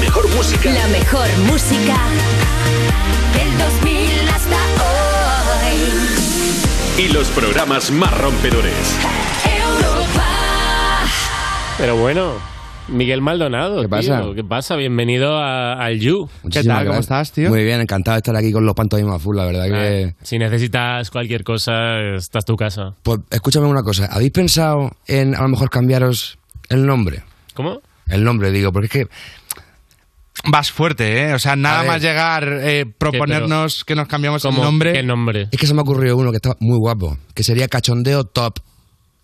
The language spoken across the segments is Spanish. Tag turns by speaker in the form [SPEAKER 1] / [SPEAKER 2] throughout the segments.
[SPEAKER 1] mejor música.
[SPEAKER 2] La mejor música del 2000 hasta
[SPEAKER 1] Y los programas más rompedores.
[SPEAKER 2] hoy. Europa.
[SPEAKER 3] Pero bueno, Miguel Maldonado.
[SPEAKER 4] ¿Qué
[SPEAKER 3] tío,
[SPEAKER 4] pasa?
[SPEAKER 3] ¿Qué pasa? Bienvenido a- al You.
[SPEAKER 4] Muchísimas gracias. Muy bien, encantado de estar aquí con los pantomimas full, la verdad que...
[SPEAKER 3] Si necesitas cualquier cosa, estás tu casa.
[SPEAKER 4] Pues escúchame una cosa, ¿habéis pensado en a lo mejor cambiaros el nombre?
[SPEAKER 3] ¿Cómo?
[SPEAKER 4] El nombre, digo, porque es que...
[SPEAKER 5] Vas fuerte, ¿eh? O sea,
[SPEAKER 4] A
[SPEAKER 5] nada
[SPEAKER 4] ver.
[SPEAKER 5] más llegar, eh, proponernos que nos cambiamos el
[SPEAKER 3] ¿Cómo?
[SPEAKER 5] nombre.
[SPEAKER 3] ¿Qué nombre?
[SPEAKER 4] Es que se me ha ocurrido uno que está muy guapo, que sería Cachondeo Top.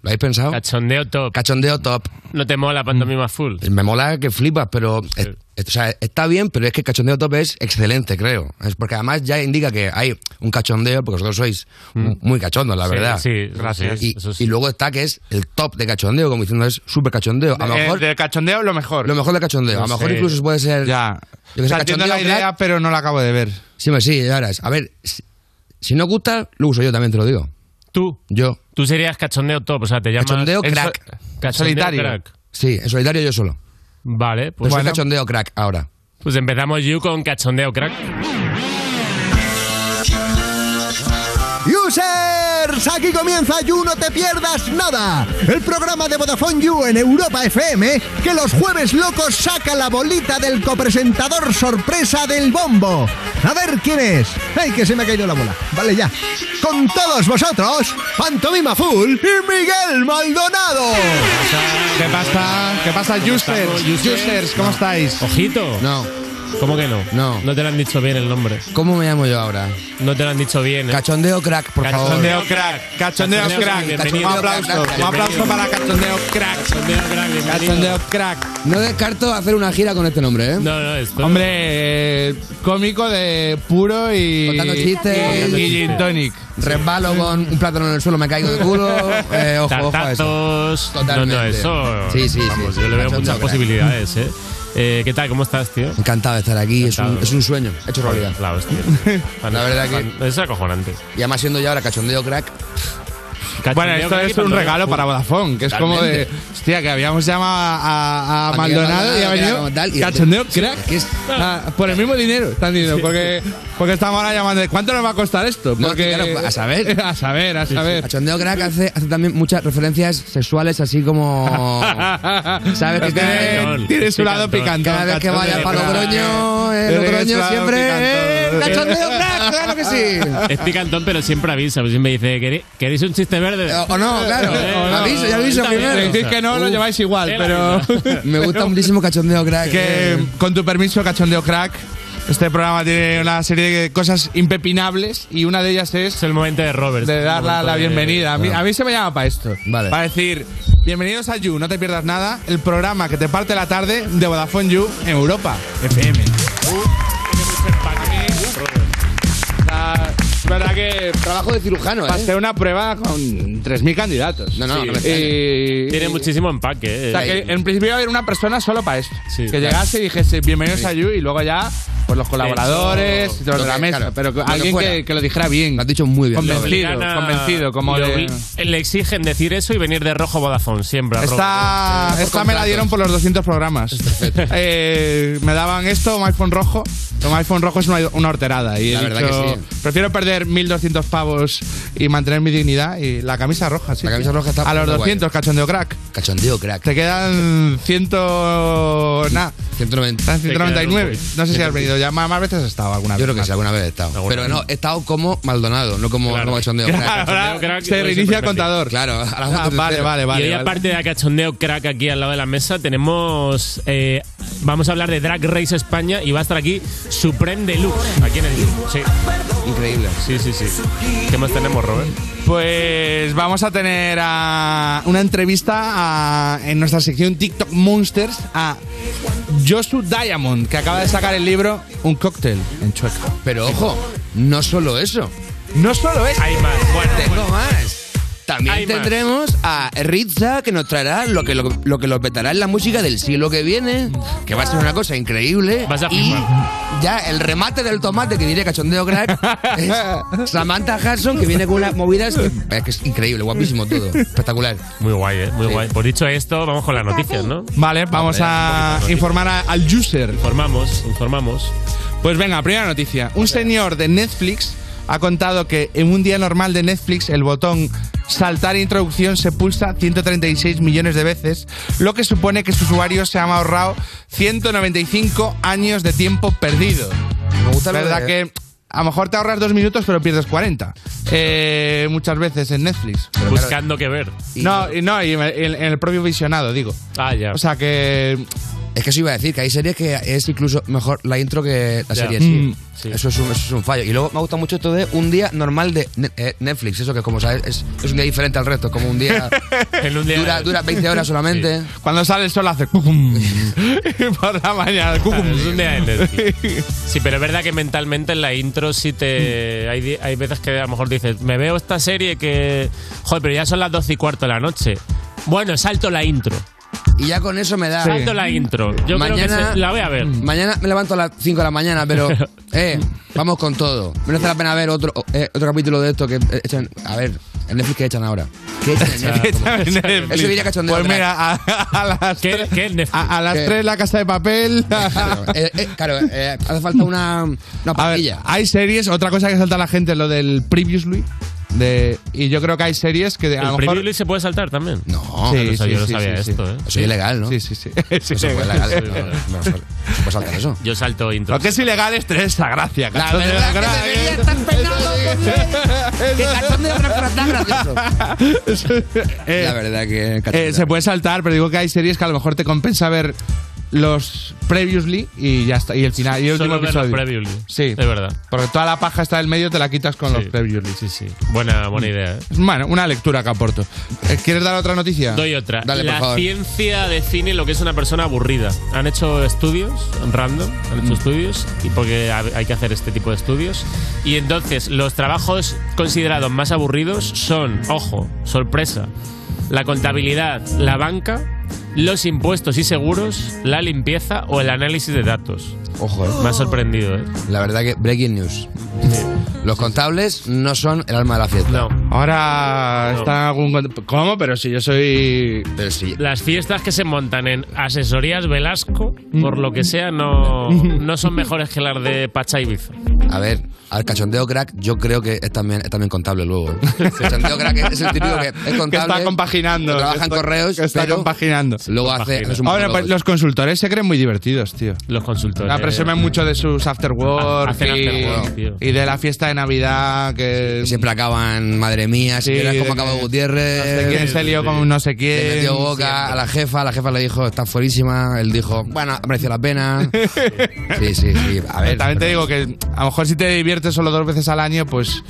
[SPEAKER 4] ¿Lo habéis pensado?
[SPEAKER 3] Cachondeo top.
[SPEAKER 4] Cachondeo Top.
[SPEAKER 3] no te mola pantomima full.
[SPEAKER 4] Me mola que flipas, pero es- es- o sea, está bien, pero es que el cachondeo top es excelente, creo. Es porque además ya indica que hay un cachondeo, porque vosotros sois
[SPEAKER 5] Mm.
[SPEAKER 4] mu- muy cachondos, la
[SPEAKER 3] Sí,
[SPEAKER 4] verdad.
[SPEAKER 3] sí, gracias.
[SPEAKER 4] Y,
[SPEAKER 3] Eso sí.
[SPEAKER 4] y luego está que es el top de cachondeo, como diciendo es súper cachondeo. A lo
[SPEAKER 5] Eh,
[SPEAKER 4] mejor
[SPEAKER 5] de cachondeo, lo mejor.
[SPEAKER 4] lo mejor de cachondeo, a
[SPEAKER 3] No
[SPEAKER 4] lo mejor
[SPEAKER 3] sé.
[SPEAKER 4] incluso puede ser.
[SPEAKER 5] Ya.
[SPEAKER 4] Yo que
[SPEAKER 5] O
[SPEAKER 4] sé,
[SPEAKER 5] sea, entiendo la
[SPEAKER 4] cachondeo
[SPEAKER 5] idea,
[SPEAKER 4] crack.
[SPEAKER 5] pero no la acabo de ver.
[SPEAKER 4] Sí, hombre, sí, ahora es. A ver, si, si no gusta, lo uso yo también, te lo digo.
[SPEAKER 3] Tú.
[SPEAKER 4] Yo,
[SPEAKER 3] Tú serías cachondeo top, o sea, te llamas...
[SPEAKER 4] Cachondeo
[SPEAKER 3] Eso-
[SPEAKER 4] crack.
[SPEAKER 3] Cachondeo
[SPEAKER 5] Solitario.
[SPEAKER 3] crack.
[SPEAKER 4] sí, en solidario yo solo.
[SPEAKER 3] Vale, pues,
[SPEAKER 4] Pero soy cachondeo crack ahora.
[SPEAKER 3] pues empezamos You con cachondeo crack.
[SPEAKER 6] Users, aquí comienza You No Te Pierdas Nada, el programa de Vodafone You en Europa FM que los jueves locos saca la bolita del copresentador sorpresa del bombo. A ver quién es. ¡Ay, que se me ha caído la bola! Vale, ya. Con todos vosotros, Pantomima Full y Miguel Maldonado.
[SPEAKER 5] ¿Qué pasa? ¿Qué pasa, users?
[SPEAKER 3] estamos, users?
[SPEAKER 5] users? ¿cómo estáis?
[SPEAKER 3] Ojito.
[SPEAKER 4] No,
[SPEAKER 3] ¿Cómo que no?
[SPEAKER 4] No.
[SPEAKER 3] No te lo han dicho bien el nombre.
[SPEAKER 4] ¿cómo me llamo yo ahora?
[SPEAKER 3] No te lo han dicho bien. ¿eh?
[SPEAKER 4] Cachondeo crack, por favor.
[SPEAKER 5] Cachondeo crack, cachondeo
[SPEAKER 3] Cachondeo
[SPEAKER 5] crack.
[SPEAKER 3] crack,
[SPEAKER 5] Un aplauso,
[SPEAKER 4] bienvenido.
[SPEAKER 5] un aplauso para cachondeo crack.
[SPEAKER 3] Cachondeo crack, bienvenido.
[SPEAKER 5] Cachondeo crack.
[SPEAKER 4] No descarto hacer una gira con este nombre, ¿eh?
[SPEAKER 3] No, no, esto...
[SPEAKER 5] Hombre, eh, cómico de puro y.
[SPEAKER 4] Contando chistes.
[SPEAKER 5] Y, y gin tonic.
[SPEAKER 4] Resbalo con un plátano en el suelo, me caigo de culo. Eh, ojo, ojo a eso.
[SPEAKER 3] Tartazos. No,
[SPEAKER 4] Totalmente.
[SPEAKER 3] no, eso.
[SPEAKER 4] Sí, sí, sí,
[SPEAKER 3] Vamos,
[SPEAKER 4] sí,
[SPEAKER 3] yo le veo
[SPEAKER 4] cachondeo
[SPEAKER 3] muchas
[SPEAKER 4] crack.
[SPEAKER 3] posibilidades, ¿eh? ¿eh? ¿Qué tal? ¿Cómo estás, tío?
[SPEAKER 4] Encantado de estar aquí, es un,
[SPEAKER 3] Encantado.
[SPEAKER 4] es un sueño, hecho realidad.
[SPEAKER 3] La hostia.
[SPEAKER 4] La verdad que-
[SPEAKER 3] Es acojonante.
[SPEAKER 4] Y además siendo ya ahora cachondeo crack,
[SPEAKER 5] Bueno, esto es un regalo para Vodafone, que es como de.
[SPEAKER 4] Totalmente.
[SPEAKER 5] Hostia, que habíamos llamado a, a- a
[SPEAKER 4] A Miguel
[SPEAKER 5] Maldonado y ha
[SPEAKER 4] Maldonado, que era
[SPEAKER 5] venido.
[SPEAKER 4] como tal, y-
[SPEAKER 5] Cachondeo crack.
[SPEAKER 4] que es-
[SPEAKER 5] Ah, por el mismo dinero, están diciendo. Porque, porque estamos ahora llamando. de, ¿Cuánto nos va a costar esto?
[SPEAKER 4] No,
[SPEAKER 5] Porque,
[SPEAKER 4] claro, a saber.
[SPEAKER 5] A saber, a saber.
[SPEAKER 4] cachondeo crack hace, hace también muchas referencias sexuales, así como. ¿Sabes
[SPEAKER 5] Este
[SPEAKER 4] que cada,
[SPEAKER 3] Picantón.
[SPEAKER 5] Tiene su lado
[SPEAKER 3] Picantón.
[SPEAKER 5] picante.
[SPEAKER 4] cada vez que vaya para Logroño, eh, Logroño siempre. eh, ¡Cachondeo crack! ¡Claro que sí!
[SPEAKER 3] Es picantón, pero siempre avisa. pues Siempre dice, "¿Queréis- ¿queréis un chiste verde?
[SPEAKER 4] O, o no, claro.
[SPEAKER 3] Eh, o no.
[SPEAKER 4] Aviso, ya aviso
[SPEAKER 3] Está bien,
[SPEAKER 4] primero.
[SPEAKER 3] está
[SPEAKER 5] Decís que no, lo
[SPEAKER 4] Uf,
[SPEAKER 5] lleváis igual,
[SPEAKER 3] Era
[SPEAKER 5] pero.
[SPEAKER 4] Me gusta muchísimo cachondeo crack.
[SPEAKER 5] que
[SPEAKER 4] eh.
[SPEAKER 5] con tu permiso, cachondeo crack, este programa tiene una serie de cosas impepinables y una de ellas
[SPEAKER 3] Es
[SPEAKER 5] es
[SPEAKER 3] el momento de Robert.
[SPEAKER 5] de dar la, la bienvenida. A mí, a mí se me llama para esto.
[SPEAKER 4] Vale.
[SPEAKER 5] Para decir, bienvenidos a You, no te pierdas nada, el programa que te parte la tarde de Vodafone You en Europa FM. La verdad que
[SPEAKER 4] Trabajo de cirujano, ¿eh?
[SPEAKER 5] pasé una prueba con 3.000 candidatos.
[SPEAKER 4] No, no,
[SPEAKER 3] Sí.
[SPEAKER 4] no me
[SPEAKER 5] Y-
[SPEAKER 3] Tiene muchísimo empaque. eh.
[SPEAKER 5] o sea, que en principio iba a haber una persona solo para esto.
[SPEAKER 3] Sí.
[SPEAKER 5] que llegase y dijese bienvenidos a You y luego ya pues los colaboradores y todos
[SPEAKER 4] Lo
[SPEAKER 5] de la
[SPEAKER 4] que-
[SPEAKER 5] mesa.
[SPEAKER 4] claro,
[SPEAKER 5] pero que-
[SPEAKER 4] lo que
[SPEAKER 5] alguien
[SPEAKER 4] fuera.
[SPEAKER 5] que, que lo dijera bien.
[SPEAKER 4] Lo has dicho muy bien.
[SPEAKER 5] Conven-
[SPEAKER 4] Robert.
[SPEAKER 3] Le obligan
[SPEAKER 5] convencido, convencido, como
[SPEAKER 3] le,
[SPEAKER 5] de-
[SPEAKER 3] obli- eh, le exigen decir eso y venir de rojo Vodafone siempre. a Robert.
[SPEAKER 5] Esta, esta me la dieron por los 200 programas. Eh, me daban esto, un iPhone rojo. Un iPhone rojo es una, una horterada. Y he
[SPEAKER 4] La verdad
[SPEAKER 5] dicho,
[SPEAKER 4] que sí.
[SPEAKER 5] prefiero perder 1.200 pavos y mantener mi dignidad. Y la camisa roja, sí.
[SPEAKER 4] La camisa roja está
[SPEAKER 5] A los
[SPEAKER 4] muy guay.
[SPEAKER 5] 200, cachondeo crack.
[SPEAKER 4] Cachondeo crack.
[SPEAKER 5] Te quedan 100... Nada.
[SPEAKER 4] 190.
[SPEAKER 5] Estás en 199.
[SPEAKER 3] Te quedan un
[SPEAKER 5] No sé si has venido ya. Más, más veces has estado alguna
[SPEAKER 4] Yo creo
[SPEAKER 5] vez.
[SPEAKER 4] que sí, alguna vez he estado.
[SPEAKER 3] Alguna
[SPEAKER 4] Pero
[SPEAKER 3] vez.
[SPEAKER 4] no, he estado como Maldonado, no como,
[SPEAKER 3] Claro.
[SPEAKER 4] como cachondeo crack.
[SPEAKER 5] Ahora
[SPEAKER 3] Cachondeo crack
[SPEAKER 5] se
[SPEAKER 3] puede
[SPEAKER 5] reinicia el
[SPEAKER 3] ser
[SPEAKER 5] contador.
[SPEAKER 4] Claro, a las
[SPEAKER 5] Ah,
[SPEAKER 4] once
[SPEAKER 5] vale,
[SPEAKER 4] tercero.
[SPEAKER 5] vale,
[SPEAKER 3] y
[SPEAKER 5] vale.
[SPEAKER 3] hoy,
[SPEAKER 5] vale.
[SPEAKER 3] aparte de cachondeo crack aquí al lado de la mesa, tenemos. eh, vamos a hablar de Drag Race España y va a estar aquí Supreme Deluxe. Aquí en el. Sí,
[SPEAKER 4] Increíble.
[SPEAKER 3] sí, sí. sí. ¿Qué más tenemos, Robert?
[SPEAKER 5] Pues vamos a tener a una entrevista a- en nuestra sección TikTok Monsters a Josu Diamond, que acaba de sacar el libro Un cóctel en Chueca.
[SPEAKER 4] Pero ojo, no solo eso.
[SPEAKER 5] No solo es.
[SPEAKER 3] Hay más. Bueno,
[SPEAKER 4] Tengo más. También
[SPEAKER 3] Hay más.
[SPEAKER 4] tendremos a Ritza que nos traerá lo que lo, lo que los vetará en la música del siglo que viene, que va a ser una cosa increíble.
[SPEAKER 3] Vas a
[SPEAKER 4] y
[SPEAKER 3] flipar.
[SPEAKER 4] ya el remate del tomate que diría cachondeo crack es Samantha Hudson que viene con unas movidas que es, que es increíble, guapísimo todo, espectacular.
[SPEAKER 3] Muy guay, ¿eh? Muy
[SPEAKER 4] Sí.
[SPEAKER 3] guay. Por dicho esto, vamos con las noticias, ¿no?
[SPEAKER 5] Vale, vamos a informar a- al user.
[SPEAKER 3] Informamos, informamos.
[SPEAKER 5] Pues venga, primera noticia. Un señor de Netflix ha contado que en un día normal de Netflix el botón saltar e introducción se pulsa 136 millones de veces, lo que supone que sus usuarios se han ahorrado 195 años de tiempo perdido.
[SPEAKER 4] Me gusta lo
[SPEAKER 5] verdad
[SPEAKER 4] de-
[SPEAKER 5] que a lo mejor te ahorras dos minutos pero pierdes 40. Eh, muchas veces en Netflix.
[SPEAKER 3] Buscando qué ver.
[SPEAKER 4] Y-
[SPEAKER 5] no, y no, y en en el propio visionado, digo.
[SPEAKER 3] Ah, ya.
[SPEAKER 5] O sea que
[SPEAKER 4] Es que eso iba a decir, que hay series que es incluso mejor la intro que la
[SPEAKER 3] Ya.
[SPEAKER 4] serie en sí.
[SPEAKER 3] Mm. Sí.
[SPEAKER 4] Eso, es un, eso es un fallo. Y luego me gusta mucho esto de un día normal de ne- eh, Netflix, eso que como sabes es, es un día diferente al resto, como un día...
[SPEAKER 3] En un día-
[SPEAKER 4] Dura, dura 20 horas solamente.
[SPEAKER 5] cuando sale el sol hace cucum. por la mañana. cucum.
[SPEAKER 3] Claro, es un día de Netflix. Sí, pero es verdad que mentalmente en la intro sí te. Hay, di- hay veces que a lo mejor dices, me veo esta serie que. Joder, pero ya son las 12 y cuarto de la noche. Bueno, salto la intro.
[SPEAKER 4] Y ya con eso me da.
[SPEAKER 3] Salto la intro. Yo creo que
[SPEAKER 4] Mañana-
[SPEAKER 3] se- la voy a ver.
[SPEAKER 4] Mañana me levanto a las 5 de la mañana, pero. Eh, vamos con todo. Merece la pena ver otro, eh, otro capítulo de esto que eh, echan. A ver, en Netflix que echan ahora. ¿Qué echan en Netflix? Eso diría cachondeo
[SPEAKER 5] Pues
[SPEAKER 4] crack.
[SPEAKER 5] mira, a, a las
[SPEAKER 3] ¿Qué-
[SPEAKER 5] tres-
[SPEAKER 3] qué es Netflix?
[SPEAKER 5] a, a las
[SPEAKER 4] ¿Qué?
[SPEAKER 5] 3 la casa de papel.
[SPEAKER 4] Claro, eh, eh, claro, eh, hace falta una, una
[SPEAKER 5] A ver,
[SPEAKER 4] pastilla.
[SPEAKER 5] hay series, otra cosa que salta a la gente es lo del previously. De, y yo creo que hay series que a
[SPEAKER 3] El
[SPEAKER 5] lo mejor.
[SPEAKER 3] preview se puede saltar también.
[SPEAKER 4] No,
[SPEAKER 5] Sí,
[SPEAKER 3] O sea, yo no sabía
[SPEAKER 5] sí, sí.
[SPEAKER 3] esto, ¿eh?
[SPEAKER 4] eso es ilegal, ¿no?
[SPEAKER 5] Sí, sí, sí. Sí,
[SPEAKER 4] Eso fue
[SPEAKER 5] legal.
[SPEAKER 4] ilegal. No, no, no, no, no puedes saltar eso.
[SPEAKER 3] Yo salto intro.
[SPEAKER 5] Lo que es ilegal es tener esa gracia.
[SPEAKER 4] La
[SPEAKER 5] cachondeo
[SPEAKER 4] verdad que
[SPEAKER 5] crack.
[SPEAKER 4] debería estar penado, Que cachondeo crack no es gracioso.
[SPEAKER 5] Eh,
[SPEAKER 4] La verdad que.
[SPEAKER 5] Eh,
[SPEAKER 4] cachondeo
[SPEAKER 5] se puede saltar, pero digo que hay series que a lo mejor te compensa ver los previously y ya está. Y el final, y el último
[SPEAKER 3] Solo ver los
[SPEAKER 5] episodio.
[SPEAKER 3] previews.
[SPEAKER 5] Sí.
[SPEAKER 3] Es verdad.
[SPEAKER 5] Porque toda la paja está del medio, te la quitas con los previously. Mm.
[SPEAKER 3] Sí, sí. Buena, buena idea, ¿eh?
[SPEAKER 5] Bueno, una lectura que aporto. Eh, ¿Quieres dar otra noticia?
[SPEAKER 3] Doy otra.
[SPEAKER 4] Dale, por
[SPEAKER 3] la
[SPEAKER 4] favor.
[SPEAKER 3] ciencia define lo que es una persona aburrida. Han hecho estudios random, han
[SPEAKER 5] Mm.
[SPEAKER 3] hecho estudios, y porque ha- hay que hacer este tipo de estudios. Y entonces, los trabajos considerados más aburridos son, ojo, sorpresa, la contabilidad, la banca, los impuestos y seguros, la limpieza o el análisis de datos.
[SPEAKER 4] Ojo, eh.
[SPEAKER 3] Me ha sorprendido, ¿eh?
[SPEAKER 4] La verdad que breaking news. Los contables no son el alma de la fiesta.
[SPEAKER 3] No.
[SPEAKER 5] Ahora
[SPEAKER 3] No.
[SPEAKER 5] está en algún. cont- ¿Cómo? Pero si yo soy.
[SPEAKER 4] Pero sí.
[SPEAKER 3] Las fiestas que se montan en asesorías Velasco, por lo que sea, no, no son mejores que las de Pacha Ibiza.
[SPEAKER 4] A ver, al cachondeo crack yo creo que es también, es también contable luego. El cachondeo crack es, el típico que es contable.
[SPEAKER 5] Que está compaginando.
[SPEAKER 4] que trabaja
[SPEAKER 5] que
[SPEAKER 4] en
[SPEAKER 5] está-
[SPEAKER 4] correos.
[SPEAKER 5] que está
[SPEAKER 4] pero
[SPEAKER 5] compaginando.
[SPEAKER 4] Luego hace.
[SPEAKER 3] Compagina.
[SPEAKER 4] hace un
[SPEAKER 5] Ahora,
[SPEAKER 4] monólogo.
[SPEAKER 5] pues los consultores se creen muy divertidos, tío. Ah,
[SPEAKER 4] Pues
[SPEAKER 3] Los consultores.
[SPEAKER 5] La
[SPEAKER 4] Eh,
[SPEAKER 5] presumen mucho de sus after work,
[SPEAKER 3] Hacen
[SPEAKER 5] y,
[SPEAKER 3] after work, tío.
[SPEAKER 5] y de la fiesta de Navidad que
[SPEAKER 4] Y Siempre acaban, madre mía, si
[SPEAKER 5] Sí,
[SPEAKER 4] vieras
[SPEAKER 5] de
[SPEAKER 4] cómo
[SPEAKER 5] que-
[SPEAKER 4] acaba Gutiérrez.
[SPEAKER 5] no sé quién se lió
[SPEAKER 3] sí.
[SPEAKER 5] con no sé quién.
[SPEAKER 4] eh, Le metió boca a la jefa, la jefa le dijo, está fuerísima. Él dijo, bueno, ha merecido la pena. Sí, sí, sí. A ver.
[SPEAKER 5] Pero también te digo que a lo mejor si te diviertes solo dos veces al año, pues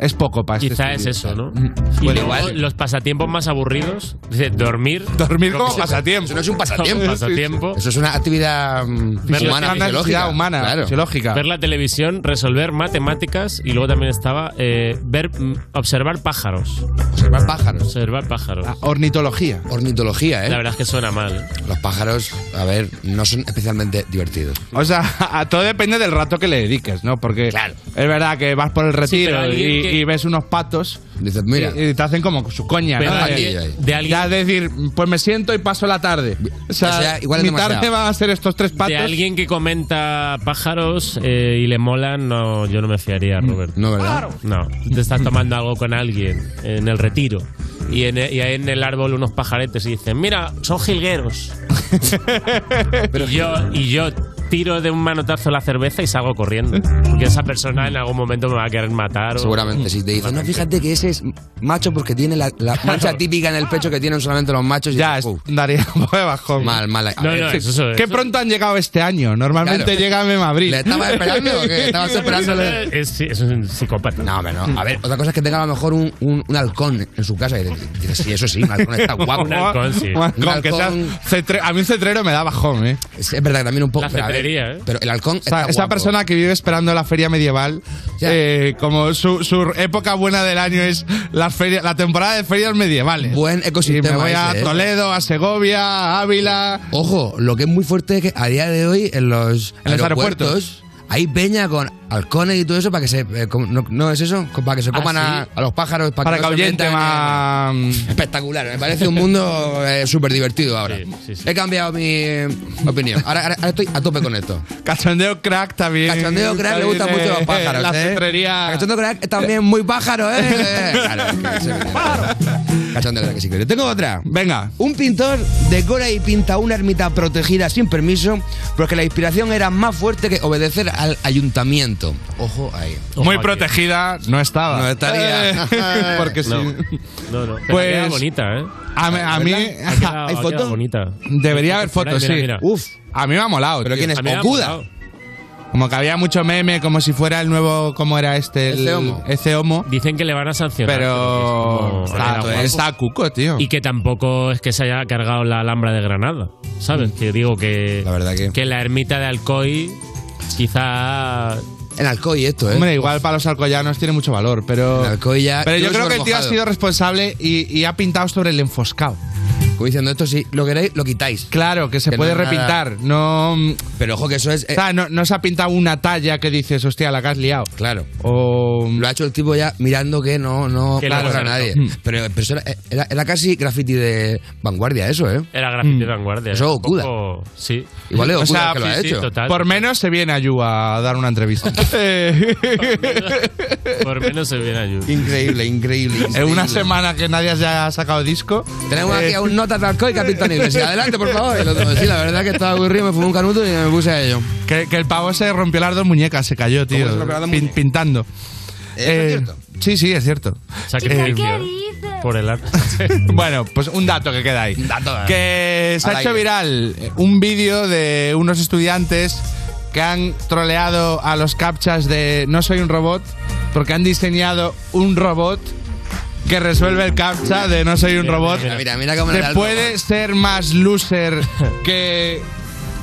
[SPEAKER 5] es poco para este
[SPEAKER 3] Quizá es
[SPEAKER 5] estudio.
[SPEAKER 3] eso, ¿no? Y
[SPEAKER 5] Bueno,
[SPEAKER 3] luego,
[SPEAKER 5] igual.
[SPEAKER 3] los pasatiempos más aburridos, dice, dormir.
[SPEAKER 5] Dormir
[SPEAKER 3] Lo que
[SPEAKER 5] como
[SPEAKER 3] se-
[SPEAKER 5] pasatiempo.
[SPEAKER 4] Eso no es un pasatiempo.
[SPEAKER 3] pasatiempo.
[SPEAKER 4] Eso es una actividad mm,
[SPEAKER 3] Ver la
[SPEAKER 4] humana,
[SPEAKER 5] Una necesidad
[SPEAKER 4] fisiológica.
[SPEAKER 5] humana,
[SPEAKER 4] Claro.
[SPEAKER 5] fisiológica.
[SPEAKER 3] Ver la televisión, resolver matemáticas y luego también estaba eh, ver, mm, observar pájaros.
[SPEAKER 4] Observar pájaros.
[SPEAKER 3] Observar pájaros.
[SPEAKER 5] Ah, Ornitología.
[SPEAKER 4] Ornitología, ¿eh?
[SPEAKER 3] La verdad es que suena mal. ¿eh?
[SPEAKER 4] Los pájaros, a ver, no son especialmente divertidos.
[SPEAKER 5] O sea, a todo depende del rato que le dediques, ¿no? Porque
[SPEAKER 4] Claro.
[SPEAKER 5] es verdad que vas por el retiro
[SPEAKER 3] pero alguien
[SPEAKER 5] y,
[SPEAKER 3] que-
[SPEAKER 5] y ves unos patos
[SPEAKER 4] Dices, mira,
[SPEAKER 5] y, y te hacen como su coña,
[SPEAKER 3] Pero
[SPEAKER 5] ¿no?
[SPEAKER 4] aquí,
[SPEAKER 5] Eh,
[SPEAKER 4] ahí.
[SPEAKER 3] alguien, de alguien,
[SPEAKER 5] Ya decir, pues me siento y paso la tarde. O sea,
[SPEAKER 4] O sea, igual es
[SPEAKER 5] mi
[SPEAKER 4] demasiado.
[SPEAKER 5] tarde van a ser estos tres patos.
[SPEAKER 3] de alguien que comenta pájaros eh, y le molan, no, yo no me fiaría, Robert.
[SPEAKER 4] Mm, no, ¿verdad?
[SPEAKER 3] No, tú te estás tomando algo con alguien en el retiro y, en, y hay en el árbol unos pajaretes y dicen, mira, son jilgueros. y, yo, y yo tiro de un manotazo la cerveza y salgo corriendo. Porque esa persona en algún momento me va a querer matar. o-
[SPEAKER 4] Seguramente, si te dicen, no, fíjate que ese es macho porque tiene la, la mancha típica en el pecho que tienen solamente los machos. Y
[SPEAKER 5] Ya, es,
[SPEAKER 4] dices, "Uh,
[SPEAKER 5] daría un poco de bajón.
[SPEAKER 4] mal, mal. A
[SPEAKER 3] No,
[SPEAKER 4] ver,
[SPEAKER 3] no, eso, eso-
[SPEAKER 5] Qué
[SPEAKER 3] eso-
[SPEAKER 5] pronto han llegado este año. Normalmente
[SPEAKER 4] Claro.
[SPEAKER 5] llegan en abril.
[SPEAKER 4] ¿Le estabas esperando o qué? ¿Estabas esperándole?
[SPEAKER 3] eso es, es un psicópata.
[SPEAKER 4] No, hombre, no. A ver, otra cosa es que tenga a lo mejor un, un, un halcón en su casa. Y dices, sí, eso sí, un halcón está guapo.
[SPEAKER 3] Un halcón, sí.
[SPEAKER 5] Un halcón,
[SPEAKER 4] Un
[SPEAKER 5] que sea
[SPEAKER 4] halcón.
[SPEAKER 5] cetre- a mí un cetrero me da bajón, ¿eh?
[SPEAKER 4] Es es verdad que también un poco.
[SPEAKER 3] La
[SPEAKER 4] pero a ver,
[SPEAKER 3] ganadería, ¿eh?
[SPEAKER 4] Pero el halcón
[SPEAKER 5] O sea,
[SPEAKER 4] está
[SPEAKER 5] esa
[SPEAKER 4] guapo.
[SPEAKER 5] persona que vive esperando la feria medieval,
[SPEAKER 4] Ya.
[SPEAKER 5] eh, como su, su época buena del año es las ferias, la temporada de ferias medievales.
[SPEAKER 4] Buen ecosistema
[SPEAKER 5] Y me voy a
[SPEAKER 4] ese, ¿eh?
[SPEAKER 5] Toledo, a Segovia, a Ávila.
[SPEAKER 4] Ojo, lo que es muy fuerte es que a día de hoy en los,
[SPEAKER 5] En los
[SPEAKER 4] aeropuertos,
[SPEAKER 5] aeropuertos.
[SPEAKER 4] hay peña con halcones y todo eso para que se. eh, com- no, no es eso? Con- Para que se coman a-
[SPEAKER 3] sí.
[SPEAKER 4] a, los pájaros. Para,
[SPEAKER 5] Ah, Para que
[SPEAKER 4] no se
[SPEAKER 5] ahuyente
[SPEAKER 4] metan en-
[SPEAKER 5] más.
[SPEAKER 4] Espectacular, me parece un mundo súper divertido ahora.
[SPEAKER 3] Sí, sí, sí.
[SPEAKER 4] He cambiado mi eh, opinión. Ahora, ahora- ahora estoy a tope con esto.
[SPEAKER 5] Cachondeo crack también.
[SPEAKER 4] Cachondeo crack le gustan
[SPEAKER 5] También,
[SPEAKER 4] mucho los
[SPEAKER 5] eh,
[SPEAKER 4] pájaros.
[SPEAKER 5] La
[SPEAKER 4] ¿eh?
[SPEAKER 5] cetrería.
[SPEAKER 4] Cachondeo crack también muy pájaro, ¿eh? Claro, es que se me- Cachondeo crack, sí que- Tengo otra.
[SPEAKER 5] Venga.
[SPEAKER 4] Un pintor decora y pinta una ermita protegida sin permiso porque la inspiración era más fuerte que obedecer al ayuntamiento. Ojo ahí.
[SPEAKER 5] Muy
[SPEAKER 3] Ojo,
[SPEAKER 5] protegida, no estaba.
[SPEAKER 4] No estaría.
[SPEAKER 5] Eh, porque sí.
[SPEAKER 3] No, no, no. Pero
[SPEAKER 5] Pues-
[SPEAKER 3] ha quedado bonita, ¿eh?
[SPEAKER 5] A, mí- a mí.
[SPEAKER 3] Ha quedado- ha quedado
[SPEAKER 5] fotos?
[SPEAKER 3] bonita.
[SPEAKER 5] Debería haber
[SPEAKER 3] Por ahí,
[SPEAKER 5] fotos, sí.
[SPEAKER 3] mira, mira.
[SPEAKER 5] Uf. A mí me ha molado.
[SPEAKER 4] ¿Pero
[SPEAKER 5] tío.
[SPEAKER 4] quién es?
[SPEAKER 3] A mí me ha
[SPEAKER 4] Okuda.
[SPEAKER 3] molado.
[SPEAKER 5] Como que había mucho meme, como si fuera el nuevo, ¿cómo era este? El,
[SPEAKER 4] Ese homo.
[SPEAKER 5] ese homo.
[SPEAKER 3] Dicen que le van a sancionar.
[SPEAKER 5] Pero
[SPEAKER 3] que es como-
[SPEAKER 5] está,
[SPEAKER 3] era
[SPEAKER 5] Ah, pues está cuco, tío.
[SPEAKER 3] Y que tampoco es que se haya cargado la Alhambra de Granada, ¿sabes? Que digo que
[SPEAKER 4] La verdad que-
[SPEAKER 3] la ermita de Alcoy quizá
[SPEAKER 4] En Alcoy esto, ¿eh?
[SPEAKER 5] Hombre, igual para los alcoyanos tiene mucho valor, pero.
[SPEAKER 4] En Alcoya-
[SPEAKER 5] pero yo
[SPEAKER 4] yo
[SPEAKER 5] creo
[SPEAKER 4] soy
[SPEAKER 5] que el tío ha
[SPEAKER 4] mojado.
[SPEAKER 5] sido responsable y, y ha pintado sobre el enfoscado.
[SPEAKER 4] Como diciendo esto, si lo queréis, lo quitáis.
[SPEAKER 5] Claro, que se
[SPEAKER 4] Que
[SPEAKER 5] puede
[SPEAKER 4] no es nada.
[SPEAKER 5] repintar. No, mm,
[SPEAKER 4] Pero ojo que eso es. eh,
[SPEAKER 5] o sea, no, no se ha pintado una talla que dices, hostia, la que has liado.
[SPEAKER 4] claro.
[SPEAKER 5] O. mm,
[SPEAKER 4] Lo ha hecho el tipo ya mirando que no, no
[SPEAKER 3] Que no
[SPEAKER 4] claro,
[SPEAKER 3] pasa
[SPEAKER 4] a
[SPEAKER 3] nada.
[SPEAKER 4] nadie. Pero, pero eso era, era- era casi graffiti de vanguardia, eso, ¿eh?
[SPEAKER 3] era graffiti de vanguardia. eh.
[SPEAKER 4] Eso
[SPEAKER 3] Un
[SPEAKER 4] Okuda.
[SPEAKER 3] poco- sí.
[SPEAKER 4] Igual es
[SPEAKER 5] O
[SPEAKER 4] Okuda
[SPEAKER 5] sea,
[SPEAKER 4] el que lo ha
[SPEAKER 3] sí, sí,
[SPEAKER 4] hecho.
[SPEAKER 3] total.
[SPEAKER 5] Por menos se viene a Yu a dar una entrevista.
[SPEAKER 3] Por menos se viene ayuda.
[SPEAKER 4] Increíble, increíble.
[SPEAKER 5] en
[SPEAKER 4] increíble.
[SPEAKER 5] una semana que nadie haya sacado disco.
[SPEAKER 4] Tenemos
[SPEAKER 5] eh,
[SPEAKER 4] aquí a un nota Tarcoy que ha pintado en iglesia. Adelante, por favor. El otro, sí, la verdad que estaba aburrido, me fumé un canuto y me puse a ello.
[SPEAKER 5] Que, que el pavo se rompió las dos muñecas, se cayó, tío.
[SPEAKER 4] se rompió las dos
[SPEAKER 5] pin-
[SPEAKER 4] muñecas?
[SPEAKER 5] pintando. Eh,
[SPEAKER 4] ¿Eso es cierto?
[SPEAKER 5] Sí, sí, es cierto. Eh,
[SPEAKER 3] Sacrificio.
[SPEAKER 2] ¿Qué dices?
[SPEAKER 3] Por el arte.
[SPEAKER 5] Bueno, pues un dato que queda ahí.
[SPEAKER 4] dato, eh.
[SPEAKER 5] Que se
[SPEAKER 4] Al
[SPEAKER 5] ha hecho
[SPEAKER 4] aire.
[SPEAKER 5] viral eh, un vídeo de unos estudiantes que han troleado a los captchas de No soy un robot porque han diseñado un robot que resuelve el captcha de No soy un
[SPEAKER 3] Mira,
[SPEAKER 5] robot.
[SPEAKER 4] Mira, mira, mira cómo le
[SPEAKER 5] ¿Se
[SPEAKER 4] da el
[SPEAKER 5] puede ser más loser que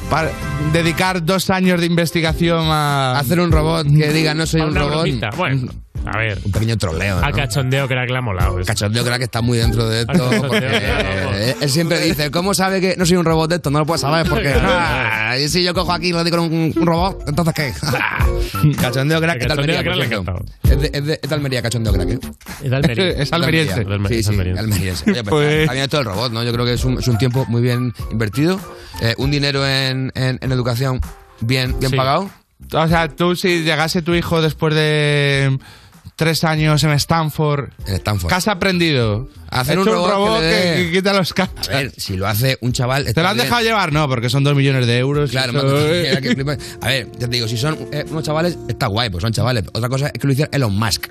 [SPEAKER 5] pa- dedicar dos años de investigación a...
[SPEAKER 4] Hacer un robot que diga no soy
[SPEAKER 3] A
[SPEAKER 4] un
[SPEAKER 3] una
[SPEAKER 4] robot.
[SPEAKER 3] bromita. Bueno, a ver.
[SPEAKER 4] Un pequeño troleo,
[SPEAKER 3] Al
[SPEAKER 4] ¿no?
[SPEAKER 3] cachondeo que era que le ha molado. eso.
[SPEAKER 4] Cachondeo creo que está muy dentro de esto.
[SPEAKER 3] cachondeo,
[SPEAKER 4] porque,
[SPEAKER 3] claro,
[SPEAKER 4] eh, él siempre dice, ¿cómo sabe que no soy un robot de esto? No lo puedo saber porque...
[SPEAKER 3] Claro,
[SPEAKER 4] ah, y si yo cojo aquí y lo digo con un, un robot, entonces ¿qué? cachondeo crack, es de
[SPEAKER 3] Cachondeo
[SPEAKER 4] Almería, por
[SPEAKER 3] crack le
[SPEAKER 4] cierto.
[SPEAKER 3] ha
[SPEAKER 4] Es de, es de- es de Almería, cachondeo crack. ¿eh?
[SPEAKER 3] Es de Almería.
[SPEAKER 5] Es almeriense.
[SPEAKER 3] Es de Almería,
[SPEAKER 4] Sí,
[SPEAKER 3] es
[SPEAKER 4] sí,
[SPEAKER 3] almeriense.
[SPEAKER 4] almeriense. Oye, pues,
[SPEAKER 5] Pues-
[SPEAKER 4] También es todo el robot, ¿no? Yo creo que es un, es un tiempo muy bien invertido, eh, un dinero en, en- en educación bien, bien
[SPEAKER 3] Sí.
[SPEAKER 4] pagado.
[SPEAKER 5] O sea, tú si llegase tu hijo después de tres años en Stanford,
[SPEAKER 4] En Stanford.
[SPEAKER 5] ¿qué has aprendido?
[SPEAKER 4] A hacer
[SPEAKER 5] He
[SPEAKER 4] un
[SPEAKER 5] hecho
[SPEAKER 4] robot que le
[SPEAKER 5] que,
[SPEAKER 4] dé-
[SPEAKER 5] que quita los
[SPEAKER 4] A
[SPEAKER 5] captchas.
[SPEAKER 4] ver, si lo hace un chaval...
[SPEAKER 5] ¿Te
[SPEAKER 4] está
[SPEAKER 5] lo han
[SPEAKER 4] bien.
[SPEAKER 5] dejado llevar? No, porque son dos millones de euros.
[SPEAKER 4] Claro,
[SPEAKER 5] Eso,
[SPEAKER 4] mando una
[SPEAKER 5] eh.
[SPEAKER 4] tijera que flipas. A ver, ya te digo, si son eh, unos chavales, está guay, pues son chavales. Otra cosa es que lo hiciera Elon Musk.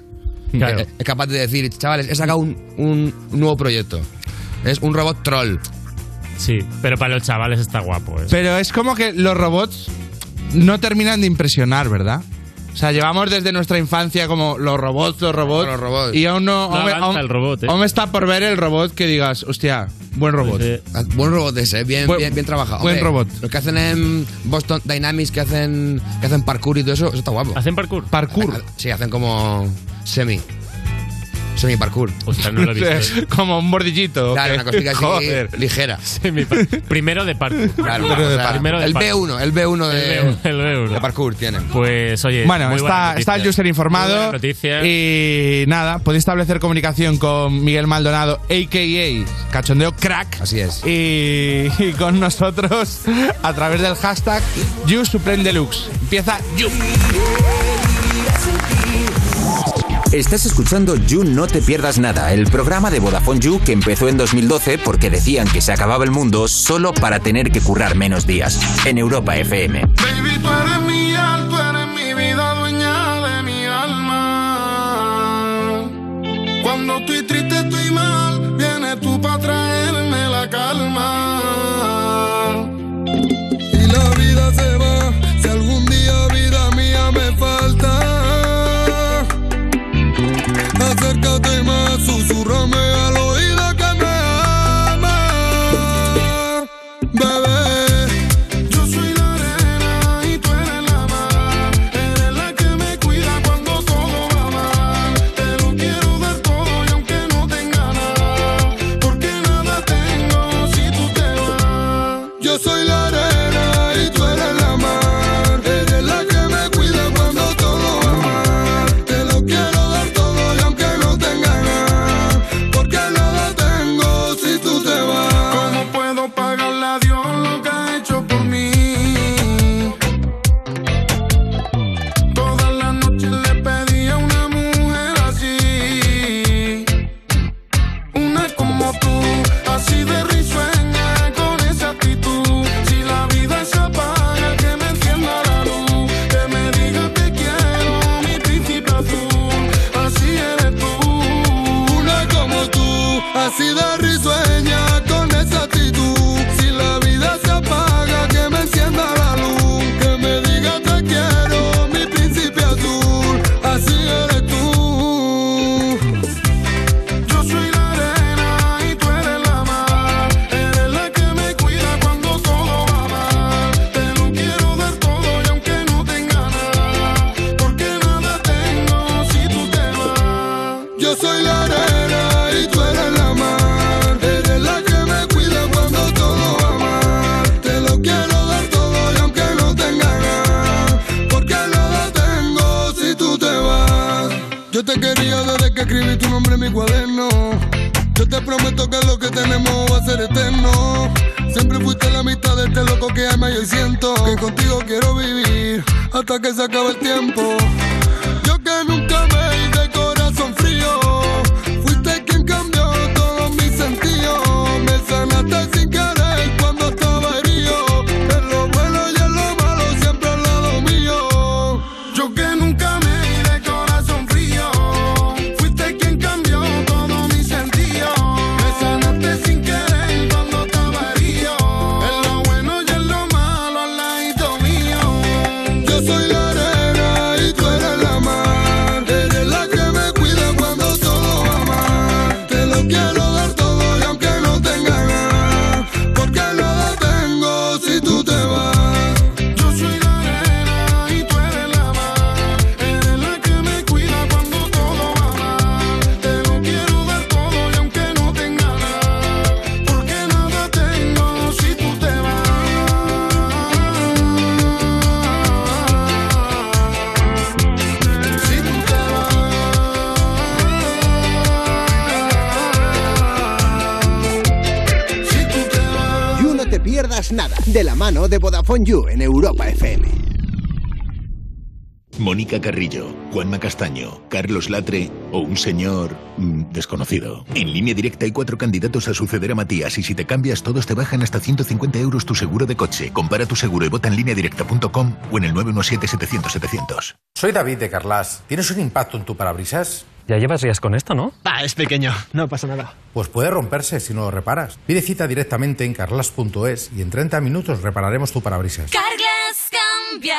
[SPEAKER 3] Claro.
[SPEAKER 4] Eh, Es capaz de decir, chavales, he sacado un, un nuevo proyecto. Es un robot troll.
[SPEAKER 3] Sí, pero para los chavales está guapo. ¿eh?
[SPEAKER 5] Pero es como que los robots no terminan de impresionar, ¿verdad? O sea, llevamos desde nuestra infancia como los robots, los robots.
[SPEAKER 4] Los robots.
[SPEAKER 5] Y aún no.
[SPEAKER 3] No
[SPEAKER 5] aún-
[SPEAKER 3] avanza
[SPEAKER 5] aún-
[SPEAKER 3] el robot, ¿eh?
[SPEAKER 5] aún está por ver el robot que digas, hostia, buen robot.
[SPEAKER 3] Eh,
[SPEAKER 4] Ah, Buen robot ese, eh, bien,
[SPEAKER 5] Buen-
[SPEAKER 4] bien, bien trabajado.
[SPEAKER 5] buen
[SPEAKER 4] Hombre,
[SPEAKER 5] robot.
[SPEAKER 4] Los que hacen en Boston Dynamics, que hacen, que hacen parkour y todo eso, eso está guapo.
[SPEAKER 3] ¿Hacen parkour?
[SPEAKER 5] Parkour.
[SPEAKER 4] Ah, Sí, hacen como semi. Semi parkour.
[SPEAKER 3] Ostras, no lo he visto. ¿eh?
[SPEAKER 5] como un bordillito.
[SPEAKER 4] Claro,
[SPEAKER 5] ¿ok?
[SPEAKER 4] una cosita así
[SPEAKER 5] Joder.
[SPEAKER 4] ligera.
[SPEAKER 3] Mi par- Primero de parkour.
[SPEAKER 4] Claro,
[SPEAKER 5] Primero de
[SPEAKER 4] o sea,
[SPEAKER 3] parkour.
[SPEAKER 4] el B1, el B1
[SPEAKER 3] El
[SPEAKER 4] de,
[SPEAKER 3] euro, el euro.
[SPEAKER 4] de parkour tienen.
[SPEAKER 3] Pues oye,
[SPEAKER 5] Bueno,
[SPEAKER 3] muy buenas
[SPEAKER 5] está,
[SPEAKER 3] noticias.
[SPEAKER 5] está el user
[SPEAKER 3] Muy
[SPEAKER 5] informado.
[SPEAKER 3] buenas noticias.
[SPEAKER 5] Y nada, podéis establecer comunicación con Miguel Maldonado, a.k.a. Cachondeo Crack.
[SPEAKER 4] Así es.
[SPEAKER 5] Y, y con nosotros a través del hashtag YouSupremeDeluxe. Empieza You.
[SPEAKER 7] Estás escuchando You No Te Pierdas Nada, el programa de Vodafone You que empezó en 2012 porque decían que se acababa el mundo solo para tener que currar menos días. En Europa FM.
[SPEAKER 8] Baby, tú eres mi al, tú eres mi vida, dueña de mi alma. Cuando estoy triste, estoy mal, vienes tú para traerme la calma. Y la vida se va, si algún día vida mía me falta. Acércate más, susurrame al oído que me ama. Bebé, yo soy la arena
[SPEAKER 9] Así de risueña con esa actitud. Si la vida se apaga, que me encienda la luz. Que me diga te quiero, mi príncipe azul. Así eres tú. Yo soy la arena y tú eres la mar. Eres la que me cuida cuando todo va mal. Te lo quiero dar todo y aunque no tenga nada. Porque nada tengo si tú te vas. Yo soy la arena y tú eres la mar. Eres la que me cuida cuando todo va mal. Te lo quiero dar todo y aunque no tenga nada. Porque nada tengo si tú te vas. Yo te quería desde que escribí tu nombre en mi cuaderno. Yo te prometo que lo que tenemos va a ser eterno. Siempre fuiste la mitad de este loco que ama y hoy siento que contigo quiero vivir hasta que se acabe el tiempo. Yo que nunca me hice corazón frío. Fuiste quien cambió todos mis sentidos. Me sanaste sin querer cuando estaba herido. En lo bueno y en lo malo, siempre al lado mío. Yo que nunca me hice corazón frío. Fuiste quien cambió todos mis sentidos. Me sanaste sin querer cuando estaba herido. En lo bueno y en lo malo, al lado mío. Yo soy la arena y tú eres la mar. Eres la que me cuida cuando todo va mal. Te lo quiero dar todo y aunque no tenga nada. Porque lo tengo si tú te vas. Yo soy la arena y tú eres la mar. Eres la que me cuida cuando todo va mal. Te lo quiero dar todo y aunque no tenga nada. Porque nada tengo si tú te vas. Si tú te vas. Si tú te vas.
[SPEAKER 2] You No Te Pierdas Nada, de la mano de Vodafone You en Europa FM.
[SPEAKER 6] Mónica Carrillo, Juanma Castaño, Carlos Latre o un señor mm, desconocido. En línea directa hay cuatro candidatos a suceder a Matías y si te cambias todos te bajan hasta 150 euros tu seguro de coche. Compara tu seguro y vota en línea directa.com o en el 917-700-700.
[SPEAKER 10] Soy David de Carlas. ¿Tienes un impacto en tu parabrisas?
[SPEAKER 11] Ya llevas días con esto, ¿no?
[SPEAKER 12] Ah, es pequeño, no pasa nada.
[SPEAKER 10] Pues puede romperse si no lo reparas. Pide cita directamente en carlas.es y en 30 minutos repararemos tu parabrisas.
[SPEAKER 13] Carglass cambia,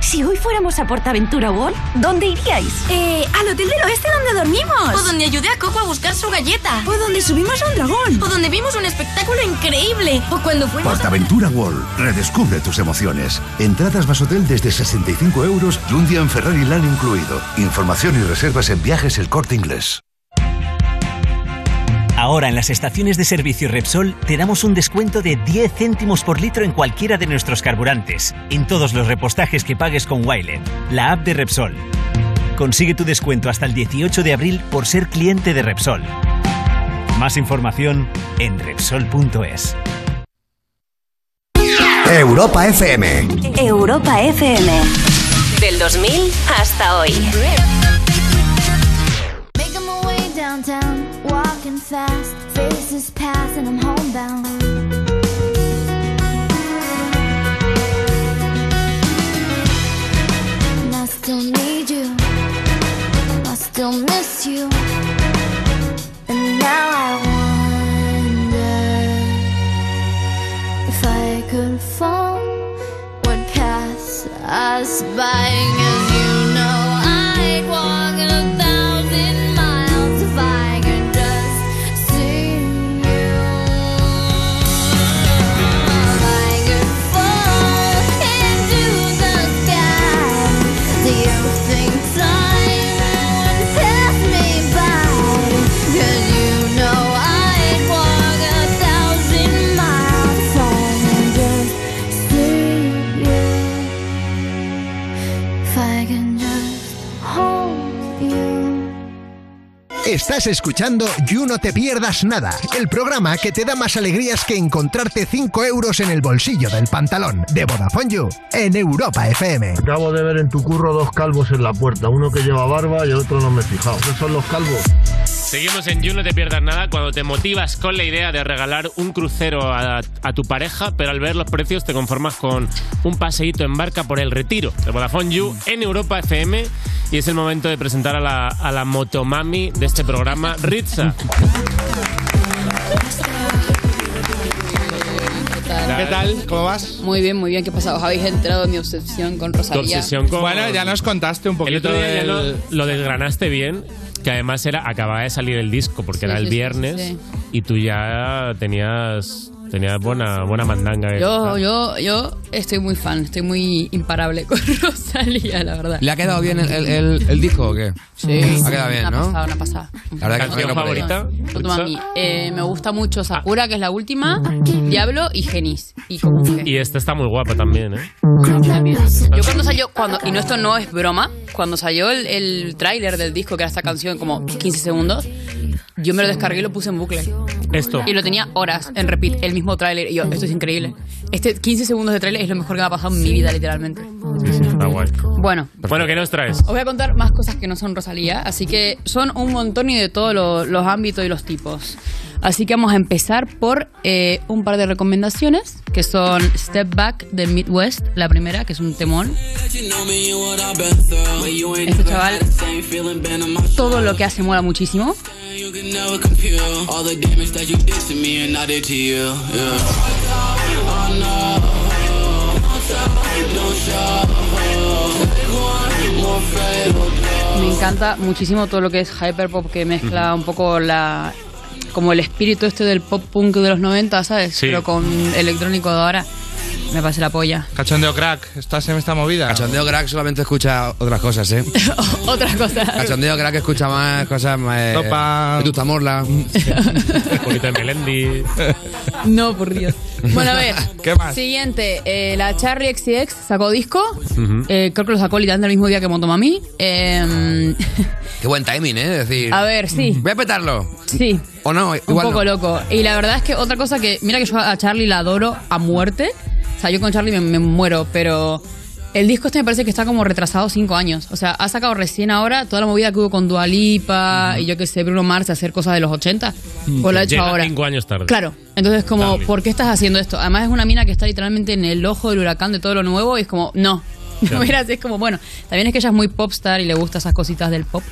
[SPEAKER 14] Si hoy fuéramos a PortAventura World, ¿dónde iríais? Eh, al hotel del oeste donde dormimos. O donde ayudé a Coco a buscar su galleta. O donde subimos a un dragón. O donde vimos un espectáculo increíble. O cuando fuimos
[SPEAKER 15] PortAventura World, redescubre tus emociones. Entradas más hotel desde 65 euros y un día en Ferrari Land incluido. Información y reservas en viajes el corte inglés.
[SPEAKER 16] Ahora en las estaciones de servicio Repsol te damos un descuento de 10 céntimos por litro en cualquiera de nuestros carburantes, en todos los repostajes que pagues con Wilet, la app de Repsol. Consigue tu descuento hasta el 18 de abril por ser cliente de Repsol. Más información en Repsol.es.
[SPEAKER 17] Europa FM.
[SPEAKER 18] Europa FM. Del 2000 hasta hoy.
[SPEAKER 19] Making my way downtown, walking fast. Faces pass and I'm homebound. And I still need you. I still miss you. And now I wonder if I could fall would pass us by. 'Cause you know I'd walk a thousand miles if I could just see you. If I could fall into the sky, do you think time would pass me by? 'Cause you know I'd walk a thousand miles if I could just see you. If I can just hold you.
[SPEAKER 6] Estás escuchando You No Te Pierdas Nada, el programa que te da más alegrías que encontrarte 5 euros en el bolsillo del pantalón de Vodafone You en Europa FM.
[SPEAKER 20] Acabo de ver en tu curro dos calvos en la puerta, uno que lleva barba y el otro no me he fijado. ¿Esos son los calvos?
[SPEAKER 3] Seguimos en You, no te pierdas nada cuando te motivas con la idea de regalar un crucero a, a tu pareja, pero al ver los precios te conformas con un paseíto en barca por el retiro de Vodafone You en Europa FM y es el momento de presentar a la, a la motomami de este programa, Ritza.
[SPEAKER 21] Pues
[SPEAKER 5] ¿Qué tal? ¿Cómo vas?
[SPEAKER 21] Muy bien, muy bien. ¿Qué pasa? ¿Os habéis enterado de mi obsesión con Rosalía?
[SPEAKER 5] Bueno, ya nos contaste un poquito
[SPEAKER 3] El otro día ya
[SPEAKER 5] del-
[SPEAKER 3] lo, lo desgranaste bien, que además era acababa de salir el disco porque
[SPEAKER 21] Sí,
[SPEAKER 3] era el
[SPEAKER 21] sí, sí,
[SPEAKER 3] viernes
[SPEAKER 21] sí, sí.
[SPEAKER 3] y tú ya tenías tenías buena buena mandanga. eh.
[SPEAKER 21] Yo, yo, yo estoy muy fan, estoy muy imparable con Rosalía, la verdad.
[SPEAKER 4] ¿Le ha quedado bien el, el- el- el disco o qué?
[SPEAKER 21] Sí.
[SPEAKER 4] Ha quedado bien,
[SPEAKER 21] una
[SPEAKER 4] ¿no?
[SPEAKER 21] pasada, una pasada.
[SPEAKER 4] La verdad que
[SPEAKER 3] ¿Canción
[SPEAKER 4] me alegro por
[SPEAKER 3] favorita?
[SPEAKER 4] ella.
[SPEAKER 21] Lo toma a mí. Eh, me gusta mucho Sakura, que es la última, Diablo y Genis. Y como que-
[SPEAKER 3] Y esta está muy guapa también, ¿eh?
[SPEAKER 21] Yo cuando salió, cuando, y no esto no es broma, cuando salió el, el tráiler del disco, que era esta canción, como 15 segundos, yo me lo descargué y lo puse en bucle.
[SPEAKER 3] Esto.
[SPEAKER 21] Y lo tenía horas en repeat, el mismo tráiler. Y yo, esto es increíble. Este 15 segundos de tráiler es lo mejor que me ha pasado en mi vida, literalmente.
[SPEAKER 3] Sí, sí, está guay.
[SPEAKER 21] Bueno.
[SPEAKER 3] Bueno, ¿qué nos traes?
[SPEAKER 21] Os voy a contar más cosas que no son Rosalía, así que son un montón y de todos lo- los ámbitos y los tipos. Así que vamos a empezar por eh, un par de recomendaciones, que son Step Back de Midwest, la primera, que es un temón. Este chaval, todo lo que hace mola muchísimo. Me encanta muchísimo todo lo que es hyperpop, que mezcla un poco la como el espíritu este del pop punk de los 90, ¿sabes?
[SPEAKER 5] Sí.
[SPEAKER 21] Pero con electrónico de ahora. Me parece la polla.
[SPEAKER 5] Cachondeo crack, estás en esta movida.
[SPEAKER 4] Cachondeo crack solamente escucha otras cosas, ¿eh?
[SPEAKER 21] Otra cosa.
[SPEAKER 4] Cachondeo crack escucha más cosas más...
[SPEAKER 5] Topa.
[SPEAKER 4] Tu tamorla.
[SPEAKER 3] Un poquito de ¿eh? Melendi.
[SPEAKER 21] No, por Dios. Bueno, a ver.
[SPEAKER 3] ¿Qué más?
[SPEAKER 21] Siguiente, eh, la Charlie XCX sacó disco. Eh, creo que lo sacó literalmente el mismo día que Motomami. Eh,
[SPEAKER 4] Qué buen timing, ¿eh? Es decir...
[SPEAKER 21] A ver, sí.
[SPEAKER 4] Voy a petarlo.
[SPEAKER 21] Sí.
[SPEAKER 4] O no,
[SPEAKER 21] un
[SPEAKER 4] igual
[SPEAKER 21] poco
[SPEAKER 4] no.
[SPEAKER 21] loco. Y la verdad es que otra cosa que, mira que yo a Charlie la adoro a muerte. O sea, yo con Charlie me, me muero, pero el disco este me parece que está como retrasado cinco años. O sea, ha sacado recién ahora toda la movida que hubo con Dualipa y yo que sé, Bruno Mars, hacer cosas de los 80. O lo ha hecho
[SPEAKER 3] Mm, Llega
[SPEAKER 21] ahora.
[SPEAKER 3] cinco años tarde.
[SPEAKER 21] Claro, entonces como,
[SPEAKER 3] Charlie.
[SPEAKER 21] ¿por qué estás haciendo esto? Además es una mina que está literalmente en el ojo del huracán de todo lo nuevo y es como, no.
[SPEAKER 3] Claro.
[SPEAKER 21] Mira, así es como, bueno, también es que ella es muy popstar y le gusta esas cositas del pop.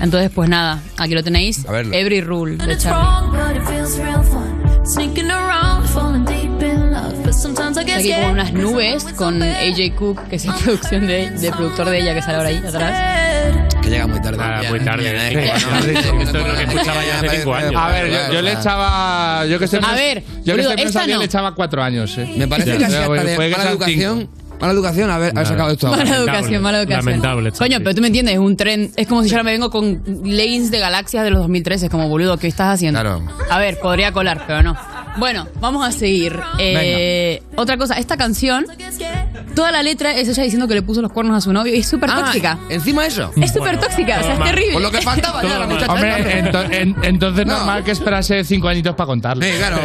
[SPEAKER 21] Entonces, pues nada, aquí lo tenéis.
[SPEAKER 4] A verlo.
[SPEAKER 21] Every Rule
[SPEAKER 2] And
[SPEAKER 21] de
[SPEAKER 2] it's
[SPEAKER 21] Charlie.
[SPEAKER 2] wrong, but it feels real fun. Sneaking around, falling deep in love. But sometimes I get
[SPEAKER 21] Aquí como
[SPEAKER 2] scared.
[SPEAKER 21] unas nubes con AJ Cook, que es el producción de, del productor de ella que sale ahora ahí atrás.
[SPEAKER 4] Que llega muy tarde.
[SPEAKER 3] Ah, muy tarde.
[SPEAKER 4] Bien,
[SPEAKER 3] eh.
[SPEAKER 4] eh,
[SPEAKER 3] Esto es lo que escuchaba ya hace cinco años.
[SPEAKER 5] A ver, yo, yo le echaba. Yo que sé,
[SPEAKER 21] A ver,
[SPEAKER 5] yo que
[SPEAKER 21] boludo,
[SPEAKER 5] sé,
[SPEAKER 21] esta
[SPEAKER 5] pensaría
[SPEAKER 21] no.
[SPEAKER 5] le echaba cuatro años. eh.
[SPEAKER 4] Me parece que hasta
[SPEAKER 5] Puede
[SPEAKER 4] de
[SPEAKER 5] que
[SPEAKER 4] mala
[SPEAKER 5] sean
[SPEAKER 4] educación... Mala educación haber, haber sacado esto ahora.
[SPEAKER 21] Mala educación, mala educación. Coño, pero tú me entiendes, es un tren. Es como si yo ahora me vengo con leggings de galaxias de los 2013. Es como, boludo, ¿qué estás haciendo?
[SPEAKER 4] Claro.
[SPEAKER 21] A ver, podría colar, pero no. Bueno, vamos a seguir. Eh, otra cosa, esta canción, toda la letra es ella diciendo que le puso los cuernos a su novio y es súper tóxica.
[SPEAKER 4] Encima eso.
[SPEAKER 21] Es súper tóxica, o sea, es terrible.
[SPEAKER 4] Por lo que faltaba ya la muchacha.
[SPEAKER 5] Hombre, ento- en- entonces normal que esperase cinco añitos para contarle.
[SPEAKER 4] Sí, claro.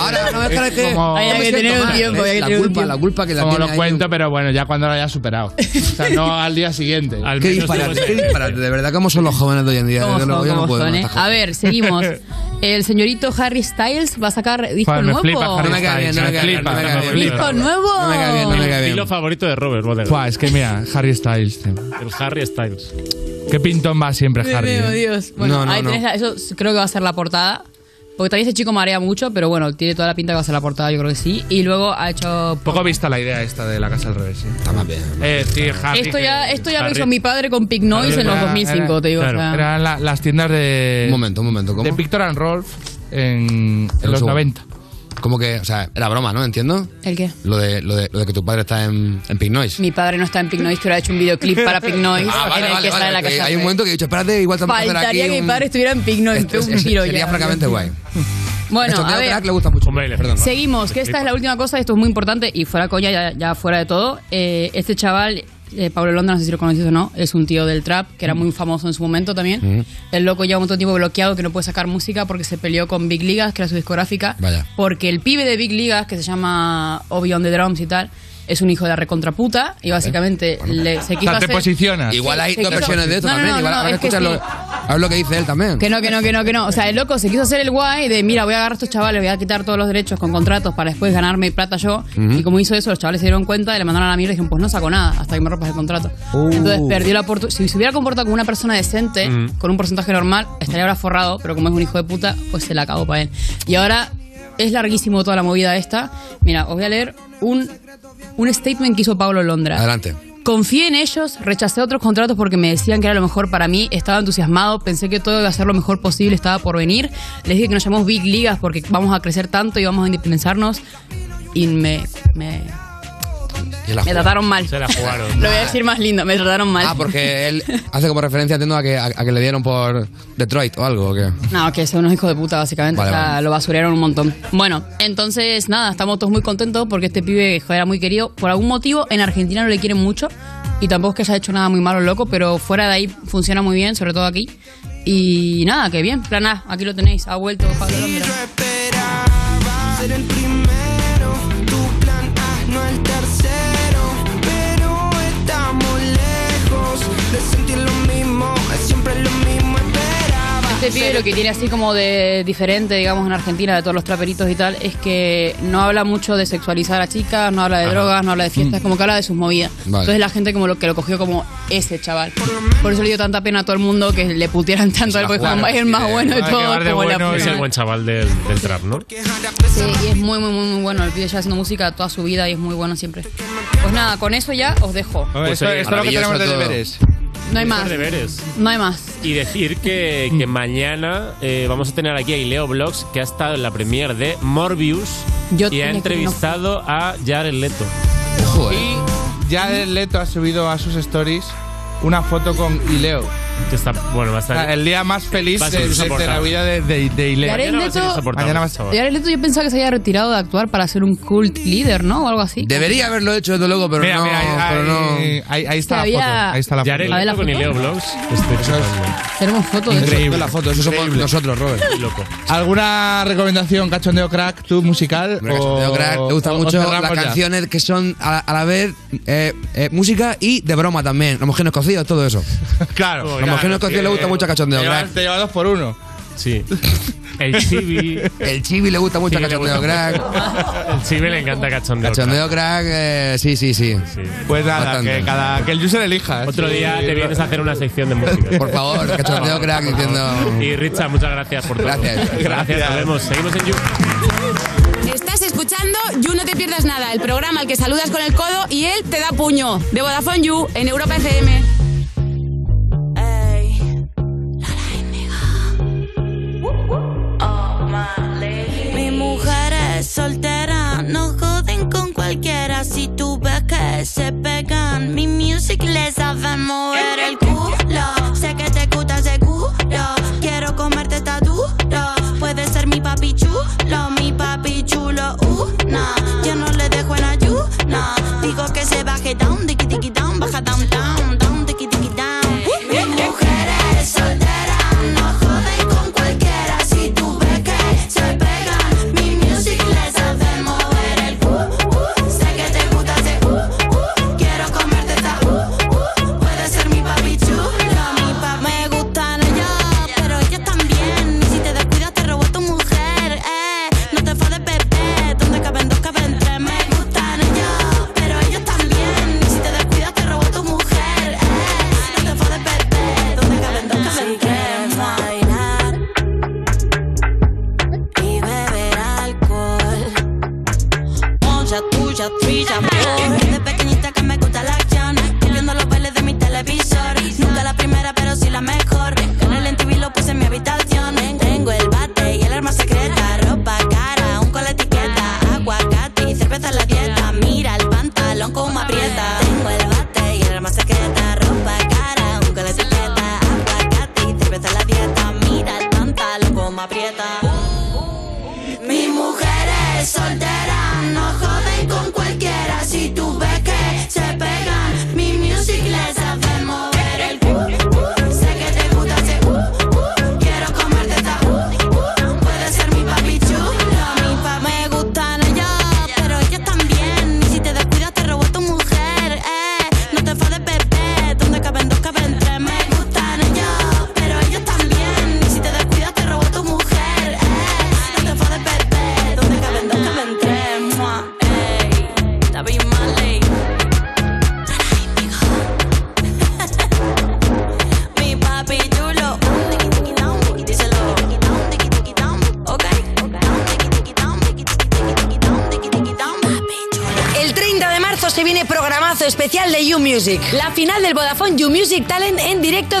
[SPEAKER 4] Ahora, no me
[SPEAKER 5] es
[SPEAKER 4] parece-
[SPEAKER 5] como-
[SPEAKER 4] Hay que tener un tiempo, hay que tener un tiempo.
[SPEAKER 5] Como
[SPEAKER 4] Como
[SPEAKER 5] lo
[SPEAKER 4] lo
[SPEAKER 5] cuento, pero bueno, ya cuando lo haya superado. O sea, no al día siguiente.
[SPEAKER 4] Qué disparate, qué disparate. De verdad, ¿cómo son los jóvenes de hoy en día?
[SPEAKER 21] Ojo,
[SPEAKER 4] Desde luego, yo no
[SPEAKER 21] ojo,
[SPEAKER 4] puedo.
[SPEAKER 21] ¿eh? A ver, seguimos. El señorito Harry Styles va a sacar disco
[SPEAKER 4] Joder, me
[SPEAKER 21] nuevo.
[SPEAKER 4] flipa Harry No me cae bien, no me cae bien, no me cae bien.
[SPEAKER 21] Disco nuevo.
[SPEAKER 4] No me cae bien, no me cae
[SPEAKER 3] El
[SPEAKER 4] bien.
[SPEAKER 3] estilo favorito de Robert Rodríguez.
[SPEAKER 5] Buah, es que mira, Harry Styles. tío.
[SPEAKER 3] El Harry Styles.
[SPEAKER 5] Qué pintón va siempre
[SPEAKER 21] Dios
[SPEAKER 5] Harry.
[SPEAKER 21] mío,
[SPEAKER 5] eh.
[SPEAKER 21] Dios. Bueno, ahí tenés la- eso creo que va a ser la portada. Porque también ese chico marea mucho, pero bueno, tiene toda la pinta que va a ser la portada, yo creo que sí. Y luego ha hecho.
[SPEAKER 5] Poco vista la idea esta de la casa al revés. Está
[SPEAKER 4] más bien.
[SPEAKER 5] Eh, sí, Harry.
[SPEAKER 21] Esto ya, esto ya lo
[SPEAKER 5] Harry.
[SPEAKER 21] hizo mi padre con Pig Noise en los
[SPEAKER 5] Era-
[SPEAKER 21] 2005, te digo.
[SPEAKER 5] claro,
[SPEAKER 21] o sea.
[SPEAKER 5] Eran la- las tiendas de.
[SPEAKER 4] Un momento, un momento. ¿Cómo?
[SPEAKER 5] De Victor and Rolf en, en los 90.
[SPEAKER 4] Como que, o sea, era broma, ¿no? Entiendo.
[SPEAKER 21] ¿El qué?
[SPEAKER 4] Lo de, lo de, lo de que tu padre está en, en Pig Noise.
[SPEAKER 21] Mi padre no está en Pig Noise, pero ha hecho un videoclip para Pig Noise
[SPEAKER 4] Ah, vale,
[SPEAKER 21] en el
[SPEAKER 4] vale,
[SPEAKER 21] que sale
[SPEAKER 4] vale,
[SPEAKER 21] la
[SPEAKER 4] que
[SPEAKER 21] casa.
[SPEAKER 4] Hay un momento que he dicho, espérate, igual estamos haciendo
[SPEAKER 21] Faltaría
[SPEAKER 4] aquí
[SPEAKER 21] que
[SPEAKER 4] un-
[SPEAKER 21] mi padre estuviera en Pig Noise, me pego un
[SPEAKER 4] Es-
[SPEAKER 21] tiro
[SPEAKER 4] Sería
[SPEAKER 21] ya.
[SPEAKER 4] francamente guay.
[SPEAKER 21] Bueno,
[SPEAKER 4] Esto
[SPEAKER 21] a
[SPEAKER 4] creo que
[SPEAKER 21] ver.
[SPEAKER 4] Crack le gusta mucho. Perdón.
[SPEAKER 21] Seguimos, que esta es la última cosa, esto es muy importante y fuera coña, ya, ya fuera de todo. Eh, este chaval eh, Pablo Londra, no sé si lo conoces o no, es un tío del trap que era muy famoso en su momento también.
[SPEAKER 4] Mm.
[SPEAKER 21] El loco lleva un montón de tiempo bloqueado que no puede sacar música porque se peleó con Big Ligas, que era su discográfica,
[SPEAKER 4] Vaya.
[SPEAKER 21] porque el pibe de Big Ligas, que se llama Obi on the Drums y tal, es un hijo de la recontraputa y básicamente le, se quiso hacer-
[SPEAKER 4] Igual
[SPEAKER 21] se-
[SPEAKER 4] hay
[SPEAKER 21] se
[SPEAKER 4] dos
[SPEAKER 21] quiso-
[SPEAKER 4] versiones de esto
[SPEAKER 21] No, no,
[SPEAKER 4] también.
[SPEAKER 21] no,
[SPEAKER 4] Igual
[SPEAKER 21] no,
[SPEAKER 4] habrá
[SPEAKER 21] es
[SPEAKER 4] que
[SPEAKER 21] que
[SPEAKER 4] escucharlo.
[SPEAKER 21] sí.
[SPEAKER 4] A ver lo que dice él también.
[SPEAKER 21] Que no, que no, que no, que no. O sea, el loco se quiso hacer el guay de, mira, voy a agarrar a estos chavales, voy a quitar todos los derechos con contratos para después ganarme plata yo.
[SPEAKER 4] Ujú.
[SPEAKER 21] Y como hizo eso, los chavales se dieron cuenta y le mandaron a la mierda y dijeron, pues no saco nada hasta que me rompas el contrato. Entonces perdió la oportunidad. Si se hubiera comportado como una persona decente,
[SPEAKER 1] Ujú.
[SPEAKER 21] con un porcentaje normal, estaría ahora forrado, pero como es un hijo de puta, pues se la acabó para él. Y ahora es larguísimo toda la movida esta. Mira, os voy a leer un, un statement que hizo Pablo Londra.
[SPEAKER 4] Adelante.
[SPEAKER 21] Confié en ellos, rechacé otros contratos porque me decían que era lo mejor para mí, estaba entusiasmado, pensé que todo iba a ser lo mejor posible, estaba por venir. Les dije que nos llamamos Big Ligas porque vamos a crecer tanto y vamos a independizarnos. Y me, me, me trataron mal.
[SPEAKER 3] Se la jugaron.
[SPEAKER 21] lo voy a decir más lindo, me trataron mal.
[SPEAKER 4] Ah, porque él hace como referencia, entiendo, a que, a, a que le dieron por Detroit o algo. ¿o qué?
[SPEAKER 21] No, que son unos hijos de puta, básicamente.
[SPEAKER 4] Vale,
[SPEAKER 21] o sea,
[SPEAKER 4] vale.
[SPEAKER 21] Ah, lo basurearon un montón. Bueno, entonces, nada, estamos todos muy contentos porque este pibe joder, era muy querido. Por algún motivo, en Argentina no le quieren mucho. Y tampoco es que haya hecho nada muy malo, loco, pero fuera de ahí funciona muy bien, sobre todo aquí. Y nada, que bien. Plan A, aquí lo tenéis. Ha vuelto Pablo Londra.
[SPEAKER 1] Ser el primero, tu plan A, no el tercero. Pero estamos lejos de sentir lo mismo, es siempre lo mismo.
[SPEAKER 21] Este pibe lo que tiene así como de diferente, digamos, en Argentina, de todos los traperitos y tal, es que no habla mucho de sexualizar a chicas, no habla de
[SPEAKER 1] Ajá.
[SPEAKER 21] drogas, no habla de fiestas,
[SPEAKER 1] Mm.
[SPEAKER 21] como que habla de sus movidas.
[SPEAKER 1] Vale.
[SPEAKER 21] Entonces la gente como lo que lo cogió como ese chaval. Por eso le dio tanta pena a todo el mundo que le putieran tanto al porque
[SPEAKER 3] jugaron,
[SPEAKER 21] es el más bueno de todos. como la puta
[SPEAKER 3] es el
[SPEAKER 21] madre.
[SPEAKER 3] buen chaval del, del trap, ¿no?
[SPEAKER 21] Sí, y es muy, muy, muy, muy bueno. El pibe ya haciendo música toda su vida y es muy bueno siempre. Pues nada, con eso ya os dejo.
[SPEAKER 3] Pues,
[SPEAKER 5] esto
[SPEAKER 3] oye,
[SPEAKER 5] es lo que tenemos de
[SPEAKER 3] maravilloso todo.
[SPEAKER 5] deberes.
[SPEAKER 21] No hay más.
[SPEAKER 3] Deberes.
[SPEAKER 21] No hay más.
[SPEAKER 3] Y decir que, que mañana eh, vamos a tener aquí a Ileo Blogs, que ha estado en la premiere de Morbius y ha
[SPEAKER 5] tenía que
[SPEAKER 3] entrevistado a Jared Leto.
[SPEAKER 4] eh.
[SPEAKER 5] Y ya el Leto ha subido a sus stories una foto con Ileo.
[SPEAKER 3] Que está, bueno, va a estar-
[SPEAKER 5] el día más feliz
[SPEAKER 3] Va a ser
[SPEAKER 5] de, de- de la
[SPEAKER 3] insoportable.
[SPEAKER 5] vida de, de- de Ileo.
[SPEAKER 21] Jared Mañana va a ser Leto- insoportable,
[SPEAKER 5] Mañana va a ser-
[SPEAKER 21] Jared Leto yo pensaba que se había retirado de actuar para ser un cult leader, ¿no? O algo así.
[SPEAKER 4] Debería haberlo hecho, desde luego, pero
[SPEAKER 5] Mira,
[SPEAKER 4] no.
[SPEAKER 5] mira, ahí-
[SPEAKER 4] pero no.
[SPEAKER 5] ahí-
[SPEAKER 21] está la Había- foto, ahí está la
[SPEAKER 3] Jared
[SPEAKER 21] foto.
[SPEAKER 3] Leto
[SPEAKER 21] ¿La
[SPEAKER 3] con
[SPEAKER 21] foto?
[SPEAKER 3] Ileo Blogs. Este
[SPEAKER 21] Tenemos fotos de
[SPEAKER 5] Increíble.
[SPEAKER 21] eso.
[SPEAKER 5] la foto, eso somos
[SPEAKER 4] nosotros, Robert.
[SPEAKER 3] loco.
[SPEAKER 5] ¿Alguna recomendación, cachondeo crack, tú musical?
[SPEAKER 4] Cachondeo
[SPEAKER 5] o-
[SPEAKER 4] Crack, le gustan
[SPEAKER 5] o- o
[SPEAKER 4] mucho
[SPEAKER 5] cerramos
[SPEAKER 4] las
[SPEAKER 5] ya?
[SPEAKER 4] canciones que son a, a la vez eh, eh, música y de broma también. Los mojinos cocidos, todo eso.
[SPEAKER 5] Claro.
[SPEAKER 4] Los mojinos cocidos le gusta mucho cachondeo
[SPEAKER 5] Te lleva-
[SPEAKER 4] Crack.
[SPEAKER 5] Te lleva dos por uno.
[SPEAKER 3] Sí. El chibi.
[SPEAKER 4] El chibi le gusta mucho
[SPEAKER 3] Chibi le
[SPEAKER 4] cachondeo
[SPEAKER 3] gusta
[SPEAKER 4] Crack.
[SPEAKER 3] mucho. El chibi le encanta cachondeo.
[SPEAKER 4] Cachondeo Crack, eh, sí, sí, sí.
[SPEAKER 5] Pues nada,
[SPEAKER 4] Bastante.
[SPEAKER 5] que, cada, que el user elija. ¿eh?
[SPEAKER 3] Otro
[SPEAKER 5] Sí.
[SPEAKER 3] día te vienes a hacer una sección de música.
[SPEAKER 4] Por favor, cachondeo crack diciendo-
[SPEAKER 3] Y Richa, muchas gracias por todo.
[SPEAKER 4] Gracias.
[SPEAKER 3] Gracias, nos vemos. Seguimos en You.
[SPEAKER 22] Estás escuchando You No Te Pierdas Nada, el programa al que saludas con el codo y él te da puño. De Vodafone You en Europa FM.
[SPEAKER 1] Mi
[SPEAKER 22] mujer
[SPEAKER 1] es soltera,
[SPEAKER 22] no
[SPEAKER 1] joden con cualquiera. Si tú ves que se pegan, mi music les sabe mover el culo. Sé que te gusta seguro, quiero comerte esta duro. Puede ser mi papi chulo, mi papi chulo, una. Yo no le dejo en ayuna. Digo que se baje down, tiki tiki down, baja down, down, down, tiki tiki down. Mi mujer es soltera, no joden con cualquiera. Si tú ves que se pegan, mi music les hace mover el culo. Sé que te gusta ese culo. Quiero comerte esta uh, uh. Puede ser mi papi chulo. Mi papi me gustan ellos, pero ellos también. Y si te descuidas, te robo a tu mujer. Eh, no te fades, bebé. Donde caben dos, caben tres. Me gustan ellos, pero ellos también. Y si te descuidas, eh. uh, uh,
[SPEAKER 7] especial de You Music. La final del Vodafone You Music Talent en directo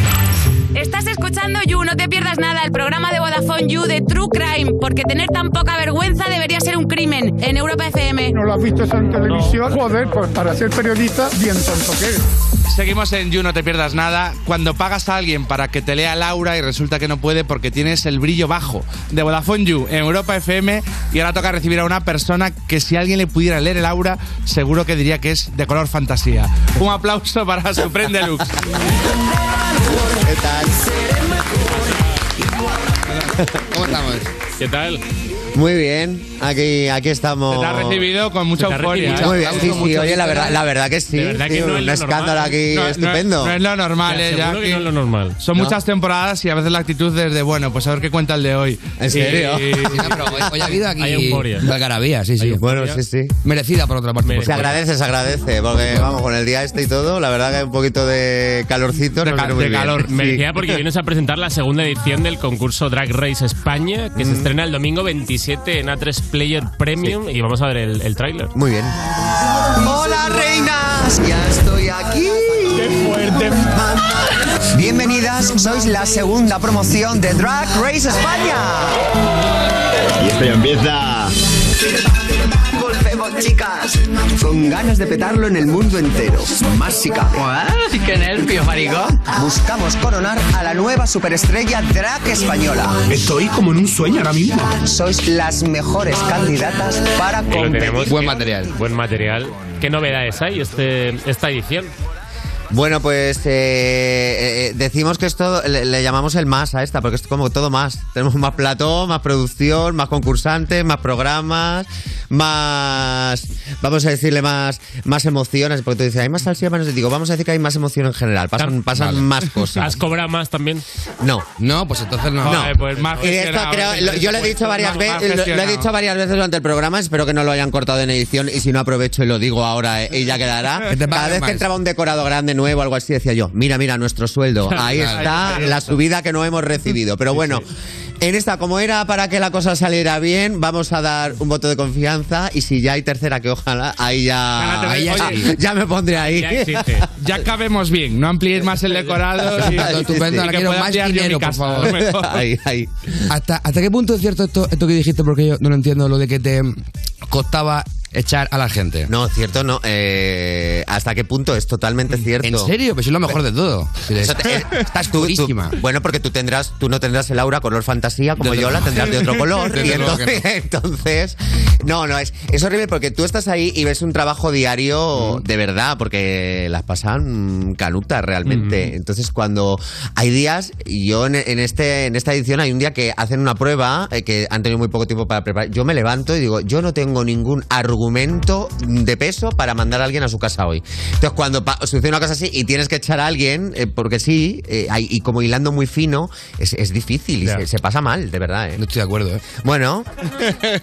[SPEAKER 22] Estás escuchando You, no te pierdas nada, el programa de Vodafone You de True Crime, porque tener tan poca vergüenza debería ser un crimen en Europa FM.
[SPEAKER 8] ¿No lo has visto eso en televisión? Joder, pues para ser periodista, bien tonto que eres.
[SPEAKER 5] Seguimos en You, no te pierdas nada. Cuando pagas a alguien para que te lea Laura y resulta que no puede porque tienes el brillo bajo. De Vodafone You en Europa FM. Y ahora toca recibir a una persona que si alguien le pudiera leer el aura, seguro que diría que es de color fantasía. Un aplauso para Sorprende Lux.
[SPEAKER 23] ¿Qué tal?
[SPEAKER 4] ¿Cómo estamos?
[SPEAKER 3] ¿Qué tal?
[SPEAKER 23] Muy bien, aquí, aquí estamos.
[SPEAKER 5] Te has recibido con mucha
[SPEAKER 23] Te has
[SPEAKER 5] euforia. ¿eh?
[SPEAKER 23] recibido. Muy bien, sí, sí, oye, la verdad, la verdad que sí.
[SPEAKER 5] De verdad que
[SPEAKER 23] tío,
[SPEAKER 5] no es
[SPEAKER 23] un
[SPEAKER 5] lo
[SPEAKER 23] escándalo
[SPEAKER 5] normal.
[SPEAKER 23] aquí
[SPEAKER 5] No, no,
[SPEAKER 23] estupendo.
[SPEAKER 5] no es lo normal,
[SPEAKER 23] Te
[SPEAKER 5] eh, ya
[SPEAKER 23] aseguro que
[SPEAKER 5] aquí.
[SPEAKER 23] no es lo normal.
[SPEAKER 5] Son
[SPEAKER 23] No.
[SPEAKER 5] muchas temporadas y a veces la actitud es de, bueno, pues a ver qué cuenta el de hoy.
[SPEAKER 23] ¿En serio?
[SPEAKER 4] No, pero hoy, hoy ha habido aquí.
[SPEAKER 5] Hay euforia.
[SPEAKER 4] algarabía, sí, sí.
[SPEAKER 23] Bueno, sí, sí.
[SPEAKER 4] Merecida por otra
[SPEAKER 5] pues
[SPEAKER 4] parte. por
[SPEAKER 23] Se agradece, se
[SPEAKER 4] supuesto.
[SPEAKER 23] agradece, porque vamos, con el día este y todo, la verdad que un poquito de calorcito. nos viene muy bien. Sí.
[SPEAKER 3] Me decía porque vienes a presentar la segunda edición del concurso Drag Race España,
[SPEAKER 23] Mm.
[SPEAKER 3] que se estrena el domingo 27 en A3 Player Premium y vamos a ver el, el tráiler.
[SPEAKER 23] Muy bien.
[SPEAKER 8] Hola reinas, ya estoy aquí. Qué fuerte. Bienvenidas, sois la segunda promoción de Drag Race España.
[SPEAKER 24] Y esto ya empieza.
[SPEAKER 8] Golpemos chicas.
[SPEAKER 24] Con ganas de petarlo en el mundo entero. Más si cabe.
[SPEAKER 8] ¡Qué nervios, maricón! Buscamos coronar a la nueva superestrella drag española.
[SPEAKER 24] Estoy como en un sueño ahora mismo.
[SPEAKER 8] Sois las mejores candidatas para
[SPEAKER 3] Ahí lo
[SPEAKER 8] competir.
[SPEAKER 3] tenemos. Buen material. Buen material. ¿Qué novedades hay este, esta edición?
[SPEAKER 23] Bueno, pues eh, eh, decimos que esto le, le llamamos el más a esta, porque es como todo más. Tenemos más plató, más producción, más concursantes, más programas, más, vamos a decirle, más, más emociones, porque tú dices, hay más salsa, menos digo, vamos a decir que hay más emoción en general, pasan, pasan más cosas.
[SPEAKER 3] ¿Has cobrado más también?
[SPEAKER 23] No.
[SPEAKER 4] No, pues entonces no.
[SPEAKER 23] No.
[SPEAKER 4] Joder, pues
[SPEAKER 3] más
[SPEAKER 23] Y esto
[SPEAKER 3] gestionado,
[SPEAKER 23] creo-
[SPEAKER 3] venga,
[SPEAKER 23] lo- yo lo he
[SPEAKER 3] pues,
[SPEAKER 23] dicho varias
[SPEAKER 3] más- más
[SPEAKER 23] veces, lo, lo he
[SPEAKER 3] gestionado.
[SPEAKER 23] dicho varias veces durante el programa, espero que no lo hayan cortado en edición y si no aprovecho y lo digo ahora eh, y ya quedará.
[SPEAKER 4] Que te
[SPEAKER 23] Cada
[SPEAKER 4] paguen
[SPEAKER 23] vez
[SPEAKER 4] más.
[SPEAKER 23] que entraba un decorado grande nuevo o algo así decía yo, mira, mira nuestro sueldo, ahí
[SPEAKER 4] Claro,
[SPEAKER 23] está
[SPEAKER 4] ahí
[SPEAKER 23] la
[SPEAKER 4] está.
[SPEAKER 23] subida que no hemos recibido. Pero bueno, en esta como era para que la cosa saliera bien, vamos a dar un voto de confianza y si ya hay tercera que ojalá, ahí ya
[SPEAKER 5] Oye,
[SPEAKER 23] ahí ya, ya me pondré ahí.
[SPEAKER 5] Ya cabemos bien, no amplíes más el decorado. y-
[SPEAKER 23] Estupendo,
[SPEAKER 5] y
[SPEAKER 23] estupendo,
[SPEAKER 5] que
[SPEAKER 23] ahora
[SPEAKER 4] quiero
[SPEAKER 5] pueda
[SPEAKER 4] más
[SPEAKER 5] ampliar yo
[SPEAKER 4] dinero,
[SPEAKER 5] mi
[SPEAKER 4] por
[SPEAKER 5] casa,
[SPEAKER 4] favor.
[SPEAKER 5] a lo mejor.
[SPEAKER 23] Ahí, ahí.
[SPEAKER 4] ¿Hasta, ¿Hasta qué punto es cierto esto, esto que dijiste? Porque yo no lo entiendo, lo de que te costaba echar a la gente.
[SPEAKER 23] No, cierto, no. eh, ¿Hasta qué punto es totalmente cierto?
[SPEAKER 4] ¿En serio? Pues es lo mejor de todo.
[SPEAKER 23] Eso te- eh, estás tú, tú- bueno, porque tú tendrás, tú no tendrás el aura color fantasía como
[SPEAKER 4] Desde
[SPEAKER 23] yo, la
[SPEAKER 4] luego.
[SPEAKER 23] tendrás de otro color.
[SPEAKER 4] Desde
[SPEAKER 23] y
[SPEAKER 4] luego
[SPEAKER 23] entonces,
[SPEAKER 4] que
[SPEAKER 23] entonces, no, no es, es horrible porque tú estás ahí y ves un trabajo diario
[SPEAKER 4] Mm.
[SPEAKER 23] de verdad, porque las pasan canutas realmente.
[SPEAKER 4] Mm.
[SPEAKER 23] Entonces, cuando hay días, y yo en, en este, en esta edición hay un día que hacen una prueba eh, que han tenido muy poco tiempo para preparar. Yo me levanto y digo, yo no tengo ningún argumento de peso para mandar a alguien a su casa hoy. Entonces, cuando pa- sucede una cosa así y tienes que echar a alguien, eh, porque sí, eh, hay- y como hilando muy fino, es, es difícil y se, se pasa mal, de verdad. No
[SPEAKER 4] estoy de acuerdo. eh.
[SPEAKER 23] Bueno,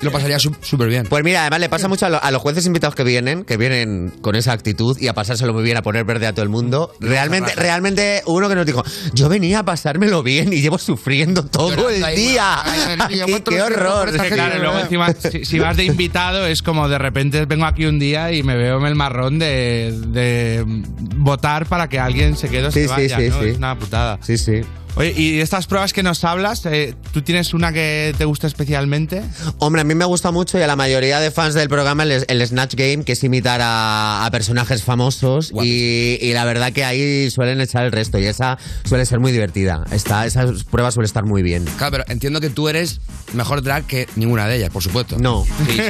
[SPEAKER 4] lo pasaría súper bien.
[SPEAKER 23] Pues mira, además le pasa mucho a, lo- a los jueces invitados que vienen, que vienen con esa actitud y a pasárselo muy bien, a poner verde a todo el mundo. Realmente, realmente uno que nos dijo, yo venía a pasármelo bien y llevo sufriendo todo el día. Qué- Qué horror.
[SPEAKER 5] Es que, claro, luego encima, si, si vas de invitado, es como de repente vengo aquí un día y me veo en el marrón de, de votar para que alguien se quede o se
[SPEAKER 23] Sí, sí,
[SPEAKER 5] vaya,
[SPEAKER 23] sí,
[SPEAKER 5] ¿no?
[SPEAKER 23] sí.
[SPEAKER 5] Es una putada.
[SPEAKER 23] Sí, sí.
[SPEAKER 5] Oye, y de estas pruebas que nos hablas, eh, ¿tú tienes una que te gusta especialmente?
[SPEAKER 23] Hombre, a mí me gusta mucho y a la mayoría de fans del programa el, el Snatch Game, que es imitar a, a personajes famosos y, y la verdad que ahí suelen echar el resto y esa suele ser muy divertida. Esta, esa prueba suele estar muy bien.
[SPEAKER 4] Claro, pero entiendo que tú eres mejor drag que ninguna de ellas, por supuesto.
[SPEAKER 23] No.
[SPEAKER 4] Sí.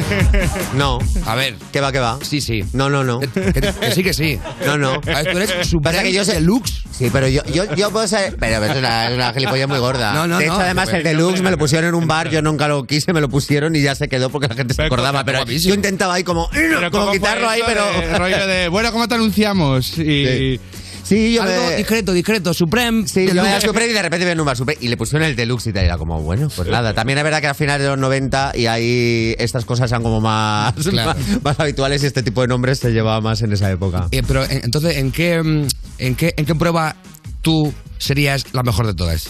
[SPEAKER 23] No.
[SPEAKER 4] A ver.
[SPEAKER 23] ¿Qué va, qué va?
[SPEAKER 4] Sí, sí.
[SPEAKER 23] No, no, no.
[SPEAKER 4] Que, que sí, que sí.
[SPEAKER 23] No, no.
[SPEAKER 4] A ver, Ah, tú eres
[SPEAKER 23] Pasa
[SPEAKER 4] Supreme
[SPEAKER 23] que yo sé-
[SPEAKER 4] Deluxe.
[SPEAKER 23] Sí, pero yo, yo, yo puedo ser. Pero es una, es una gilipollas muy gorda.
[SPEAKER 4] No, no,
[SPEAKER 23] de hecho,
[SPEAKER 4] no.
[SPEAKER 23] además, el deluxe me lo pusieron en un bar. Yo nunca lo quise, me lo pusieron y ya se quedó porque la gente se acordaba. Pero yo intentaba ahí como, como
[SPEAKER 5] ¿cómo fue
[SPEAKER 23] quitarlo ahí,
[SPEAKER 5] eso
[SPEAKER 23] pero.
[SPEAKER 5] de rollo de, bueno, ¿cómo te anunciamos? Y.
[SPEAKER 23] Sí, Sí, yo
[SPEAKER 4] Algo
[SPEAKER 23] me-
[SPEAKER 4] discreto, discreto, Supreme.
[SPEAKER 23] Sí, yo me la Supreme y de repente viene un Super y le pusieron el deluxe y tal. Y era como, bueno, pues nada. También es verdad que a finales de los 90 y ahí estas cosas eran como más,
[SPEAKER 4] Claro.
[SPEAKER 23] más, más habituales y este tipo de nombres se llevaba más en esa época.
[SPEAKER 4] Eh, pero en- entonces, ¿en qué, mm, en, qué, ¿en qué prueba tú serías la mejor de todas?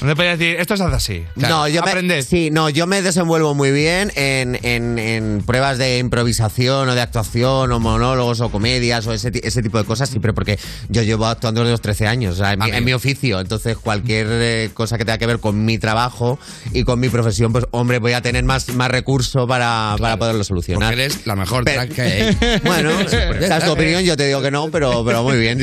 [SPEAKER 5] No te podías decir, esto se hace así.
[SPEAKER 23] No, yo me, sí, no, yo me desenvuelvo muy bien en, en- en pruebas de improvisación o de actuación o monólogos o comedias o ese, ti- ese tipo de cosas siempre porque yo llevo actuando desde los 13 años, o sea, en, mi,
[SPEAKER 4] Ah,
[SPEAKER 23] en mi oficio, entonces cualquier eh, cosa que tenga que ver con mi trabajo y con mi profesión, pues hombre, voy a tener más, más recursos para, para poderlo solucionar.
[SPEAKER 4] Porque eres la mejor drag que Pues
[SPEAKER 23] hay. Bueno, esa es tu opinión, yo te digo que no, pero, pero muy bien.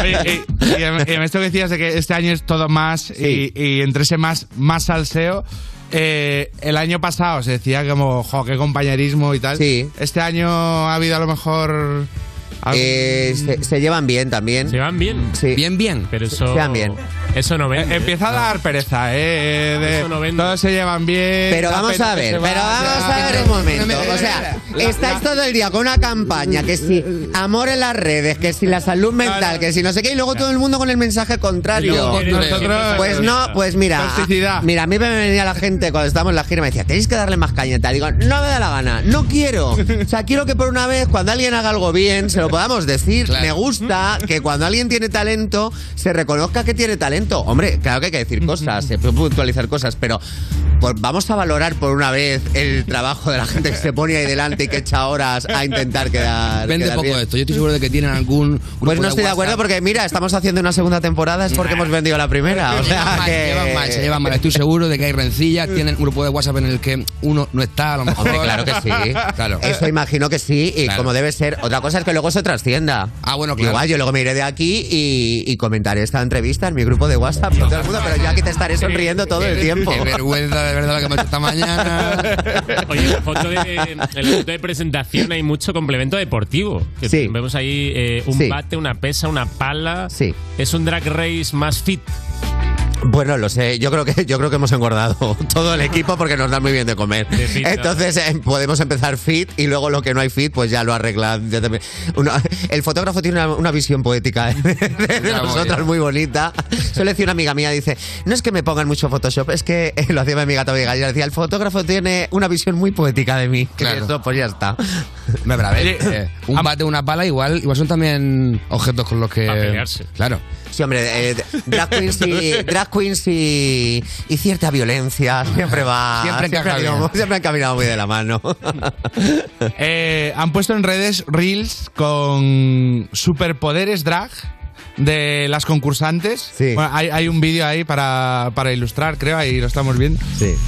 [SPEAKER 5] Oye, y, y en- y en esto que decías de que este año es todo más y, y entre ese más, más salseo. eh, el año pasado se decía como, jo, qué compañerismo y tal. Este año ha habido a lo mejor.
[SPEAKER 23] Eh, se, se llevan bien también. Se
[SPEAKER 3] Ah, llevan bien.
[SPEAKER 4] Bien, bien.
[SPEAKER 3] Pero eso.
[SPEAKER 23] Se llevan bien.
[SPEAKER 3] Eso no vende.
[SPEAKER 5] Eh, Empieza a dar pereza, eh. eh, de- todos se llevan bien.
[SPEAKER 23] Pero
[SPEAKER 5] la
[SPEAKER 23] vamos a
[SPEAKER 5] pena que
[SPEAKER 23] ver,
[SPEAKER 5] se
[SPEAKER 23] pero
[SPEAKER 5] va,
[SPEAKER 23] vamos
[SPEAKER 5] ya.
[SPEAKER 23] a ver un momento. O sea, estáis todo el día con una campaña que si amor en las redes, que si la salud mental, que si no sé qué, y luego todo el mundo con el mensaje
[SPEAKER 5] Y luego
[SPEAKER 23] contrario.
[SPEAKER 5] con nosotros-
[SPEAKER 23] Pues no, pues mira,
[SPEAKER 5] Toxicidad.
[SPEAKER 23] mira, a mí me venía la gente cuando estábamos en la gira y me decía, tenéis que darle más cañeta. Digo, no me da la gana, no quiero. O sea, quiero que por una vez, cuando alguien haga algo bien, se lo podamos decir.
[SPEAKER 4] Claro.
[SPEAKER 23] Me gusta que cuando alguien tiene talento, se reconozca que tiene talento. Hombre, claro que hay que decir cosas, se puede puntualizar cosas, pero pues, vamos a valorar por una vez el trabajo de la gente que se pone ahí delante y que echa horas a intentar quedar.
[SPEAKER 4] Vende
[SPEAKER 23] quedar
[SPEAKER 4] poco
[SPEAKER 23] bien.
[SPEAKER 4] esto. Yo estoy seguro de que tienen algún. grupo
[SPEAKER 23] Pues no estoy de
[SPEAKER 4] WhatsApp.
[SPEAKER 23] acuerdo porque, mira, estamos haciendo una segunda temporada, es porque hemos vendido la primera. O sea,
[SPEAKER 4] Mal,
[SPEAKER 23] que...
[SPEAKER 4] Se llevan mal, se llevan mal. Estoy seguro de que hay rencillas. Tienen un grupo de WhatsApp en el que uno no está, a lo mejor.
[SPEAKER 23] Hombre, claro que sí.
[SPEAKER 4] Claro.
[SPEAKER 23] Eso imagino que sí, y
[SPEAKER 4] Claro.
[SPEAKER 23] como debe ser. Otra cosa es que luego se trascienda.
[SPEAKER 4] Ah, bueno, claro.
[SPEAKER 23] Igual yo luego me iré de aquí y, y comentaré esta entrevista en mi grupo de WhatsApp con todo el mundo, pero yo aquí te estaré sonriendo todo el tiempo.
[SPEAKER 4] Qué vergüenza, de verdad, lo que me ha hecho esta mañana.
[SPEAKER 3] Oye, en la foto de, en la foto de presentación hay mucho complemento deportivo. Que Vemos ahí eh, un
[SPEAKER 23] Sí.
[SPEAKER 3] bate, una pesa, una pala.
[SPEAKER 23] Sí.
[SPEAKER 3] Es un drag race más fit.
[SPEAKER 23] Bueno, lo sé. Yo creo que yo creo que hemos engordado todo el equipo porque nos da muy bien de comer.
[SPEAKER 3] fit, ¿no?
[SPEAKER 23] Entonces eh, podemos empezar fit y luego lo que no hay fit, pues ya lo arreglan. Ya también. Uno- el fotógrafo tiene una, una visión poética eh, de, de nosotros muy bonita. Suele decir una amiga mía dice, no es que me pongan mucho Photoshop, es que eh, lo hacía mi amiga Toby Gallega. Decía, el fotógrafo tiene una visión muy poética de mí.
[SPEAKER 4] Claro.
[SPEAKER 23] Y eso, pues ya está.
[SPEAKER 4] Me a ver, eh, un bate, una pala, igual, igual son también objetos con los que. Claro.
[SPEAKER 23] Sí, hombre, eh, drag queens, y, drag queens y, y cierta violencia siempre va.
[SPEAKER 5] Siempre encaja
[SPEAKER 23] ha ido-
[SPEAKER 5] bien.
[SPEAKER 23] siempre han caminado muy de la mano.
[SPEAKER 5] Eh, han puesto en redes reels con superpoderes drag de las concursantes. Bueno, hay, hay un vídeo ahí para, para ilustrar, creo, ahí lo estamos viendo.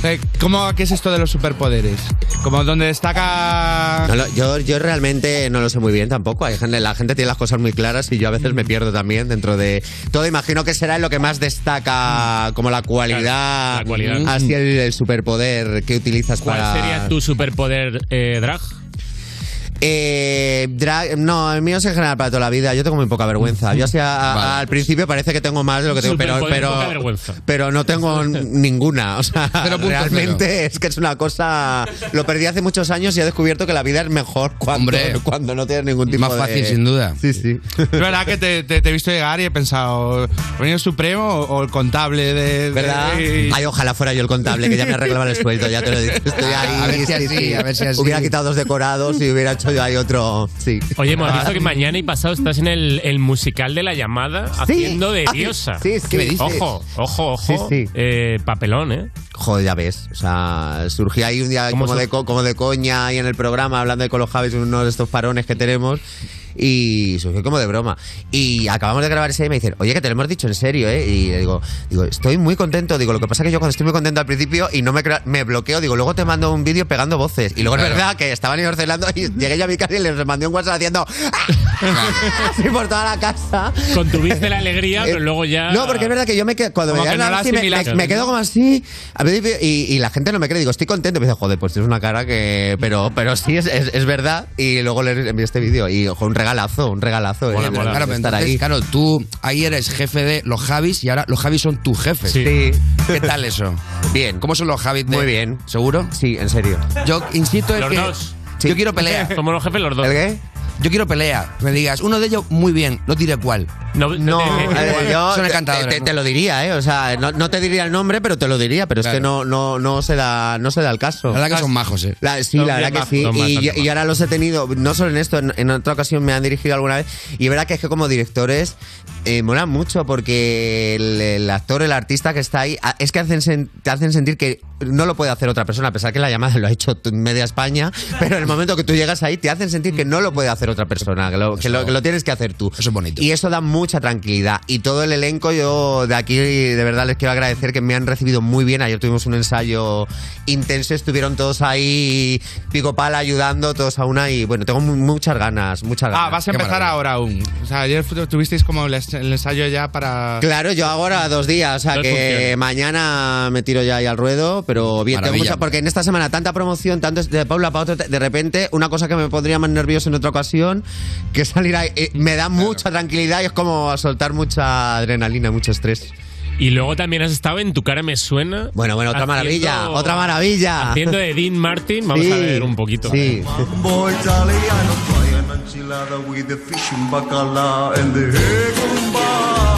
[SPEAKER 5] Eh, ¿cómo, ¿Qué es esto de los superpoderes? Como donde destaca...
[SPEAKER 23] No lo- yo, yo realmente no lo sé muy bien tampoco. Hay gente, la gente tiene las cosas muy claras y yo a veces me pierdo también dentro de todo. Imagino que será lo que más destaca como la cualidad,
[SPEAKER 3] la cualidad.
[SPEAKER 23] así el, el superpoder que utilizas
[SPEAKER 3] ¿Cuál
[SPEAKER 23] para.
[SPEAKER 3] sería tu superpoder eh, drag?
[SPEAKER 23] Eh, drag- no, el mío es en general para toda la vida. Yo tengo muy poca vergüenza. Yo así a- a- al principio parece que tengo más de lo que tengo, pero,
[SPEAKER 3] Superpoder, poca
[SPEAKER 23] pero,
[SPEAKER 3] vergüenza.
[SPEAKER 23] pero no tengo n- ninguna. O sea,
[SPEAKER 3] Cero punto
[SPEAKER 23] realmente es que es una cosa. Lo perdí hace muchos años y he descubierto que la vida es mejor cuando, cuando no tienes ningún tipo
[SPEAKER 4] Más
[SPEAKER 23] de.
[SPEAKER 4] fácil, sin duda.
[SPEAKER 23] Sí, sí.
[SPEAKER 5] Es verdad que te, te- te he visto llegar y he pensado, ¿ha venido el Supremo o, o el contable de... de-
[SPEAKER 23] ¿Verdad?
[SPEAKER 5] de-
[SPEAKER 23] Ay, ojalá fuera yo el contable, que ya me reclama el sueldo, ya te lo digo. Estoy ahí.
[SPEAKER 4] A ver si
[SPEAKER 23] sí,
[SPEAKER 4] así,
[SPEAKER 23] sí.
[SPEAKER 4] a ver si así.
[SPEAKER 23] Hubiera quitado dos decorados y hubiera hecho yo ahí otro. Sí.
[SPEAKER 3] Oye, hemos visto que mañana y pasado estás en el, el musical de la llamada haciendo de
[SPEAKER 23] Ay,
[SPEAKER 3] diosa.
[SPEAKER 23] Ah, sí, sí. ¿Qué me dices?
[SPEAKER 3] Ojo, ojo, ojo.
[SPEAKER 23] Sí, sí.
[SPEAKER 3] Eh, papelón, ¿eh?
[SPEAKER 23] Joder, ya ves. O sea, surgió ahí un día
[SPEAKER 3] ¿Cómo
[SPEAKER 23] como
[SPEAKER 3] sur-
[SPEAKER 23] de, co- como de coña ahí en el programa, hablando de Colo Javis, uno de estos parones que tenemos. Y surgió como de broma. Y acabamos de grabar ese y me dicen, oye, que te lo hemos dicho en serio, ¿eh? Y le digo, digo, estoy muy contento. Digo, lo que pasa es que yo cuando estoy muy contento al principio y no me, crea- me bloqueo, digo, luego te mando un vídeo pegando voces. Y luego
[SPEAKER 4] Claro.
[SPEAKER 23] es verdad que estaban ellos celando y llegué yo a mi casa y les mandé un WhatsApp haciendo así por toda la casa.
[SPEAKER 3] Contuviste la alegría, pero luego ya.
[SPEAKER 23] Eh, No, porque es verdad que yo me quedo, cuando me,
[SPEAKER 3] Como que
[SPEAKER 23] dan
[SPEAKER 3] no la
[SPEAKER 23] así, me-
[SPEAKER 3] asimilaste.
[SPEAKER 23] me- me quedo como así al principio, y, y la gente no me cree. Digo, estoy contento. Y me dice, joder, pues es una cara que. Pero, pero sí, es, es- es verdad. Y luego le envié este vídeo. Y ojo, un regalazo, un regalazo. eh, de
[SPEAKER 4] Claro, pero
[SPEAKER 23] estar
[SPEAKER 4] entonces,
[SPEAKER 23] ahí.
[SPEAKER 4] claro, tú ahí eres jefe de los Javis y ahora los Javis son tus jefes.
[SPEAKER 23] Sí. Sí.
[SPEAKER 4] ¿Qué tal eso?
[SPEAKER 23] Bien.
[SPEAKER 4] ¿Cómo son los Javis? de-
[SPEAKER 23] Muy bien.
[SPEAKER 4] ¿Seguro?
[SPEAKER 23] Sí, en serio.
[SPEAKER 4] Yo insisto en
[SPEAKER 3] Los
[SPEAKER 4] que.
[SPEAKER 3] dos.
[SPEAKER 4] Yo quiero pelea.
[SPEAKER 3] Somos los jefes los dos.
[SPEAKER 23] ¿El qué?
[SPEAKER 4] Yo quiero pelea. Que me digas, uno de ellos muy bien, no diré cuál.
[SPEAKER 3] No,
[SPEAKER 23] No, eh, yo
[SPEAKER 4] son
[SPEAKER 23] te-
[SPEAKER 4] encantadores.
[SPEAKER 23] te, te lo diría, ¿eh? O sea, no, no te diría el nombre, pero te lo diría, pero es que no, no, no, se da, no se da el caso.
[SPEAKER 4] La verdad que son majos, ¿eh?
[SPEAKER 23] La- sí,
[SPEAKER 4] Son
[SPEAKER 23] la verdad
[SPEAKER 4] bien
[SPEAKER 23] que
[SPEAKER 4] majos,
[SPEAKER 23] sí.
[SPEAKER 4] son
[SPEAKER 23] Y,
[SPEAKER 4] bastante
[SPEAKER 23] y ahora los he tenido, no solo en esto, en, en otra ocasión me han dirigido alguna vez. Y verdad que es que como directores eh, molan mucho porque el, el actor, el artista que está ahí, a- es que hacen sen- te hacen sentir que no lo puede hacer otra persona, a pesar que la llamada lo ha hecho tu- media España, pero en el momento que tú llegas ahí te hacen sentir que no lo puede hacer otra persona, que lo, que lo- que lo tienes que hacer tú. Eso es bonito. Y eso da mucha tranquilidad. Y todo el elenco, yo de aquí de verdad les quiero agradecer que me han recibido muy bien. Ayer tuvimos un ensayo intenso, estuvieron todos ahí pico pala ayudando, todos a una y bueno, tengo mu- muchas ganas, muchas ganas.
[SPEAKER 5] Ah, vas a
[SPEAKER 23] Qué
[SPEAKER 5] empezar
[SPEAKER 23] maravilla.
[SPEAKER 5] ahora aún. O sea, ayer fu- tuvisteis como el ens- el ensayo ya para.
[SPEAKER 23] Claro, yo ahora dos días, o sea
[SPEAKER 5] Dos
[SPEAKER 23] que
[SPEAKER 5] funciones.
[SPEAKER 23] mañana me tiro ya ahí al ruedo, pero bien, tengo
[SPEAKER 5] Maravilla.
[SPEAKER 23] mucha- porque en esta semana tanta promoción, tanto es de Paula para otra, de repente una cosa que me pondría más nervioso en otra ocasión, que salir ahí, eh, me da mucha tranquilidad y es como soltar mucha adrenalina, mucho estrés.
[SPEAKER 3] Y luego también has estado en Tu cara me suena.
[SPEAKER 23] Bueno, bueno, otra
[SPEAKER 3] haciendo-
[SPEAKER 23] maravilla, otra maravilla.
[SPEAKER 3] Haciendo de Dean Martin, vamos
[SPEAKER 23] Sí,
[SPEAKER 3] a ver un poquito.
[SPEAKER 23] sí.
[SPEAKER 25] Boy, Charlie, I don't buy an enchilada with the fish and bacala and the hegumba.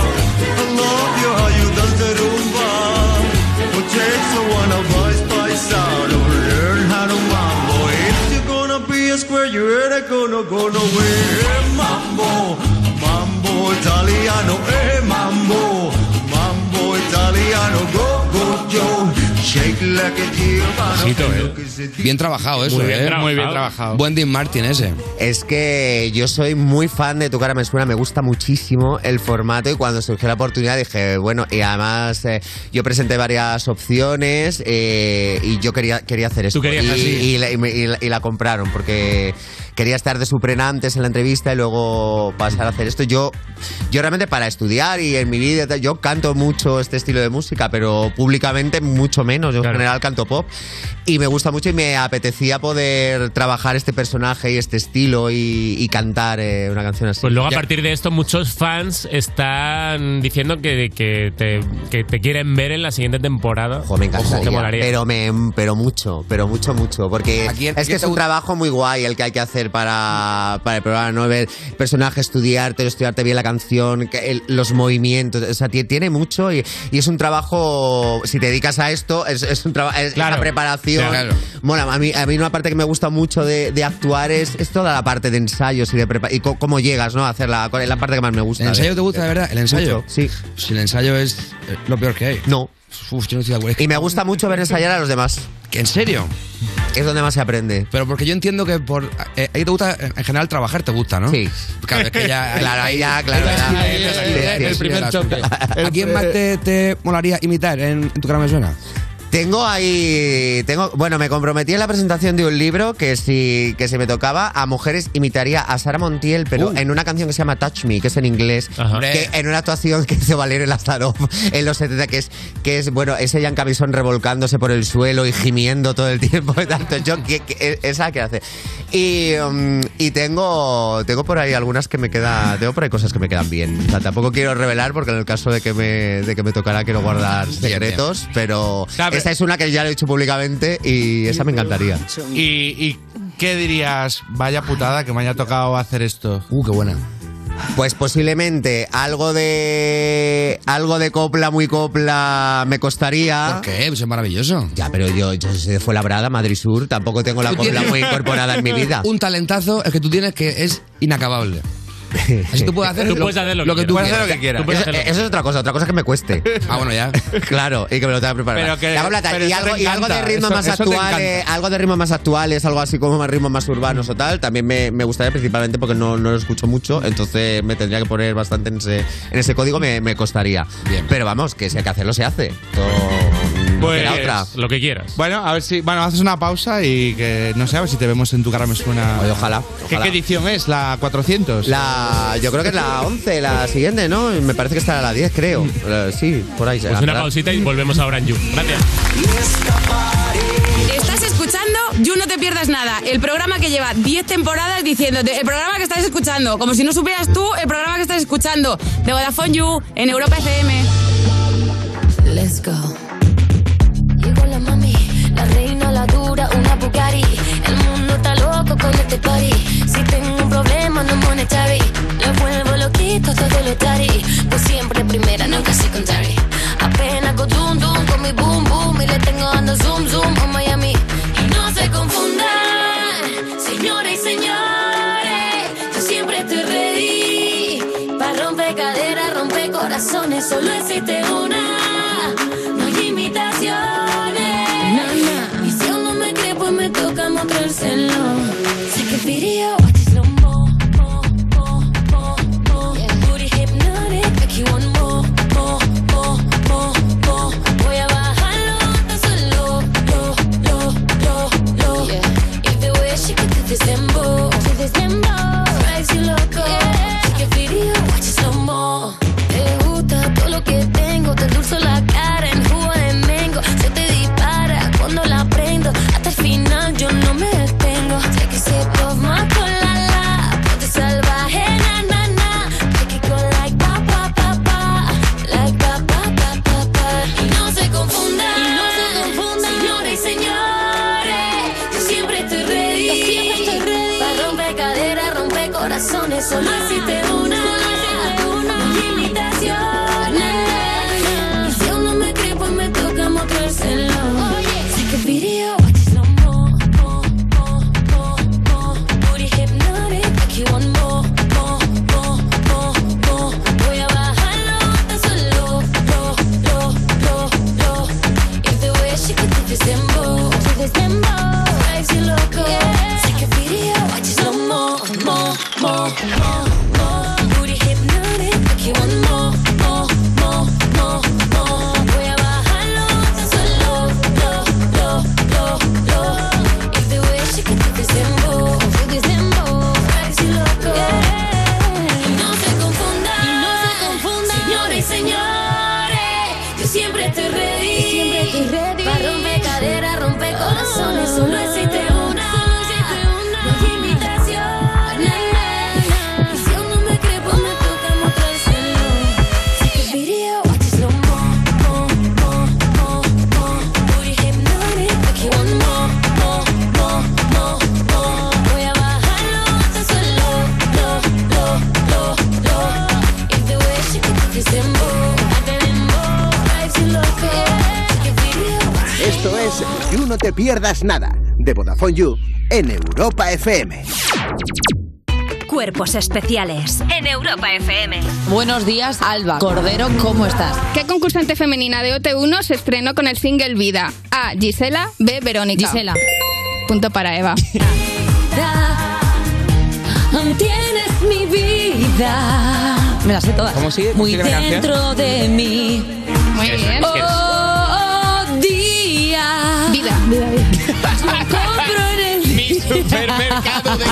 [SPEAKER 25] I love you how you dance the rumba. But takes a one of us by sound or learn how to mambo. If you're gonna be a square, you ain't gonna go nowhere. Hey, mambo, mambo italiano, hey Eh, mambo, mambo italiano, go go yo, shake like a Giovanna.
[SPEAKER 3] eh.
[SPEAKER 4] Bien trabajado eso,
[SPEAKER 23] Muy bien
[SPEAKER 4] ¿eh?
[SPEAKER 23] trabajado. Muy bien trabajado.
[SPEAKER 4] Buen Dean Martin ese.
[SPEAKER 23] Es que yo soy muy fan de Tu cara me suena, me gusta muchísimo el formato y cuando surgió la oportunidad dije, bueno, y además eh, yo presenté varias opciones eh, y yo quería, quería hacer esto.
[SPEAKER 3] querías
[SPEAKER 23] y,
[SPEAKER 3] hacer-
[SPEAKER 23] y la, y me- y la- y la compraron porque quería estar de suprena antes en la entrevista y luego pasar a hacer esto. Yo, yo realmente para estudiar y en mi vida, y tal, yo canto mucho este estilo de música, pero públicamente mucho menos. Yo en general canto pop y me gusta mucho y me apetecía poder trabajar este personaje y este estilo y, y cantar eh, una canción así.
[SPEAKER 3] Pues luego a
[SPEAKER 23] Ya-
[SPEAKER 3] partir de esto muchos fans están diciendo que, que te, que te quieren ver en la siguiente temporada.
[SPEAKER 23] Ojo, me encantaría,
[SPEAKER 3] Te molaría.
[SPEAKER 23] pero me pero mucho, pero mucho mucho, porque
[SPEAKER 3] Aquí en-
[SPEAKER 23] es que es un trabajo muy guay el que hay que hacer para, para el programa, no ver personaje, estudiarte, estudiarte bien la canción, que el- los movimientos, o sea, tie- tiene mucho y, y es un trabajo si te dedicas a esto es, es un trabajo, es
[SPEAKER 3] Claro.
[SPEAKER 23] una preparación.
[SPEAKER 3] Claro.
[SPEAKER 23] Bueno, a mí a mí una parte que me gusta mucho de, de actuar es, es toda la parte de ensayos y de prepa- y co- cómo llegas, ¿no? A hacerla, es la parte que más me gusta.
[SPEAKER 4] ¿El ensayo te gusta de verdad? ¿El ensayo?
[SPEAKER 23] Mucho, sí.
[SPEAKER 4] Si el ensayo es eh, lo peor que hay.
[SPEAKER 23] No.
[SPEAKER 4] Uf, yo no estoy de acuerdo.
[SPEAKER 23] Y me gusta mucho ver ensayar a los demás.
[SPEAKER 4] ¿En serio?
[SPEAKER 23] Es donde más se aprende.
[SPEAKER 4] Pero porque yo entiendo que por. eh, a ti te gusta, en general, trabajar te gusta, ¿no? Sí. Claro, es que ya.
[SPEAKER 23] Claro, ahí ya, claro, ya.
[SPEAKER 4] Eh, El primer choque. ¿A quién más te, te molaría imitar en, en tu cara me suena?
[SPEAKER 23] Tengo ahí, tengo, bueno, me comprometí en la presentación de un libro que si, que si me tocaba a mujeres imitaría a Sara Montiel, pero en una canción que se llama Touch Me, que es en inglés, que en una actuación que hizo Valerio Lazarov en los 70, que es, que es bueno, es ella en camisón revolcándose por el suelo y gimiendo todo el tiempo, y tanto yo, que, que- esa que hace. Y, um, y tengo, tengo por ahí algunas que me queda, tengo por ahí cosas que me quedan bien. O sea, tampoco quiero revelar porque en el caso de que me, de que me tocara quiero guardar secretos, pero esa es una que ya lo he dicho públicamente y esa me encantaría.
[SPEAKER 5] ¿Y, y qué dirías? Vaya putada que me haya tocado hacer esto.
[SPEAKER 4] Uh, qué buena.
[SPEAKER 23] Pues posiblemente algo de algo de copla muy copla me costaría. ¿Por
[SPEAKER 4] qué? Pues es maravilloso.
[SPEAKER 23] Ya, pero yo, yo soy de Fuenlabrada, Madrid Sur, tampoco tengo la
[SPEAKER 4] Tú
[SPEAKER 23] copla
[SPEAKER 4] tienes
[SPEAKER 23] muy incorporada en mi vida.
[SPEAKER 4] Un talentazo el que tú tienes que es inacabable. Así tú puedes hacer,
[SPEAKER 23] Tú puedes hacer lo que
[SPEAKER 4] tú
[SPEAKER 23] quieras. Puedes
[SPEAKER 4] quieras.
[SPEAKER 23] hacer lo que quieras. Tú puedes Eso- hacer lo que eso es otra cosa, otra cosa que me cueste.
[SPEAKER 4] Ah, bueno, ya.
[SPEAKER 23] Claro, y que me lo tenga preparado.
[SPEAKER 4] Pero que-
[SPEAKER 23] La copla tal.
[SPEAKER 4] pero
[SPEAKER 23] y,
[SPEAKER 4] eso
[SPEAKER 23] algo,
[SPEAKER 4] te
[SPEAKER 23] y algo de
[SPEAKER 4] encanta,
[SPEAKER 23] ritmos
[SPEAKER 4] eso-
[SPEAKER 23] más
[SPEAKER 4] eso te
[SPEAKER 23] actuales,
[SPEAKER 4] encanta.
[SPEAKER 23] algo de ritmos más actuales, algo así como más ritmos más urbanos o tal, también me, me gustaría principalmente porque no, no lo escucho mucho, entonces me tendría que poner bastante en ese, en ese código, me, me costaría. Pero vamos, que si hay que hacerlo, se hace. No, no queda otra.
[SPEAKER 3] lo que quieras.
[SPEAKER 5] Pues- Bueno, a ver si. Bueno, haces una pausa y que no sé, a ver si te vemos en tu cara me suena.
[SPEAKER 23] ojalá.
[SPEAKER 5] ¿Qué, qué edición es? ¿La 400?
[SPEAKER 23] La, yo creo que es la 11, la siguiente, ¿no? Me parece que está a la 10, creo. Eh, Sí, por ahí.
[SPEAKER 3] Pues una pausita y volvemos ahora en You. Gracias.
[SPEAKER 22] Estás escuchando You No Te Pierdas Nada, el programa que lleva 10 temporadas diciéndote, el programa que estás escuchando, como si no supieras tú el programa que estás escuchando, de Vodafone You en Europa FM.
[SPEAKER 19] Let's go. Llegó la mami, la reina, la dura, una Bugatti. El mundo está loco con este party. Si tengo un problema, Pues razones, solo existe una. No hay imitaciones. Y si aún no me cree, pues me toca mostrárselo. Take a video, watch it slow mo, mo, mo, mo, mo. Booty hypnotic, make you want more, more, more, more, more. Voy a bajarlo tan solo, lo, lo, lo, lo. If the way she could do this dembow, do this dembow, drives you loco. Take a video, watch it slow mo. Te gusta todo lo que tengo, te endulzo la cara en jugo de mango. Se te dispara cuando la prendo, hasta el final yo no me detengo. Sé que se toma con la la, ponte salvaje na na na. Take it go like pa pa pa pa, like pa pa pa pa pa. Y no se confundan, y no se confundan, señores y señores. Yo siempre estoy ready, yo siempre estoy ready. Para romper cadera, romper corazones, solo existe una. No hay imitaciones. Y si aún no me cree, pues me toca mostrárselo. Take a video, watch it slow mo, mo, mo, mo, mo. Booty hypnotic, make you want more, more, more, more, more. Voy a bajarlo tan solo, lo, lo, lo, lo. If the way she could do this dembow, do this dembow, drives you loco. Take a video, watch it slow mo, mo, mo, mo, mo. Booty hypnotic, make you want more, more, more, more, more. Voy a bajarlo tan solo, lo, lo, lo, lo. If the way she could do this dembow, do this dembow, drives you loco. Y no se confundan, y no se confundan, señores y señores. Yo siempre estoy ready, siempre estoy ready. Para romper cadera, romper corazones, solo existe una. No hay imitaciones. Y si aún no me cree, pues me toca mostrárselo. Take a video, watch it slow mo, mo, mo, mo, mo. Booty hypnotic, make you want more, more, more, more, more. Voy a bajarlo tan solo, lo, lo, lo, lo. If the way she could do this dembow, that dembow drives you loco. Take a video, watch it
[SPEAKER 2] Esto es You No Te Pierdas Nada de Vodafone You en Europa FM.
[SPEAKER 18] Cuerpos especiales en Europa FM.
[SPEAKER 26] Buenos días, Alba. Cordero, ¿cómo estás?
[SPEAKER 21] ¿Qué concursante femenina de OT1 se estrenó con el single Vida? A. Gisela. B. Verónica.
[SPEAKER 26] Gisela.
[SPEAKER 21] Punto para Eva.
[SPEAKER 18] Aún tienes mi vida
[SPEAKER 26] Me las sé todas. ¿Cómo sigue?
[SPEAKER 18] muy dentro de mí.
[SPEAKER 21] Muy bien.
[SPEAKER 18] Oh,
[SPEAKER 19] Oh,
[SPEAKER 18] día.
[SPEAKER 21] Vida, vida, vida.
[SPEAKER 18] Me compro en el
[SPEAKER 2] supermercado
[SPEAKER 18] de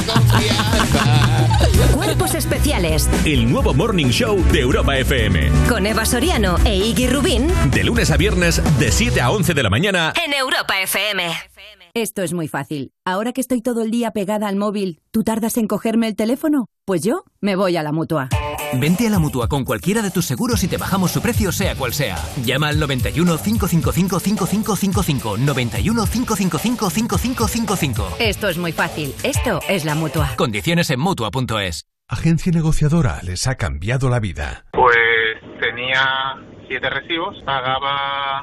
[SPEAKER 26] Cuerpos especiales
[SPEAKER 27] El nuevo Morning Show de Europa FM.
[SPEAKER 26] con Eva Soriano e Iggy Rubín
[SPEAKER 27] De lunes a viernes, de 7 a 11 de la mañana.
[SPEAKER 26] en Europa FM.
[SPEAKER 6] Esto es muy fácil. Ahora que estoy todo el día pegada al móvil, ¿tú tardas en cogerme el teléfono? Pues yo me voy a la mutua.
[SPEAKER 28] Vente a la mutua con cualquiera de tus seguros y te bajamos su precio, sea cual sea. Llama al 91 555 5555. 91 555 5555.
[SPEAKER 6] Esto es muy fácil. Esto es la mutua.
[SPEAKER 28] Condiciones en mutua.es.
[SPEAKER 6] Agencia negociadora les ha cambiado la vida.
[SPEAKER 28] Pues tenía siete recibos, pagaba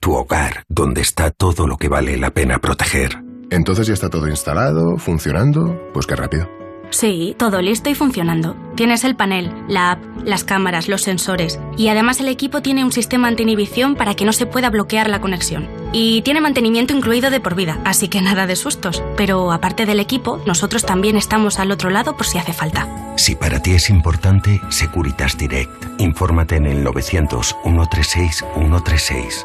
[SPEAKER 16] Tu hogar, donde está todo lo que vale la pena proteger.
[SPEAKER 29] Entonces ya está todo instalado, funcionando, pues qué rápido.
[SPEAKER 14] Sí, todo listo y funcionando. Tienes el panel, la app, las cámaras, los sensores y además el equipo tiene un sistema anti-inhibición para que no se pueda bloquear la conexión. Y tiene mantenimiento incluido de por vida, así que nada de sustos. Pero aparte del equipo, nosotros también estamos al otro lado por si hace falta.
[SPEAKER 1] Si para ti es importante, Securitas Direct. Infórmate en el 900 136 136.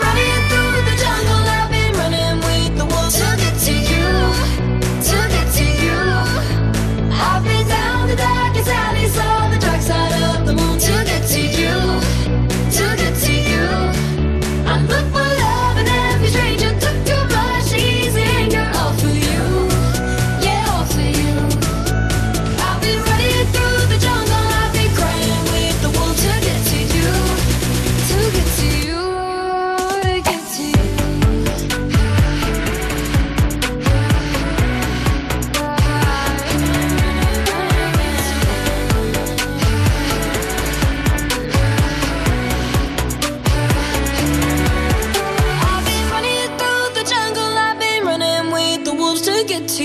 [SPEAKER 19] running through the jungle, I've been running with the wolves to get to you, to get to you. I've been down the darkest alleys on the dark side of the moon to get to you, to get to you. I look for love in every stranger, took too much to ease the anger, all for you, yeah, all for you. I've been running through the jungle, I've been crying with the wolves to get to you, to get to you, to get to you. I've been running through the jungle, I've been running with the wolves to get to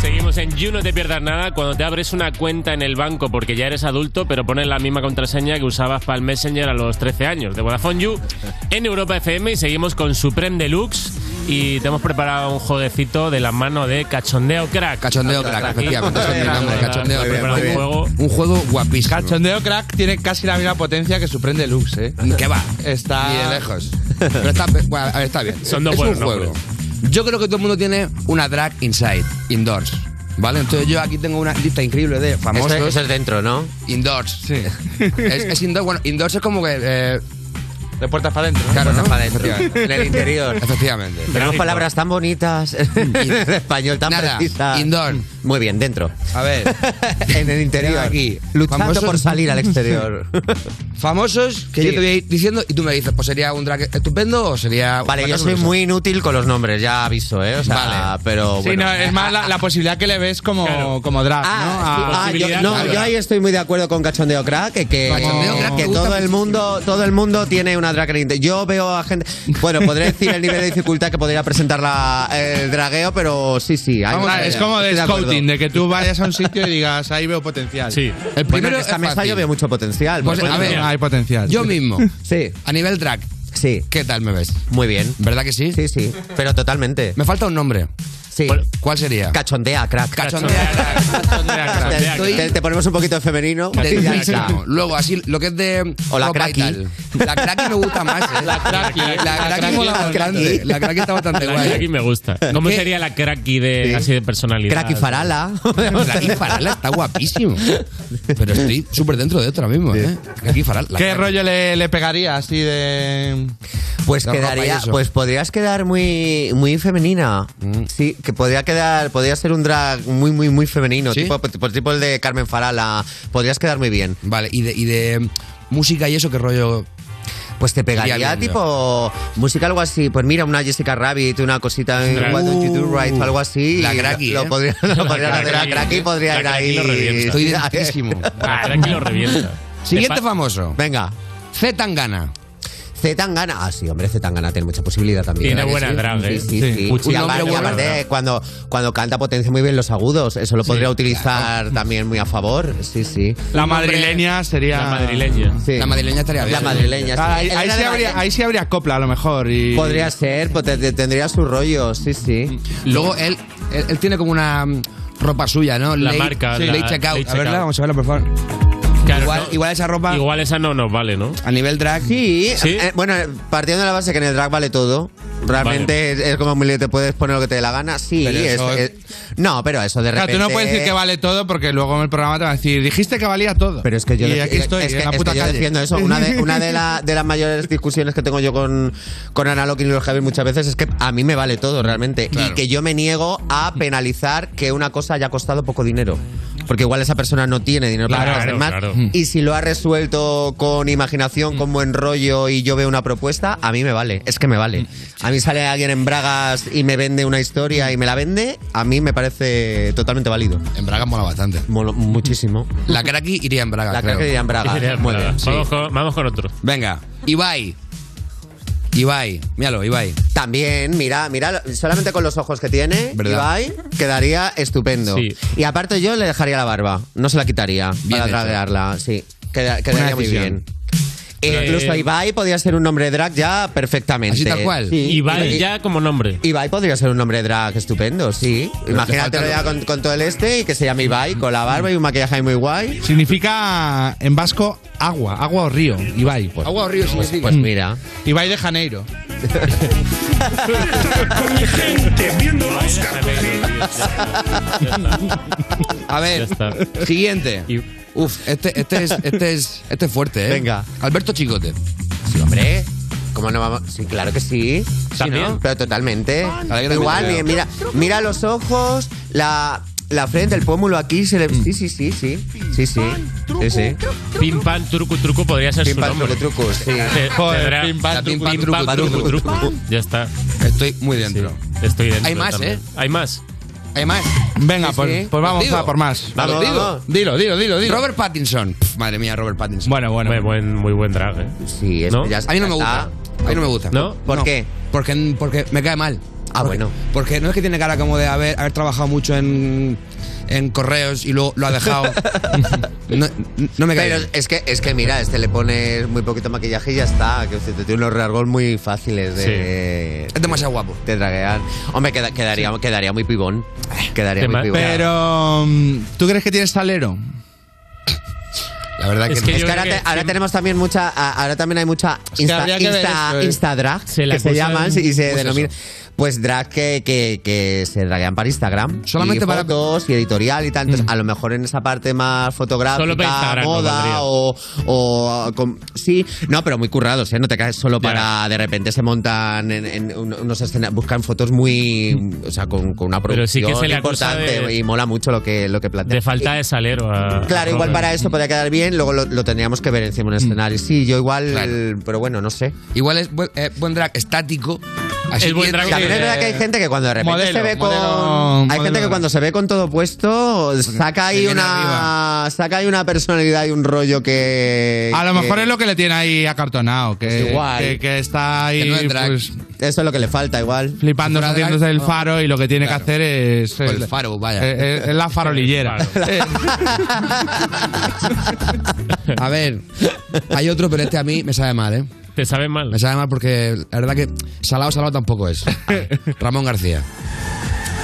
[SPEAKER 3] Seguimos en You, no te pierdas nada. Cuando te abres una cuenta en el banco porque ya eres adulto, pero pones la misma contraseña que usabas para el Messenger a los 13 años. De Vodafone You en Europa FM y seguimos con Supreme Deluxe. Y te hemos preparado un jueguecito de la mano de Cachondeo Crack.
[SPEAKER 4] Cachondeo Crack, efectivamente, ese es mi nombre, Cachondeo
[SPEAKER 3] Hemos
[SPEAKER 4] Crack.
[SPEAKER 3] preparado
[SPEAKER 4] Muy
[SPEAKER 3] un
[SPEAKER 4] bien.
[SPEAKER 3] juego.
[SPEAKER 4] Un juego guapísimo.
[SPEAKER 5] Cachondeo Crack tiene casi la misma potencia que Suprende Lux, ¿eh?
[SPEAKER 4] ¿Qué va?
[SPEAKER 5] Está.
[SPEAKER 4] Ni de lejos. Pero está, bueno, a ver, está bien.
[SPEAKER 5] Son dos
[SPEAKER 4] es
[SPEAKER 5] buenos
[SPEAKER 4] un juego.
[SPEAKER 5] nombres.
[SPEAKER 4] Yo creo que todo el mundo tiene una drag inside, indoors. ¿Vale? Entonces yo aquí tengo una lista increíble de famosos.
[SPEAKER 23] Eso, eso es dentro, ¿no?
[SPEAKER 4] Indoors. Sí. Es, es indoor, bueno, indoors es como que. eh,
[SPEAKER 5] de puertas para adentro.
[SPEAKER 4] Claro, ¿no?
[SPEAKER 23] para adentro. En el interior.
[SPEAKER 4] Efectivamente.
[SPEAKER 23] Tenemos palabras tan bonitas.
[SPEAKER 5] Mm.
[SPEAKER 23] En español tan
[SPEAKER 4] Nada,
[SPEAKER 23] precisa.
[SPEAKER 4] indoor.
[SPEAKER 23] Muy bien, dentro.
[SPEAKER 4] A ver.
[SPEAKER 23] en el interior.
[SPEAKER 4] Tengo aquí.
[SPEAKER 23] Luchando
[SPEAKER 4] Famosos-
[SPEAKER 23] por salir al exterior.
[SPEAKER 4] Famosos que yo
[SPEAKER 23] Sí.
[SPEAKER 4] te voy a ir diciendo y tú me dices, pues sería un drag estupendo o sería. un
[SPEAKER 23] Vale, yo
[SPEAKER 4] fracaso
[SPEAKER 23] soy
[SPEAKER 4] grueso?
[SPEAKER 23] muy inútil con los nombres, ya aviso, ¿eh? O sea, pero
[SPEAKER 5] Sí,
[SPEAKER 23] bueno.
[SPEAKER 5] no, es más la, la posibilidad que le ves como, como drag, ¿no? A-
[SPEAKER 23] Ah, yo, no, yo ahí estoy muy de acuerdo con Cachondeo Crack, que, que,
[SPEAKER 5] Cachondeo Crack,
[SPEAKER 23] que
[SPEAKER 5] me gusta
[SPEAKER 23] todo el mundo, todo el mundo tiene una drag queen. Yo veo a gente. Bueno, podré decir el nivel de dificultad que podría presentar la- el dragueo, pero sí, sí. hay
[SPEAKER 5] Vamos,
[SPEAKER 23] una-
[SPEAKER 5] es como de
[SPEAKER 23] estoy acuerdo.
[SPEAKER 5] scouting, de que tú vayas a un sitio y digas, ahí veo potencial.
[SPEAKER 23] Sí.
[SPEAKER 4] El
[SPEAKER 23] Bueno,
[SPEAKER 4] primero
[SPEAKER 23] en esta
[SPEAKER 4] es
[SPEAKER 23] mesa
[SPEAKER 4] fácil.
[SPEAKER 23] yo veo mucho potencial.
[SPEAKER 4] Pues,
[SPEAKER 23] mucho
[SPEAKER 4] a ver,
[SPEAKER 23] potencial.
[SPEAKER 4] hay
[SPEAKER 5] potencial.
[SPEAKER 4] Yo mismo.
[SPEAKER 23] Sí.
[SPEAKER 4] A nivel track.
[SPEAKER 23] Sí.
[SPEAKER 4] ¿Qué tal me ves?
[SPEAKER 23] Muy bien.
[SPEAKER 4] ¿Verdad que sí?
[SPEAKER 23] Sí, sí. Pero totalmente.
[SPEAKER 4] Me falta un nombre.
[SPEAKER 23] Sí.
[SPEAKER 4] ¿Cuál sería?
[SPEAKER 23] Cachondea Crack.
[SPEAKER 4] Cachondea
[SPEAKER 23] Crack. Te- Te, te ponemos un poquito de femenino.
[SPEAKER 4] Del
[SPEAKER 23] y ya está.
[SPEAKER 4] mismo. Luego, así, lo que es de.
[SPEAKER 23] O la
[SPEAKER 4] ropa y
[SPEAKER 23] cracky.
[SPEAKER 4] tal. La cracky me gusta más. ¿eh? La
[SPEAKER 5] cracky.
[SPEAKER 4] La cracky mola
[SPEAKER 23] La
[SPEAKER 4] bastante.
[SPEAKER 23] cracky.
[SPEAKER 4] La cracky está bastante
[SPEAKER 23] La
[SPEAKER 4] guay.
[SPEAKER 23] cracky
[SPEAKER 3] me gusta. ¿Cómo
[SPEAKER 4] ¿Qué?
[SPEAKER 3] sería la cracky de, así de personalidad?
[SPEAKER 23] Cracky Farala.
[SPEAKER 4] Cracky Farala está guapísimo. Pero estoy súper dentro de esto ahora mismo, ¿eh? Cracky Farala. la
[SPEAKER 5] ¿Qué
[SPEAKER 4] cracky.
[SPEAKER 5] rollo le, le pegaría así de.
[SPEAKER 23] Pues
[SPEAKER 5] de ropa y
[SPEAKER 23] quedaría,
[SPEAKER 5] eso?
[SPEAKER 23] pues podrías quedar muy, muy femenina.
[SPEAKER 4] Mm.
[SPEAKER 23] Sí, que podría quedar, podría ser un drag muy, muy, muy femenino.
[SPEAKER 4] ¿Sí?
[SPEAKER 23] Tipo, por tipo el de Carmen Farala. Podrías quedar muy bien.
[SPEAKER 4] Vale, y de, y de música y eso, ¿qué rollo?
[SPEAKER 23] Pues te pegaría
[SPEAKER 4] viendo.
[SPEAKER 23] tipo música algo así. Pues mira, una Jessica Rabbit, una cosita en
[SPEAKER 4] Drag.
[SPEAKER 23] What Don't You Do Right o algo así.
[SPEAKER 4] La
[SPEAKER 23] y
[SPEAKER 4] Cracky,
[SPEAKER 23] Lo
[SPEAKER 4] ¿eh?
[SPEAKER 23] podría, lo
[SPEAKER 4] La
[SPEAKER 23] podrían hacer. La
[SPEAKER 4] Cracky.
[SPEAKER 23] Cracky podría
[SPEAKER 4] La
[SPEAKER 23] ir
[SPEAKER 4] Cracky
[SPEAKER 23] ahí.
[SPEAKER 4] lo revienta. Estoy dentrísimo. La Cracky lo revienta. Siguiente famoso.
[SPEAKER 23] Venga.
[SPEAKER 4] Z Tangana.
[SPEAKER 23] Z Tangana. Ah, sí, hombre, Z Tangana tiene mucha posibilidad también. ¿verdad
[SPEAKER 3] Tiene buena
[SPEAKER 23] que sí?
[SPEAKER 3] drag, ¿eh?
[SPEAKER 23] Sí, sí,
[SPEAKER 3] Sí.
[SPEAKER 23] sí.
[SPEAKER 3] Mucho
[SPEAKER 23] Y
[SPEAKER 3] nombre
[SPEAKER 23] aparte,
[SPEAKER 3] bueno.
[SPEAKER 23] aparte, cuando, cuando canta potencia muy bien los agudos. Eso lo podría utilizar también muy a favor. Sí, sí.
[SPEAKER 5] La madrileña sería.
[SPEAKER 23] La madrileña. Sí. La madrileña estaría bien. La madrileña, sí.
[SPEAKER 5] Ah, ahí,
[SPEAKER 23] Es
[SPEAKER 5] ahí
[SPEAKER 23] la
[SPEAKER 5] sí
[SPEAKER 23] de
[SPEAKER 5] habría,
[SPEAKER 23] Madrid.
[SPEAKER 5] ahí sí habría copla, a lo mejor. Y... Mm.
[SPEAKER 23] Podría ser, pues, te- te- tendría su rollo, sí, sí.
[SPEAKER 4] Luego él, él, él tiene como una mm, ropa suya, ¿no?
[SPEAKER 23] La
[SPEAKER 4] Late-
[SPEAKER 23] marca,
[SPEAKER 4] sí,
[SPEAKER 23] la-
[SPEAKER 4] late checkout.
[SPEAKER 23] late
[SPEAKER 4] a verla,
[SPEAKER 23] checkout.
[SPEAKER 4] vamos a verla, por favor.
[SPEAKER 23] igual,
[SPEAKER 4] esa ropa.
[SPEAKER 23] Igual
[SPEAKER 3] esa no nos vale, ¿no?
[SPEAKER 4] A nivel drag.
[SPEAKER 23] Sí. eh, bueno, eh, partiendo de la base que en el drag vale todo. Realmente es, es como muy li- te puedes poner lo que te dé la gana. Sí,
[SPEAKER 5] Pero eso
[SPEAKER 23] es-
[SPEAKER 5] es-
[SPEAKER 23] es- no, pero eso de
[SPEAKER 5] Claro,
[SPEAKER 23] repente.
[SPEAKER 5] tú no puedes decir que vale todo porque luego en el programa te van a decir, dijiste que valía todo. Pero
[SPEAKER 23] es que yo
[SPEAKER 5] y
[SPEAKER 23] defi-
[SPEAKER 5] aquí estoy,
[SPEAKER 23] es que-
[SPEAKER 5] en
[SPEAKER 23] es
[SPEAKER 5] la
[SPEAKER 23] que
[SPEAKER 5] puta
[SPEAKER 23] yo
[SPEAKER 5] calle.
[SPEAKER 23] defiendo eso. Una, de, una de, la- de las mayores discusiones que tengo yo con, con Ana Lokin y los Javier muchas veces es que a mí me vale todo realmente. Y que yo me niego a penalizar que una cosa haya costado poco dinero. porque igual esa persona no tiene dinero para
[SPEAKER 5] Claro,
[SPEAKER 23] gastar más.
[SPEAKER 5] claro. Mm.
[SPEAKER 23] Y si lo ha resuelto con imaginación, con buen rollo y yo veo una propuesta, a mí me vale, es que me
[SPEAKER 5] Mm.
[SPEAKER 23] vale. A mí sale alguien en Bragas y me vende una historia y me la vende, a mí me parece totalmente válido.
[SPEAKER 4] En Bragas mola bastante.
[SPEAKER 23] muchísimo.
[SPEAKER 4] La Kraki iría en Braga.
[SPEAKER 23] La
[SPEAKER 4] Ah, creo.
[SPEAKER 23] Kraki iría en Braga. Iría en Muy Braga. bien, sí.
[SPEAKER 3] Vamos con, vamos con otro.
[SPEAKER 4] Venga, Ibai. Ibai, míralo, Ibai.
[SPEAKER 23] También, mira, mira, solamente con los ojos que tiene,
[SPEAKER 4] ¿Verdad?
[SPEAKER 23] Ibai, quedaría estupendo.
[SPEAKER 4] Sí.
[SPEAKER 23] Y aparte yo le dejaría la barba, no se la quitaría para
[SPEAKER 4] hecho.
[SPEAKER 23] tradearla, sí. Queda- quedaría muy
[SPEAKER 4] decisión.
[SPEAKER 23] bien. Eh,
[SPEAKER 3] Pues,
[SPEAKER 23] incluso Ibai podría ser un nombre drag ya perfectamente.
[SPEAKER 3] Así tal cual. Ibai ya como nombre.
[SPEAKER 23] Ibai podría ser un nombre drag estupendo, sí. Imagínate
[SPEAKER 5] falta
[SPEAKER 23] ya
[SPEAKER 5] lo-
[SPEAKER 23] con, con todo el este y que se llame Ibai con la barba y un maquillaje muy guay.
[SPEAKER 5] Significa en vasco agua, agua o río, Ibai. Pues.
[SPEAKER 23] Agua o río significa. pues mira.
[SPEAKER 5] Ibai de Janeiro.
[SPEAKER 19] Con mi gente viendo los
[SPEAKER 4] A ver, siguiente. Uf, este, este, es, este, es, este es fuerte, ¿eh?
[SPEAKER 23] Venga.
[SPEAKER 4] Alberto Chicote.
[SPEAKER 23] Sí, hombre. ¿Cómo no vamos? Sí, claro que sí.
[SPEAKER 4] También.
[SPEAKER 23] ¿no? Pero totalmente.
[SPEAKER 4] también
[SPEAKER 23] Igual,
[SPEAKER 4] creo.
[SPEAKER 23] mira, mira, mira los ojos, la, la frente, el pómulo aquí. Se le... Sí, sí, sí, sí. Sí, sí. Sí, sí.
[SPEAKER 3] Pim pam truco truco podría ser
[SPEAKER 23] Pim,
[SPEAKER 3] su
[SPEAKER 23] pam,
[SPEAKER 3] nombre.
[SPEAKER 23] truco, truco, sí.
[SPEAKER 3] Te-
[SPEAKER 23] Joder,
[SPEAKER 3] tendrá-
[SPEAKER 23] pim, pam,
[SPEAKER 3] La pim,
[SPEAKER 23] truco,
[SPEAKER 3] pam,
[SPEAKER 23] truco,
[SPEAKER 3] truco, truco,
[SPEAKER 23] truco,
[SPEAKER 3] truco. Ya está.
[SPEAKER 4] Estoy muy dentro.
[SPEAKER 3] Estoy dentro.
[SPEAKER 4] Hay más,
[SPEAKER 3] también.
[SPEAKER 4] ¿eh?
[SPEAKER 3] Hay más.
[SPEAKER 4] Hay más.
[SPEAKER 5] Venga,
[SPEAKER 4] Sí,
[SPEAKER 5] pues,
[SPEAKER 4] sí.
[SPEAKER 5] pues vamos
[SPEAKER 4] Digo.
[SPEAKER 5] a por más.
[SPEAKER 4] Vamos,
[SPEAKER 5] Digo.
[SPEAKER 4] vamos.
[SPEAKER 5] Dilo, dilo, dilo, dilo.
[SPEAKER 4] Robert Pattinson. Pff, Madre mía, Robert Pattinson.
[SPEAKER 5] Bueno, bueno.
[SPEAKER 3] Muy buen, muy buen drag, ¿eh?
[SPEAKER 23] Sí,
[SPEAKER 3] ¿No?
[SPEAKER 4] A mí no me gusta. A mí no me gusta.
[SPEAKER 3] ¿No?
[SPEAKER 23] ¿Por qué?
[SPEAKER 4] Porque, porque me cae mal.
[SPEAKER 23] Ah, bueno.
[SPEAKER 4] Porque no es que tiene cara como de haber, haber trabajado mucho en, en correos y luego lo ha dejado. no, no me cae
[SPEAKER 23] Pero
[SPEAKER 4] bien.
[SPEAKER 23] es que, es que mira, este le pones muy poquito maquillaje y ya está. Que te tiene unos rasgos muy fáciles de.
[SPEAKER 4] Es demasiado guapo.
[SPEAKER 23] De draguear. Hombre, queda- quedaría, quedaría muy pibón. Quedaría muy pibón.
[SPEAKER 5] Pero, mm, ¿tú crees que tienes salero?
[SPEAKER 4] La verdad
[SPEAKER 23] Es
[SPEAKER 4] que
[SPEAKER 23] que,
[SPEAKER 4] no.
[SPEAKER 23] ahora, te- ahora tenemos también mucha. a- Ahora también hay mucha Insta,
[SPEAKER 5] habría que ver
[SPEAKER 23] Insta-
[SPEAKER 5] esto, ¿eh?
[SPEAKER 23] Instadrag
[SPEAKER 5] Se la
[SPEAKER 23] que se
[SPEAKER 5] acusan-
[SPEAKER 23] llaman y se
[SPEAKER 5] pues
[SPEAKER 23] denominan. Pues drag que, que, que se draguean para Instagram.
[SPEAKER 4] Solamente
[SPEAKER 23] y
[SPEAKER 4] para-
[SPEAKER 23] fotos y editorial y tal. Entonces, a lo mejor en esa parte más
[SPEAKER 3] Solo para
[SPEAKER 23] fotográfica,
[SPEAKER 3] Instagram nos
[SPEAKER 23] moda
[SPEAKER 3] valdría.
[SPEAKER 23] o. o con- sí, no, pero muy currados, ¿eh? No te caes solo para. De repente se montan en, en un- unos escenarios. Buscan fotos muy. O sea, con, con una
[SPEAKER 3] Pero sí
[SPEAKER 23] producción
[SPEAKER 3] que se le acusa
[SPEAKER 23] importante
[SPEAKER 3] de-
[SPEAKER 23] y mola mucho lo que, lo que plantean.
[SPEAKER 3] De falta de salero. a-
[SPEAKER 23] Claro,
[SPEAKER 3] a
[SPEAKER 23] igual
[SPEAKER 3] Robert.
[SPEAKER 23] para eso podría quedar bien, luego lo, lo tendríamos que ver encima de un escenario. Sí, yo igual, el- pero bueno, no sé.
[SPEAKER 4] Mm. Igual es buen, eh, buen drag estático. Así
[SPEAKER 3] Es buen
[SPEAKER 4] bien-
[SPEAKER 3] drag
[SPEAKER 23] También es verdad que hay gente que cuando de repente
[SPEAKER 4] Modelo,
[SPEAKER 23] se ve con.
[SPEAKER 4] modelo,
[SPEAKER 23] hay
[SPEAKER 4] modelo.
[SPEAKER 23] gente que cuando se ve con todo puesto, saca ahí
[SPEAKER 4] Pues viene
[SPEAKER 23] una. Saca ahí una personalidad y un rollo que.
[SPEAKER 5] A lo
[SPEAKER 23] que-
[SPEAKER 5] mejor es lo que le tiene ahí acartonado,
[SPEAKER 4] Pues
[SPEAKER 5] que,
[SPEAKER 23] Igual.
[SPEAKER 5] que, que está ahí
[SPEAKER 23] Que no es drag.
[SPEAKER 5] pues,
[SPEAKER 23] Eso es lo que le falta, igual.
[SPEAKER 5] flipando,
[SPEAKER 23] Si fuera
[SPEAKER 5] haciéndose
[SPEAKER 23] drag,
[SPEAKER 5] el
[SPEAKER 23] no.
[SPEAKER 5] faro y lo que tiene que hacer es...
[SPEAKER 4] O el faro, vaya.
[SPEAKER 5] eh, eh, es la farolillera. Eh,
[SPEAKER 4] A ver, hay otro, pero este a mí me sabe mal, ¿eh?
[SPEAKER 3] Te sabe mal.
[SPEAKER 4] Me sabe mal porque la verdad que salado, salado tampoco es. Ramón García.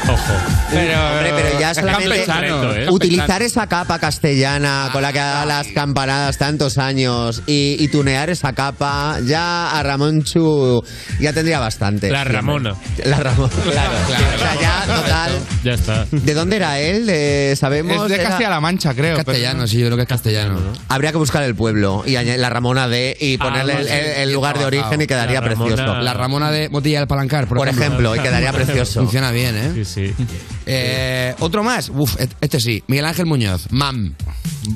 [SPEAKER 3] Ojo.
[SPEAKER 5] pero,
[SPEAKER 23] Hombre, pero ya
[SPEAKER 5] es
[SPEAKER 23] solamente
[SPEAKER 5] campechano,
[SPEAKER 4] ¿eh?
[SPEAKER 23] ¿eh?
[SPEAKER 5] es
[SPEAKER 23] utilizar esa capa castellana con la que ha dado las campanadas tantos años y, y tunear esa capa, ya a Ramón Chu ya tendría bastante.
[SPEAKER 3] La Ramona.
[SPEAKER 23] La Ramona, claro. O sea, ya, total.
[SPEAKER 3] Ya está.
[SPEAKER 23] ¿De dónde era él? Eh, sabemos.
[SPEAKER 5] Es de
[SPEAKER 23] Era-
[SPEAKER 5] Castilla-La Mancha, creo. pero-
[SPEAKER 4] Castellano, sí, yo creo que es castellano.
[SPEAKER 23] Habría que buscar el pueblo y añadir la Ramona de y
[SPEAKER 4] Ah,
[SPEAKER 23] ponerle el, el- el lugar de origen y quedaría
[SPEAKER 3] La Ramona-
[SPEAKER 23] precioso.
[SPEAKER 4] La Ramona de Botella del Palancar, por,
[SPEAKER 23] Por ejemplo, y quedaría precioso.
[SPEAKER 4] Funciona bien, ¿eh?
[SPEAKER 3] Sí, sí.
[SPEAKER 4] Eh, Otro más. Uf, et- este sí. Miguel Ángel Muñoz. Mam.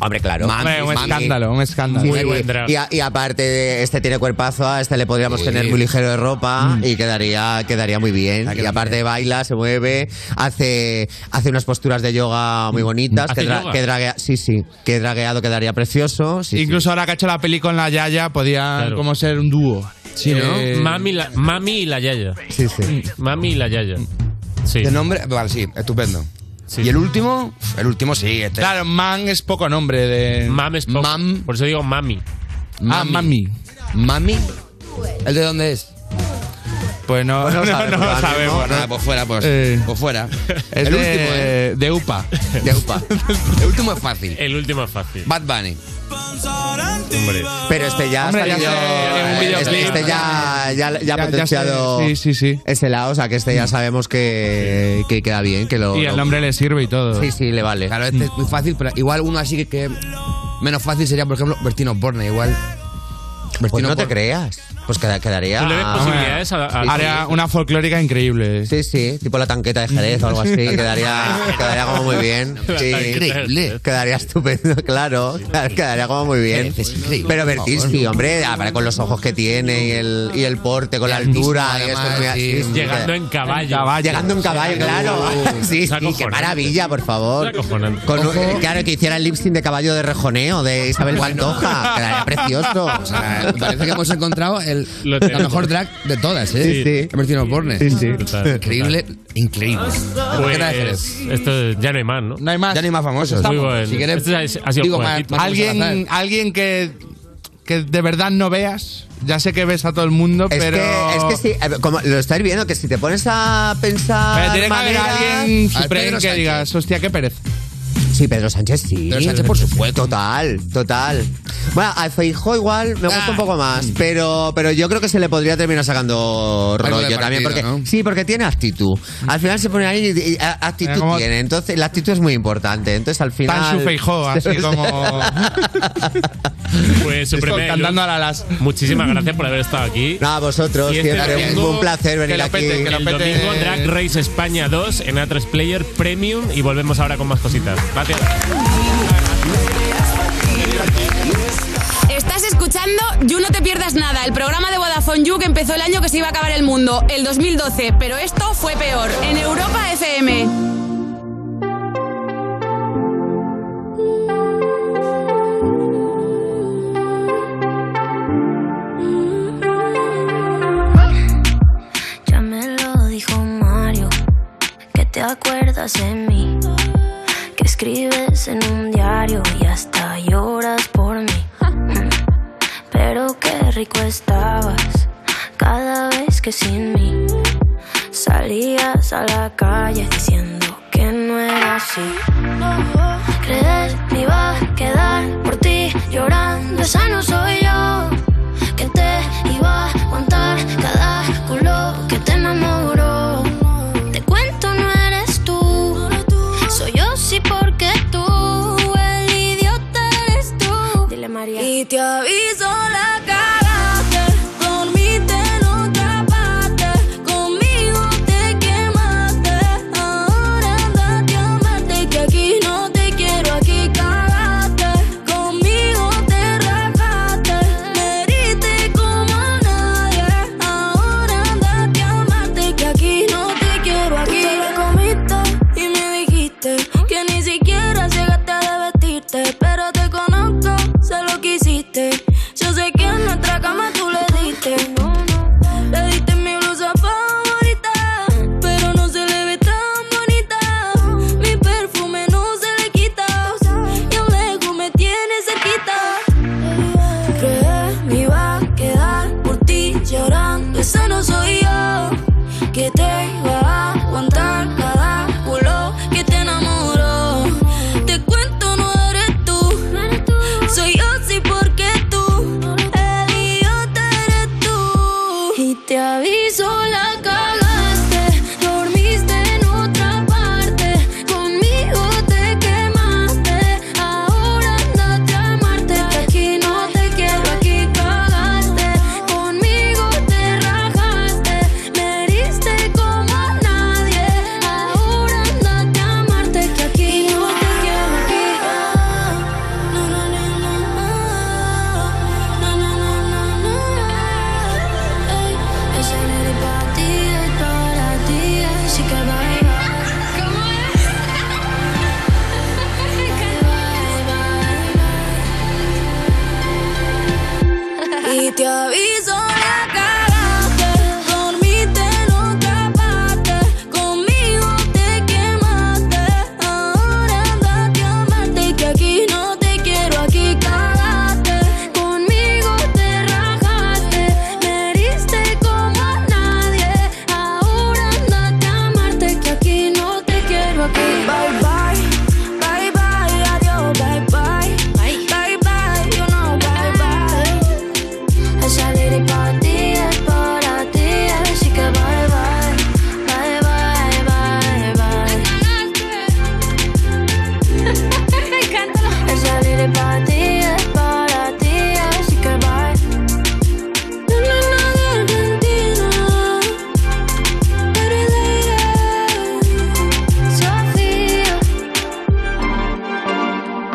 [SPEAKER 23] Hombre, claro.
[SPEAKER 4] Mam.
[SPEAKER 5] Hombre, un
[SPEAKER 4] Mam.
[SPEAKER 5] escándalo, un escándalo.
[SPEAKER 3] Muy buen drag.
[SPEAKER 23] Y, a- y aparte, de este tiene cuerpazo, a este le podríamos
[SPEAKER 4] Sí.
[SPEAKER 23] tener muy ligero de ropa
[SPEAKER 5] Mm.
[SPEAKER 23] y quedaría, quedaría muy bien.
[SPEAKER 4] Ah, que
[SPEAKER 23] Y aparte baila, se mueve, hace, hace unas posturas de yoga
[SPEAKER 5] Mm.
[SPEAKER 23] muy bonitas.
[SPEAKER 3] ¿Hace
[SPEAKER 23] Que, dra-
[SPEAKER 3] yoga?
[SPEAKER 23] que draguea- sí, sí, que dragueado quedaría precioso. sí, sí.
[SPEAKER 5] Incluso ahora que ha hecho la peli con la Yaya, podía
[SPEAKER 3] Claro.
[SPEAKER 5] como ser un dúo.
[SPEAKER 4] Sí, ¿no?
[SPEAKER 5] Eh,
[SPEAKER 3] Mami, la- mami y la Yaya.
[SPEAKER 23] Sí, sí.
[SPEAKER 3] Mami y la Yaya. Sí.
[SPEAKER 4] De nombre. Vale, sí, estupendo.
[SPEAKER 3] Sí.
[SPEAKER 4] Y el último. El último sí. Este.
[SPEAKER 5] Claro, man es poco nombre de...
[SPEAKER 3] Mam es poco.
[SPEAKER 4] Mam.
[SPEAKER 3] Por eso digo mami.
[SPEAKER 5] Ah, mami.
[SPEAKER 4] Mami. ¿El de dónde es?
[SPEAKER 5] Pues no,
[SPEAKER 23] sabemos
[SPEAKER 5] no, no lo
[SPEAKER 23] ahora mismo.
[SPEAKER 5] sabemos.
[SPEAKER 4] Nada, pues fuera, pues.
[SPEAKER 5] Eh.
[SPEAKER 4] Pues fuera.
[SPEAKER 5] Es
[SPEAKER 4] el
[SPEAKER 5] de,
[SPEAKER 4] último, ¿eh?
[SPEAKER 5] de UPA.
[SPEAKER 4] De UPA. El último es fácil.
[SPEAKER 3] El último es fácil.
[SPEAKER 4] Bad Bunny.
[SPEAKER 3] Hombre.
[SPEAKER 23] Pero este ya ha
[SPEAKER 5] Hombre, ya
[SPEAKER 23] salido-
[SPEAKER 5] sé, un
[SPEAKER 23] este-
[SPEAKER 5] videoclip.
[SPEAKER 23] este ya, ya, ya ha
[SPEAKER 5] Ya- ya
[SPEAKER 23] potenciado
[SPEAKER 5] sé, sí, sí, sí.
[SPEAKER 23] ese lado, o sea que este ya sabemos que, que queda bien, que lo...
[SPEAKER 5] Y el
[SPEAKER 23] lo-
[SPEAKER 5] nombre le sirve y todo.
[SPEAKER 23] Sí, sí, le vale.
[SPEAKER 4] Claro, este es muy fácil, pero igual uno así que, que menos fácil sería, por ejemplo, Bertino Borne. Igual
[SPEAKER 23] Pues no te creas. Pues queda- quedaría.
[SPEAKER 5] ¿Tú le ves posibilidades a- a- Haría una folclórica increíble.
[SPEAKER 23] Sí, sí, tipo la tanqueta de Jerez o algo así. Quedaría, quedaría como muy bien.
[SPEAKER 5] La
[SPEAKER 23] Sí.
[SPEAKER 5] tanqueta de Jerez.
[SPEAKER 23] Quedaría estupendo, claro. Quedaría como muy bien. Pero Bertinsky, hombre, ahora con los ojos que tiene y el, y el porte, con la altura. y esto es muy así, sí,
[SPEAKER 3] Llegando
[SPEAKER 23] queda-
[SPEAKER 3] en caballo.
[SPEAKER 23] Llegando en caballo, claro. Sí, sí, qué maravilla, por favor. Con un- eh, claro, que hiciera el lipsting de caballo de rejoneo de Isabel Pantoja. Quedaría precioso.
[SPEAKER 4] O sea, parece que hemos encontrado el, la mejor drag de todas, ¿eh?
[SPEAKER 23] Sí, sí.
[SPEAKER 4] Que Martín Osborne.
[SPEAKER 23] Sí, sí.
[SPEAKER 3] Total,
[SPEAKER 4] Increíble, increíble. La tanqueta de Jerez.
[SPEAKER 3] Pues, esto ya no hay más, ¿no? No
[SPEAKER 5] hay más.
[SPEAKER 4] Ya ni más
[SPEAKER 5] Pues
[SPEAKER 4] famosos.
[SPEAKER 3] Muy bueno.
[SPEAKER 4] Si quieres,
[SPEAKER 3] Este ha- ha sido
[SPEAKER 4] digo más-
[SPEAKER 3] jovencito.
[SPEAKER 4] más
[SPEAKER 5] Alguien, alguien que, que de verdad no veas. Ya sé que ves a todo el mundo,
[SPEAKER 23] Es
[SPEAKER 5] pero.
[SPEAKER 23] que, es que sí, eh, como lo estáis viendo, que si te pones a pensar.
[SPEAKER 5] Pero tiene que haber
[SPEAKER 23] maneras-
[SPEAKER 5] alguien supremo que digas, hostia, qué pereza.
[SPEAKER 23] Sí, Pedro Sánchez sí.
[SPEAKER 5] Pedro Sánchez, por
[SPEAKER 23] supuesto. Total, total. Bueno, a Feijó igual me
[SPEAKER 4] Ah.
[SPEAKER 23] gusta un poco más, pero, pero yo creo que se le podría terminar sacando
[SPEAKER 4] Algo de
[SPEAKER 23] rollo también.
[SPEAKER 4] partido,
[SPEAKER 23] Porque,
[SPEAKER 4] ¿no?
[SPEAKER 23] Sí, porque tiene actitud. Al final se pone ahí y- y a- actitud
[SPEAKER 4] Mira cómo-
[SPEAKER 23] tiene. Entonces, la actitud es muy importante. Entonces, al final.
[SPEAKER 5] Tan su Feijó, así como.
[SPEAKER 3] Pues, Supreme, Lu-
[SPEAKER 5] cantando a las.
[SPEAKER 3] Muchísimas gracias por haber estado aquí.
[SPEAKER 23] Nada, vosotros,
[SPEAKER 3] Y este
[SPEAKER 23] siempre,
[SPEAKER 3] domingo-
[SPEAKER 23] un placer venir aquí.
[SPEAKER 3] el domingo Drag Race España 2 en A3 Player Premium y volvemos ahora con más cositas. Gracias.
[SPEAKER 30] Estás escuchando You No Te Pierdas Nada, el programa de Vodafone You que empezó el año que se iba a acabar el mundo, el 2012, pero esto fue peor, en Europa FM.
[SPEAKER 19] Ya me lo dijo Mario, que te acuerdas de mí, que escribes en un diario y hasta lloras por mí. Pero qué rico estabas cada vez que sin mí salías a la calle diciendo que no era así. Creer me iba a quedar por ti llorando, esa no soy yo que te iba a aguantar cada culo que te enamoró. Te cuento, no eres tú, soy yo, sí, porque tú, el idiota eres tú. Dile María.
[SPEAKER 30] Y te aviso la cara que dormiste no te aparte, conmigo te quemaste, ahora andate a amarte que aquí no te quiero, aquí cagaste, conmigo te rajaste, me heriste como a nadie, ahora andate a amarte que aquí no te quiero, aquí te la comiste y me dijiste que ni siquiera llegaste a vestirte, pero te conozco, sé lo que hiciste. Yo sé que en nuestra cama tú le diste. Le diste mi blusa favorita, pero no se le ve tan bonita. Mi perfume no se le quita, y aún lejos me tiene cerquita. Creer me iba a quedar por ti llorando, esa no soy yo que te iba a aguantar cada culo que te enamoró. Te cuento, no eres tú, soy yo, sí, porque tú, el idiota eres tú. Y te aviso, la cagaste, dormiste en otra parte, conmigo te quemaste, ahora andate a amarte, que aquí no te quiero, aquí cagaste, conmigo te rajaste. Me heriste como a nadie. Ahora andate a amarte que aquí no te quiero aquí. Ah, No, no, no, no, no. No, no, no, no, no. Ey, ella no era para ti.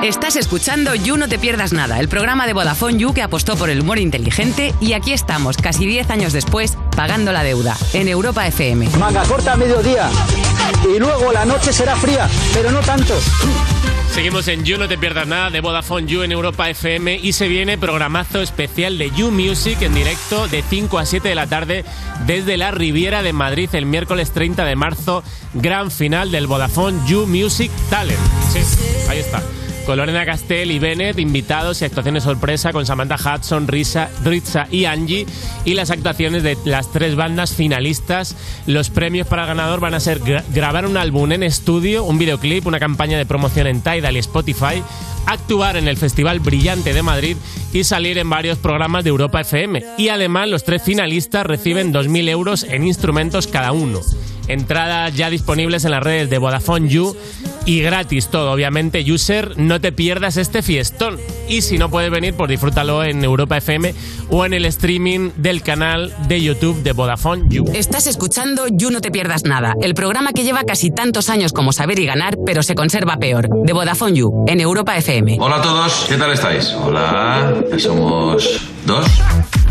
[SPEAKER 25] Estás escuchando You No Te Pierdas Nada, el programa de Vodafone You que apostó por el humor inteligente y aquí estamos, casi 10 años después, pagando la deuda, en Europa FM.
[SPEAKER 20] Manga corta a mediodía. Y luego la noche será fría, pero no tanto.
[SPEAKER 3] Seguimos en You, no te pierdas nada de Vodafone You en Europa FM y se viene programazo especial de You Music en directo de 5 a 7 de la tarde desde la Riviera de Madrid el miércoles 30 de marzo, gran final del Vodafone You Music Talent. Sí, ahí está. Con Lorena Castell y Bennett, invitados y actuaciones sorpresa con Samantha Hudson, Risa, Ritza y Angie y las actuaciones de las tres bandas finalistas. Los premios para el ganador van a ser gra- grabar un álbum en estudio, un videoclip, una campaña de promoción en Tidal y Spotify, actuar en el Festival Brillante de Madrid y salir en varios programas de Europa FM. Y además los tres finalistas reciben 2.000 euros en instrumentos cada uno. Entradas ya disponibles en las redes de Vodafone You y gratis todo, obviamente, user, no te pierdas este fiestón. Y si no puedes venir, pues disfrútalo en Europa FM o en el streaming del canal de YouTube de Vodafone You.
[SPEAKER 25] Estás escuchando You No Te Pierdas Nada, el programa que lleva casi tantos años como saber y ganar, pero se conserva peor, de Vodafone You, en Europa FM. Hola a todos, ¿qué tal estáis? Hola, somos dos.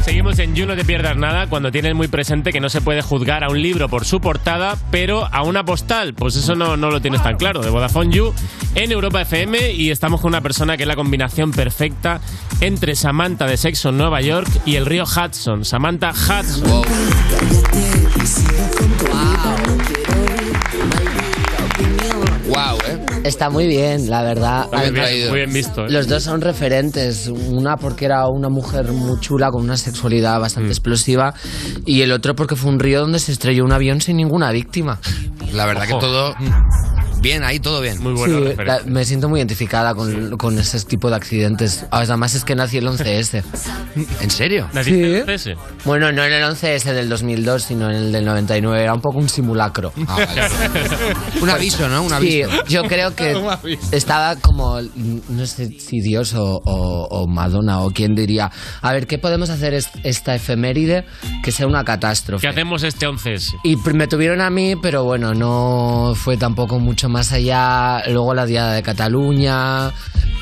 [SPEAKER 3] Seguimos en You, no te pierdas nada cuando tienes muy presente que no se puede juzgar a un libro por su portada, pero a una postal, pues eso no, no lo tienes tan claro. De Vodafone You en Europa FM y estamos con una persona que es la combinación perfecta entre Samantha de Sexo en Nueva York y el río Hudson. Samantha Hudson.
[SPEAKER 31] Wow, eh. Está muy bien, la verdad.
[SPEAKER 3] Está muy bien,
[SPEAKER 31] Además,
[SPEAKER 3] muy bien visto, eh.
[SPEAKER 31] Los dos son referentes. Una porque era una mujer muy chula con una sexualidad
[SPEAKER 3] Mm.
[SPEAKER 31] bastante explosiva y el otro porque fue un río donde se estrelló un avión sin ninguna víctima.
[SPEAKER 4] La verdad que todo bien ahí, todo bien.
[SPEAKER 3] Muy
[SPEAKER 31] Sí, la- me siento muy identificada con, con ese tipo de accidentes. Además es que nací el 11S.
[SPEAKER 4] ¿En serio?
[SPEAKER 3] ¿Naciste el 11S?
[SPEAKER 31] Bueno, no en el 11S del 2002, sino en el del 99. Era un poco un simulacro.
[SPEAKER 3] Ah,
[SPEAKER 4] Un aviso, ¿no? Un aviso.
[SPEAKER 31] Sí, yo creo que
[SPEAKER 4] Un aviso.
[SPEAKER 31] estaba como, no sé si Dios o, o- o Madonna o quién diría, a ver, ¿qué podemos hacer es- esta efeméride que sea una catástrofe?
[SPEAKER 3] ¿Qué hacemos este 11S?
[SPEAKER 31] Y pr- me tuvieron a mí, pero bueno, no fue tampoco mucho más allá. Luego la Diada de Cataluña,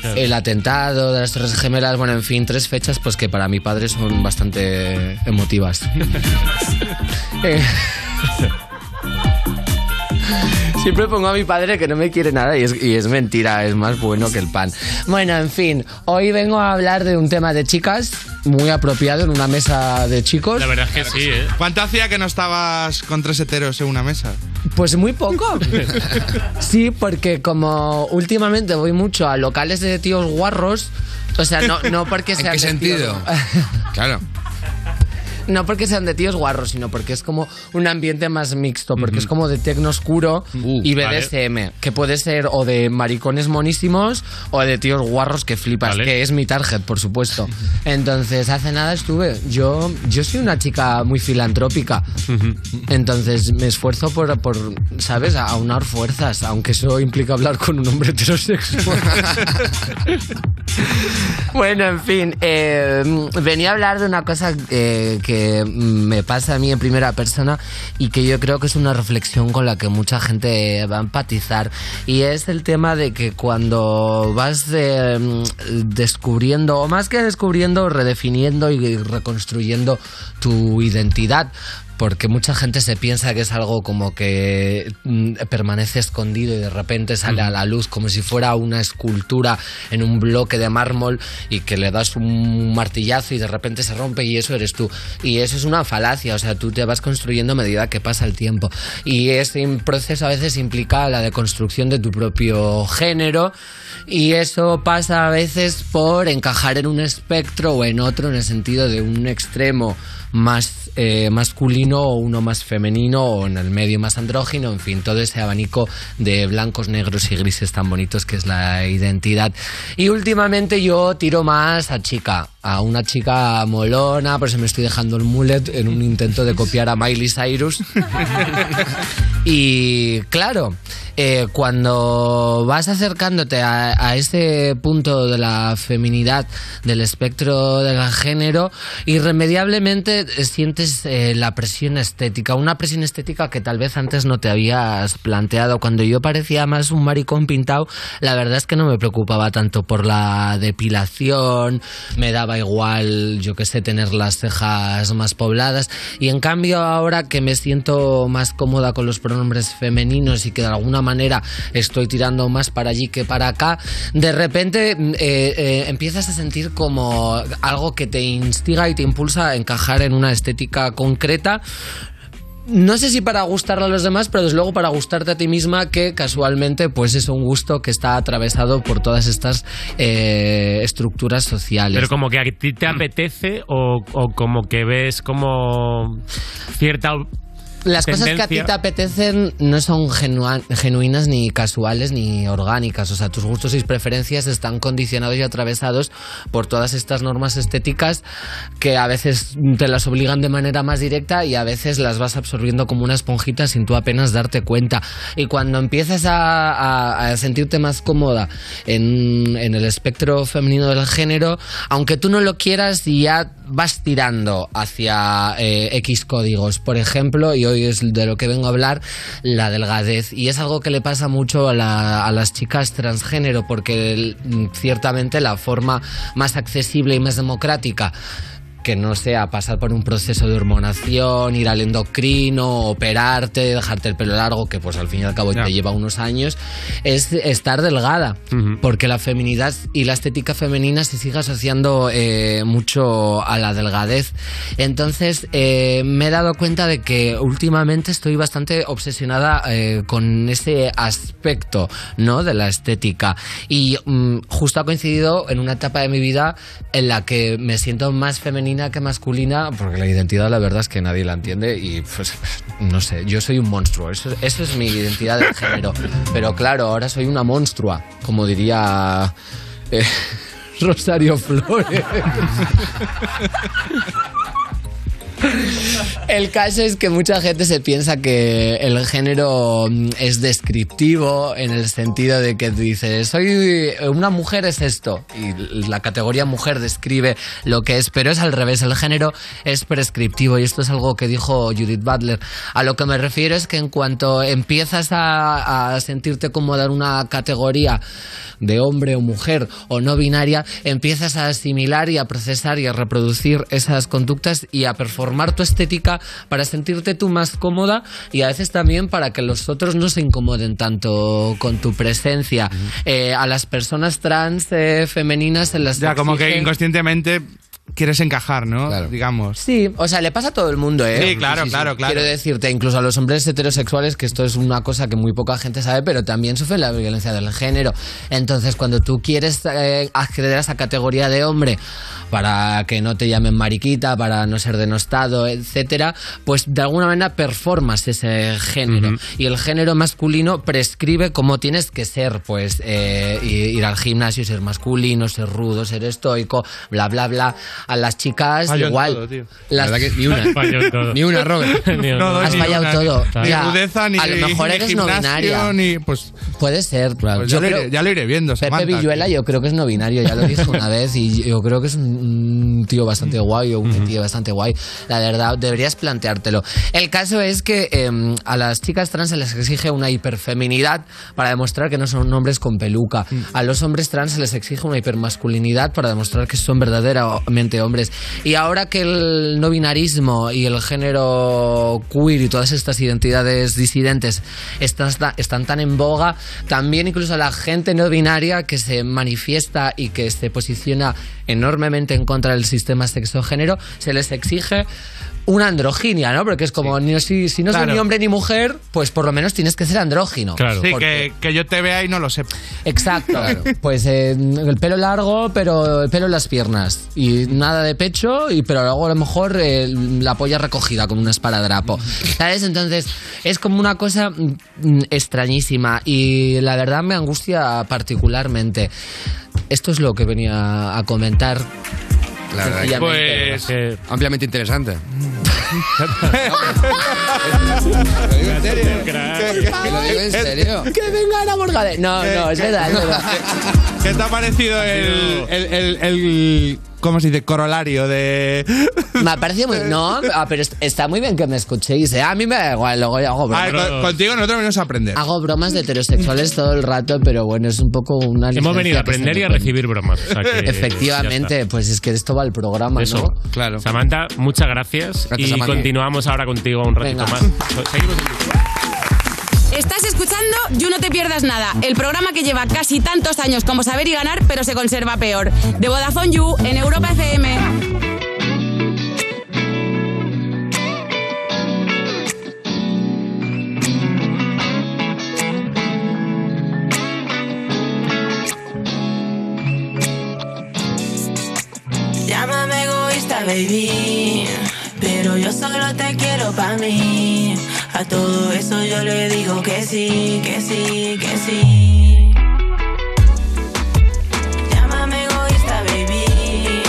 [SPEAKER 3] Claro.
[SPEAKER 31] el atentado de las Torres Gemelas, bueno, en fin, tres fechas pues que para mi padre son bastante emotivas. Eh, Siempre pongo a mi padre que no me quiere nada y es, y es mentira, es más bueno que el pan. Bueno, en fin, hoy vengo a hablar de un tema de chicas muy apropiado en una mesa de chicos.
[SPEAKER 3] La verdad es que sí, ¿eh?
[SPEAKER 5] ¿Cuánto hacía que no estabas con tres heteros en una mesa?
[SPEAKER 31] Pues muy poco. Sí, porque como últimamente voy mucho a locales de tíos guarros, o sea, no, no porque
[SPEAKER 4] ¿En
[SPEAKER 31] sean.
[SPEAKER 4] qué
[SPEAKER 31] de
[SPEAKER 4] sentido?
[SPEAKER 31] tíos-
[SPEAKER 4] Claro.
[SPEAKER 31] no porque sean de tíos guarros, sino porque es como un ambiente más mixto, porque es como de tecno oscuro y
[SPEAKER 4] vale.
[SPEAKER 31] BDSM, que puede ser o de maricones monísimos o de tíos guarros que flipas, que es mi target, por supuesto. Entonces, hace nada estuve. Yo, yo soy una chica muy filantrópica, entonces me esfuerzo por, por, ¿sabes?, a aunar fuerzas, aunque eso implica hablar con un hombre heterosexual. Bueno, en fin, eh, venía a hablar de una cosa eh, que me pasa a mí en primera persona y que yo creo que es una reflexión con la que mucha gente va a empatizar y es el tema de que cuando vas eh, descubriendo, o más que descubriendo, redefiniendo y reconstruyendo tu identidad, porque mucha gente se piensa que es algo como que mm, permanece escondido y de repente sale a la luz como si fuera una escultura en un bloque de mármol y que le das un martillazo y de repente se rompe y eso eres tú. Y eso es una falacia, o sea, tú te vas construyendo a medida que pasa el tiempo. Y ese proceso a veces implica la deconstrucción de tu propio género y eso pasa a veces por encajar en un espectro o en otro en el sentido de un extremo más eh, masculino o uno más femenino o en el medio más andrógino, en fin, todo ese abanico de blancos, negros y grises tan bonitos que es la identidad. Y últimamente yo tiro más a chica, a una chica molona, por eso me estoy dejando el mullet en un intento de copiar a Miley Cyrus. Y claro, eh, cuando vas acercándote a, a ese punto de la feminidad, del espectro del género, irremediablemente eh, sientes eh, la presión estética, una presión estética que tal vez antes no te habías planteado. Cuando yo parecía más un maricón pintado, la verdad es que no me preocupaba tanto por la depilación, me daba igual, yo qué sé, tener las cejas más pobladas. Y en cambio, ahora que me siento más cómoda con los pronombres femeninos y que de alguna manera estoy tirando más para allí que para acá, de repente mm, eh, eh, empiezas a sentir como algo que te instiga y te impulsa a encajar en una estética concreta no sé si para gustarle a los demás, pero desde luego para gustarte a ti misma, que casualmente pues es un gusto que está atravesado por todas estas eh, estructuras sociales.
[SPEAKER 3] Pero como que a ti te apetece o, o como que ves como cierta...
[SPEAKER 31] Las cosas que a ti
[SPEAKER 3] tendencia.
[SPEAKER 31] te apetecen no son genua- genuinas, ni casuales, ni orgánicas. O sea, tus gustos y preferencias están condicionados y atravesados por todas estas normas estéticas que a veces te las obligan de manera más directa y a veces las vas absorbiendo como una esponjita sin tú apenas darte cuenta. Y cuando empiezas a, a- a sentirte más cómoda en, en el espectro femenino del género, aunque tú no lo quieras, ya vas tirando hacia eh, X códigos. Por ejemplo, y hoy es de lo que vengo a hablar, la delgadez. Y es algo que le pasa mucho a, la- a las chicas transgénero, porque el- mm, ciertamente la forma más accesible y más democrática que no sea pasar por un proceso de hormonación, ir al endocrino, operarte, dejarte el pelo largo, que pues al fin y al cabo te lleva unos años, es estar delgada, porque la feminidad y la estética femenina se sigue asociando eh, mucho a la delgadez. Entonces eh, me he dado cuenta de que últimamente estoy bastante obsesionada eh, con ese aspecto ¿no? de la estética y mm, justo ha coincidido en una etapa de mi vida en la que me siento más femenina que masculina, porque la identidad la verdad es que nadie la entiende y pues no sé, yo soy un monstruo, eso, eso es mi identidad de género, pero claro, ahora soy una monstrua, como diría eh, Rosario Flores. El caso es que mucha gente se piensa que el género mm, es descriptivo en el sentido de que dice, soy eh, una mujer es esto. Y la categoría mujer describe lo que es, pero es al revés, el género es prescriptivo. Y esto es algo que dijo Judith Butler. A lo que me refiero es que en cuanto empiezas a, a sentirte cómoda en una categoría de hombre o mujer o no binaria, empiezas a asimilar y a procesar y a reproducir esas conductas y a performar tu estética para sentirte tú más cómoda y a veces también para que los otros no se incomoden tanto con tu presencia. Eh, a las personas trans eh, femeninas en las
[SPEAKER 5] Ya, como que
[SPEAKER 31] exigen-
[SPEAKER 5] inconscientemente quieres encajar, ¿no? Digamos.
[SPEAKER 31] Sí, o sea, le pasa a todo el mundo, ¿eh?
[SPEAKER 5] Sí, claro, claro, claro.
[SPEAKER 31] Quiero decirte, incluso a los hombres heterosexuales, que esto es una cosa que muy poca gente sabe, pero también sufren la violencia del género. Entonces, cuando tú quieres eh, acceder a esa categoría de hombre para que no te llamen mariquita, para no ser denostado, etcétera, pues de alguna manera performas ese género. Y el género masculino prescribe cómo tienes que ser, pues eh, i- ir al gimnasio, ser masculino, ser rudo, ser estoico, bla, bla, bla. A las chicas
[SPEAKER 4] Fallo en
[SPEAKER 31] igual.
[SPEAKER 4] todo, tío.
[SPEAKER 31] Las-
[SPEAKER 4] La verdad que ni una. Fallo en todo. Ni una, Robert. Ni una. No, no,
[SPEAKER 31] Has
[SPEAKER 4] ni
[SPEAKER 31] fallado
[SPEAKER 4] una.
[SPEAKER 31] todo.
[SPEAKER 4] Ni
[SPEAKER 31] Ya,
[SPEAKER 4] rudeza, ni-
[SPEAKER 31] a lo mejor
[SPEAKER 4] ni
[SPEAKER 31] eres no
[SPEAKER 4] gimnasio,
[SPEAKER 31] binaria.
[SPEAKER 5] ni- pues,
[SPEAKER 31] Puede ser.
[SPEAKER 5] Pues ya, lo iré, ya lo iré viendo,
[SPEAKER 31] Pepe
[SPEAKER 5] Samantha.
[SPEAKER 31] Villuela yo creo que es no binario, ya lo dije una vez y yo creo que es un, un tío bastante guay o un tío bastante guay. La verdad, deberías planteártelo. El caso es que em, a las chicas trans se les exige una hiperfeminidad para demostrar que no son hombres con peluca. A los hombres trans se les exige una hipermasculinidad para demostrar que son verdaderamente hombres. Y ahora que el no binarismo y el género queer y todas estas identidades disidentes están, están tan en boga, también incluso la gente no binaria que se manifiesta y que se posiciona enormemente en contra del sistema sexo-género, se les exige una androginia, ¿no? Porque es como, ni- si, si no soy
[SPEAKER 5] Claro.
[SPEAKER 31] ni hombre ni mujer, pues por lo menos tienes que ser andrógino.
[SPEAKER 5] Sí,
[SPEAKER 31] Porque-
[SPEAKER 5] que, que yo te vea y no lo sepa.
[SPEAKER 31] Exacto. Pues eh, el pelo largo, pero el pelo en las piernas. Y nada de pecho, y pero luego a lo mejor eh, la polla recogida con un esparadrapo. ¿Sabes? Entonces, es como una cosa mm, extrañísima. Y la verdad me angustia particularmente. Esto es lo que venía a comentar.
[SPEAKER 4] La verdad que-
[SPEAKER 3] Pues-
[SPEAKER 4] ampliamente interesante.
[SPEAKER 31] ¿En serio? Que venga la Morgade. No, no, es verdad, es verdad.
[SPEAKER 5] ¿Qué te ha parecido el, el, el- el- ¿Cómo se dice? Corolario de.
[SPEAKER 31] Me ha parecido muy. No, ah, pero est- está muy bien que me escuchéis. ¿eh? A mí me da igual, luego yo hago
[SPEAKER 5] A
[SPEAKER 31] bromas.
[SPEAKER 5] ver, Ah, con- contigo nosotros venimos a aprender.
[SPEAKER 31] Hago bromas de heterosexuales todo el rato, pero bueno, es un poco una. licencia
[SPEAKER 3] venido a
[SPEAKER 31] que se
[SPEAKER 3] aprender
[SPEAKER 31] me
[SPEAKER 3] y a
[SPEAKER 31] pone.
[SPEAKER 3] recibir bromas, o sea que, ya
[SPEAKER 31] Efectivamente,
[SPEAKER 3] está.
[SPEAKER 31] pues es que esto va al programa,
[SPEAKER 3] Eso,
[SPEAKER 31] ¿no?
[SPEAKER 3] claro. Samantha, muchas gracias.
[SPEAKER 31] Gracias,
[SPEAKER 3] y
[SPEAKER 31] Samantha.
[SPEAKER 3] continuamos ahora contigo un ratito
[SPEAKER 31] Venga.
[SPEAKER 3] más. Seguimos en
[SPEAKER 26] Estás escuchando You No Te Pierdas Nada, el programa que lleva casi tantos años como saber y ganar, pero se conserva peor. De Vodafone You en Europa FM.
[SPEAKER 32] Llámame egoísta, baby. Pero yo solo te quiero pa' mí. A todo eso yo le digo que sí, que sí, que sí. Llámame egoísta, baby.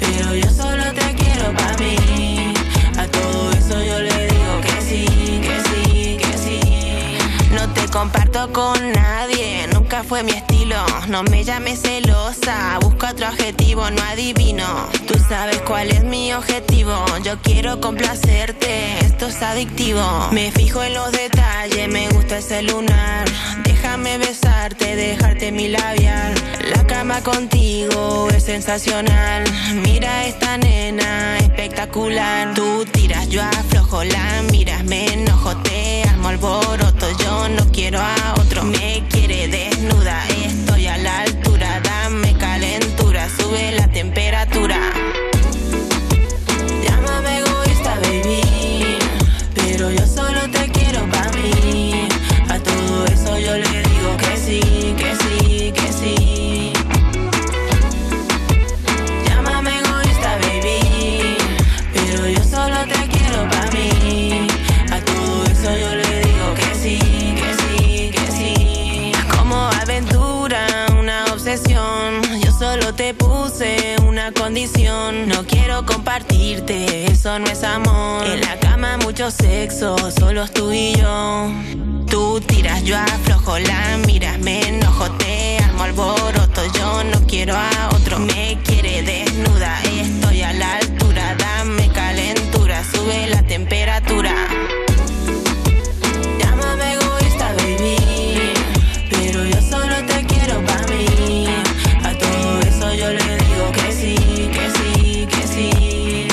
[SPEAKER 32] Pero yo solo te quiero pa' mí. A todo eso yo le digo que sí, que sí, que sí. No te comparto con nadie, nunca fue mi estilo. No me llames celosa, busca otro objetivo, no adivino. Tú sabes cuál es mi objetivo, yo quiero complacerte, esto es adictivo. Me fijo en los detalles, me gusta ese lunar. Déjame besarte, dejarte mi labial. La cama contigo es sensacional. Mira esta nena, espectacular. Tú tiras, yo aflojo, la miras, me enojo, te armo alboroto. Yo no quiero a otro, me quiere desnuda. Estoy a la altura, dame calentura, sube la temperatura. Llámame egoísta, baby. Pero yo solo te quiero para mí. A todo eso yo le digo que sí, que sí, que sí. Llámame egoísta, baby. Pero yo solo te quiero para mí. A todo eso yo le digo que sí, que sí, que sí. Como aventura, una obsesión. Yo solo te puse una condición. No quiero compartirte, eso no es amor. En la cama mucho sexo, solo es tú y yo. Tú tiras, yo aflojo, la miras, me enojo, te armo alboroto. Yo no quiero a otro, me quiere desnuda. Estoy a la altura, dame calentura, sube la temperatura. Llámame egoísta, baby, pero yo solo te quiero para mí. A todo eso yo le digo que sí, que sí, que sí.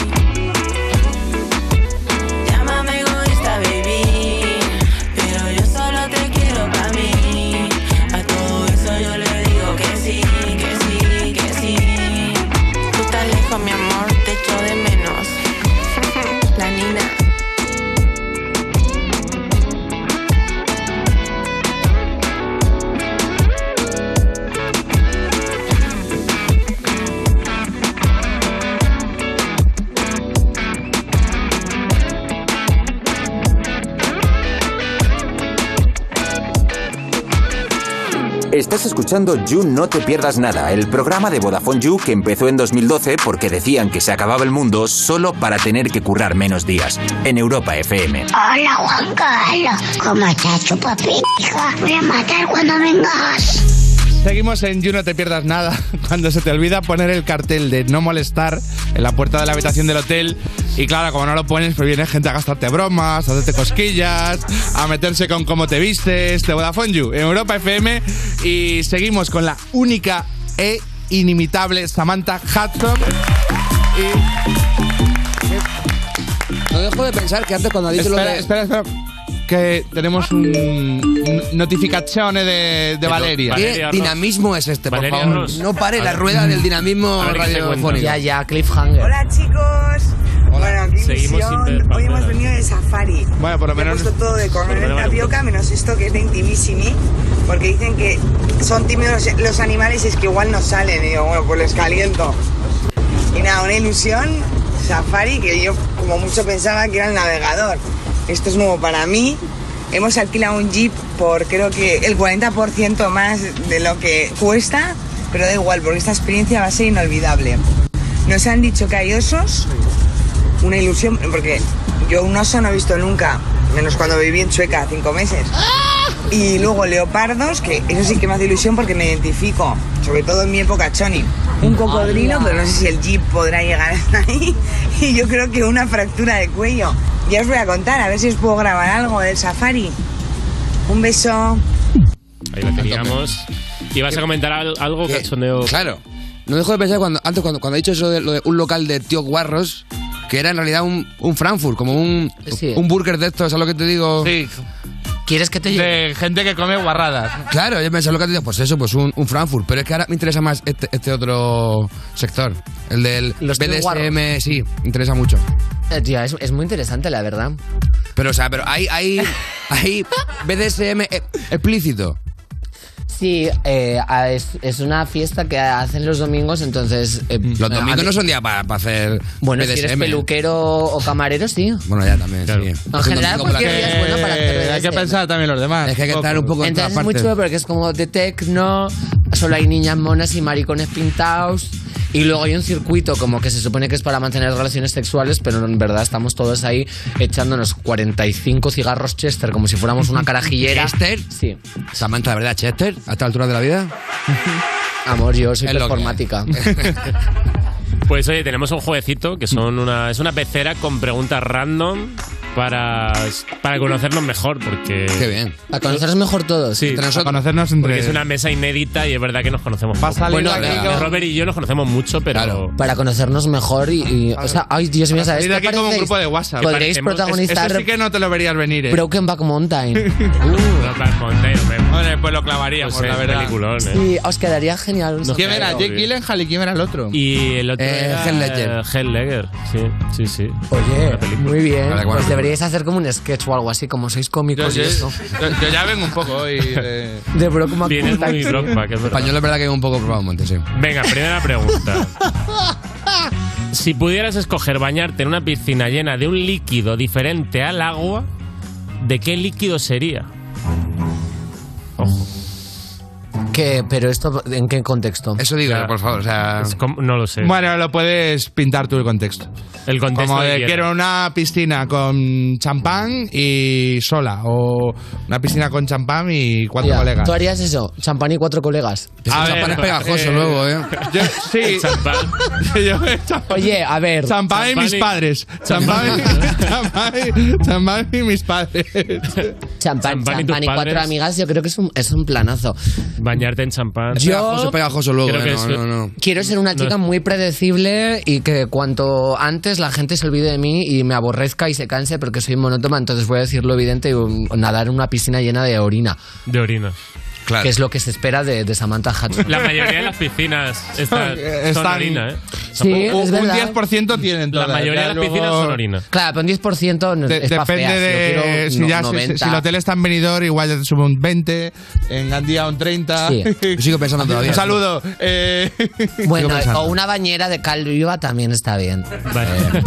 [SPEAKER 32] Llámame egoísta, baby. Pero yo solo te quiero para mí. A todo eso yo le digo que sí, que sí, que sí. Tú estás lejos, mi amor, te echo de menos. La nina.
[SPEAKER 16] Estás escuchando You No Te Pierdas Nada, el programa de Vodafone You que empezó en 2012 porque decían que se acababa el mundo solo para tener que currar menos días, en Europa FM.
[SPEAKER 9] Hola Juan Carlos, ¿cómo estás, chupapija? Voy a matar cuando vengas.
[SPEAKER 5] Seguimos en You, no te pierdas nada. Cuando se te olvida poner el cartel de no molestar en la puerta de la habitación del hotel. Y claro, como no lo pones, pues viene gente a gastarte bromas, a hacerte cosquillas, a meterse con cómo te vistes. Te Vodafone You en Europa FM. Y seguimos con la única e inimitable Samantha Hudson.
[SPEAKER 4] No dejo de pensar que antes cuando ha dicho lo
[SPEAKER 5] Espera,
[SPEAKER 4] de...
[SPEAKER 5] espera, espera. Que tenemos un notificaciones de, de Valeria.
[SPEAKER 4] ¿Qué dinamismo es este, por favor? No pare la rueda del dinamismo
[SPEAKER 5] A ver qué se
[SPEAKER 4] radiofónico.
[SPEAKER 5] cuenta. Ya,
[SPEAKER 31] cliffhanger.
[SPEAKER 33] Hola chicos. Bueno, qué
[SPEAKER 5] Seguimos sin ver
[SPEAKER 33] ilusión. Hoy
[SPEAKER 5] banderas.
[SPEAKER 33] hemos venido de safari.
[SPEAKER 5] Bueno, por lo
[SPEAKER 33] Me he
[SPEAKER 5] menos-
[SPEAKER 33] puesto todo de
[SPEAKER 5] por lo
[SPEAKER 33] comer en
[SPEAKER 5] menos vale un
[SPEAKER 33] tapioca, menos esto que es de intimissimi, porque dicen que son tímidos los, los animales y es que igual no salen. Y digo, bueno, pues les caliento. Y nada, una ilusión, safari, que yo como mucho pensaba que era el navegador. Esto es nuevo para mí. Hemos alquilado un jeep por creo que el 40% más de lo que cuesta, pero da igual, porque esta experiencia va a ser inolvidable. Nos han dicho que hay osos, una ilusión, porque yo un oso no he visto nunca, menos cuando viví en Chueca cinco meses.
[SPEAKER 19] ¡Ah!
[SPEAKER 33] Y luego leopardos, que eso sí que me hace ilusión porque me identifico, sobre todo en mi época choni. Un cocodrilo, pero no sé si el jeep podrá llegar hasta ahí. Y yo creo que una fractura de cuello. Ya os voy a contar, a ver si os puedo grabar algo del safari. Un beso.
[SPEAKER 3] Ahí la teníamos. Y vas a comentar al- algo, cachondeo.
[SPEAKER 4] Claro. No dejo de pensar cuando, antes cuando, cuando he dicho eso de lo de un local de tío guarros, que era en realidad un, un Frankfurt, como un, un burger de estos, ¿sabes lo que te digo? Sí.
[SPEAKER 31] ¿Quieres que te
[SPEAKER 4] lleve? De gente que come guarradas. Claro, yo pensaba lo que te digo, pues eso, pues un, un Frankfurt. Pero es que ahora me interesa más este, este otro sector, el del
[SPEAKER 31] tío
[SPEAKER 4] BDSM,
[SPEAKER 31] guarros.
[SPEAKER 4] sí, me interesa mucho.
[SPEAKER 31] Eh, tía, es, es muy interesante, la verdad.
[SPEAKER 4] Pero, o sea, pero hay, hay, hay BDSM e- explícito.
[SPEAKER 31] Sí, eh, a- es, es una fiesta que hacen los domingos, entonces... eh,
[SPEAKER 4] Los
[SPEAKER 31] a
[SPEAKER 4] domingos
[SPEAKER 31] mí-
[SPEAKER 4] no son día para hacer
[SPEAKER 31] Bueno, si eres
[SPEAKER 4] BDSM.
[SPEAKER 31] peluquero o camarero, sí.
[SPEAKER 4] bueno, ya también, sí.
[SPEAKER 31] En general, cualquier día es bueno para hacer
[SPEAKER 5] Eh, Hay
[SPEAKER 4] este,
[SPEAKER 5] que
[SPEAKER 31] BDSM.
[SPEAKER 5] pensar también los demás.
[SPEAKER 4] Es que hay que estar un poco en
[SPEAKER 31] Entonces
[SPEAKER 4] todas
[SPEAKER 31] es muy
[SPEAKER 4] partes.
[SPEAKER 31] chulo porque es como de techno, solo hay niñas monas y maricones pintados. Y luego hay un circuito como que se supone que es para mantener relaciones sexuales, pero en verdad estamos todos ahí echándonos 45 cigarros Chester como si fuéramos una carajillera.
[SPEAKER 4] ¿Chester?
[SPEAKER 31] Sí.
[SPEAKER 4] Samantha, la verdad, Chester, a esta altura de la vida.
[SPEAKER 31] Amor, yo soy
[SPEAKER 4] Es lo que
[SPEAKER 31] performática.
[SPEAKER 3] Pues oye, tenemos un jueguecito que son una, es una pecera con preguntas random para, para conocernos mejor, porque...
[SPEAKER 4] Qué bien.
[SPEAKER 31] A conocernos mejor todos.
[SPEAKER 3] Sí,
[SPEAKER 5] nosotros. A conocernos entre-
[SPEAKER 3] Porque es una mesa inédita y es verdad que nos conocemos poco.
[SPEAKER 5] salir
[SPEAKER 3] Bueno,
[SPEAKER 5] aquí
[SPEAKER 3] eh,
[SPEAKER 5] con-
[SPEAKER 3] Robert y yo nos conocemos mucho, pero...
[SPEAKER 31] Para conocernos mejor y, y- o sea, ay Dios mío, ¿sabes?
[SPEAKER 5] Salir de
[SPEAKER 31] qué
[SPEAKER 5] aquí como un
[SPEAKER 31] parecéis?
[SPEAKER 5] grupo de WhatsApp.
[SPEAKER 31] Podríais
[SPEAKER 5] Parecemos-
[SPEAKER 31] protagonizar
[SPEAKER 5] Eso sí que no te lo verías venir, eh.
[SPEAKER 31] Broken Back Mountain.
[SPEAKER 5] Hombre, pues lo clavaríamos,
[SPEAKER 3] Pues es
[SPEAKER 5] la verdad.
[SPEAKER 3] peliculón, eh.
[SPEAKER 31] Sí, os quedaría genial. un
[SPEAKER 5] ¿Quién
[SPEAKER 31] sorteo.
[SPEAKER 5] era? Jake Gyllenhaal y quién era el otro.
[SPEAKER 3] Y el otro
[SPEAKER 5] Eh,
[SPEAKER 3] era,
[SPEAKER 5] Heath Ledger.
[SPEAKER 3] eh, Heath Ledger, sí, sí, sí.
[SPEAKER 31] Oye,
[SPEAKER 3] Una película.
[SPEAKER 31] muy bien.
[SPEAKER 3] Vale, bueno.
[SPEAKER 31] Pues deberíais hacer como un sketch o algo así, como sois
[SPEAKER 5] Yo,
[SPEAKER 31] cómicos y
[SPEAKER 5] yo-
[SPEAKER 31] eso.
[SPEAKER 5] yo- yo ya vengo un poco hoy de...
[SPEAKER 31] De Brokeback
[SPEAKER 5] Vienes
[SPEAKER 31] Mountain.
[SPEAKER 5] muy Brokeback, es verdad.
[SPEAKER 4] Español es verdad que es un poco probablemente, sí.
[SPEAKER 3] Venga, primera pregunta. Si pudieras escoger bañarte en una piscina llena de un líquido diferente al agua, ¿de qué líquido sería?
[SPEAKER 31] ¿Qué? ¿Pero esto en qué contexto?
[SPEAKER 4] Eso digo, por favor, o sea...
[SPEAKER 3] no lo sé.
[SPEAKER 5] Bueno, lo puedes pintar tú el contexto.
[SPEAKER 3] El contexto
[SPEAKER 5] Como
[SPEAKER 3] de
[SPEAKER 5] de
[SPEAKER 3] quién.
[SPEAKER 5] quiero una piscina con champán y sola. O una piscina con champán y cuatro
[SPEAKER 31] Tía,
[SPEAKER 5] colegas.
[SPEAKER 31] ¿Tú harías eso? Champán y cuatro colegas.
[SPEAKER 5] A ver, eh, yo- sí.
[SPEAKER 3] champán.
[SPEAKER 31] Oye, a ver.
[SPEAKER 5] Champán y mis padres. Champán y, champán y- champán y mis padres.
[SPEAKER 31] Champán,
[SPEAKER 3] Champán y
[SPEAKER 31] champán
[SPEAKER 3] tus
[SPEAKER 31] y cuatro
[SPEAKER 3] padres.
[SPEAKER 31] amigas, yo creo que es un, es un planazo.
[SPEAKER 3] Bañarte en champán.
[SPEAKER 31] Yo- Pegajoso, pegajoso
[SPEAKER 4] luego,
[SPEAKER 3] Creo
[SPEAKER 4] eh,
[SPEAKER 3] que
[SPEAKER 4] no,
[SPEAKER 3] es-
[SPEAKER 4] no, no.
[SPEAKER 31] Quiero ser una
[SPEAKER 3] No
[SPEAKER 31] chica
[SPEAKER 3] es-
[SPEAKER 31] muy predecible y que cuanto antes la gente se olvide de mí y me aborrezca y se canse porque soy monótona, entonces voy a decir lo evidente y um, nadar en una piscina llena de orina,
[SPEAKER 3] De orina.
[SPEAKER 31] que es lo que se espera de, de Samantha Hudson.
[SPEAKER 3] La mayoría de las piscinas están, son
[SPEAKER 5] Están-
[SPEAKER 3] orina, ¿eh?
[SPEAKER 31] Sí,
[SPEAKER 5] un,
[SPEAKER 31] es
[SPEAKER 5] un
[SPEAKER 31] verdad.
[SPEAKER 5] 10% tienen
[SPEAKER 3] La
[SPEAKER 5] todas,
[SPEAKER 3] mayoría
[SPEAKER 5] ya
[SPEAKER 3] de las piscinas
[SPEAKER 5] luego-
[SPEAKER 3] son orina.
[SPEAKER 31] Claro, pero un 10% no-
[SPEAKER 5] De-
[SPEAKER 31] es pa'
[SPEAKER 5] depende
[SPEAKER 31] feas, yo
[SPEAKER 5] de
[SPEAKER 31] quiero
[SPEAKER 5] si,
[SPEAKER 31] no-
[SPEAKER 5] ya, si- si,
[SPEAKER 31] 90.
[SPEAKER 5] el hotel está en Benidorm igual ya te sube un 20 en Gandía un 30
[SPEAKER 31] Sí. Yo
[SPEAKER 4] sigo pensando
[SPEAKER 31] todavía.
[SPEAKER 5] un saludo eh,
[SPEAKER 31] Bueno, o una bañera de cal viva también está bien.
[SPEAKER 5] Eh,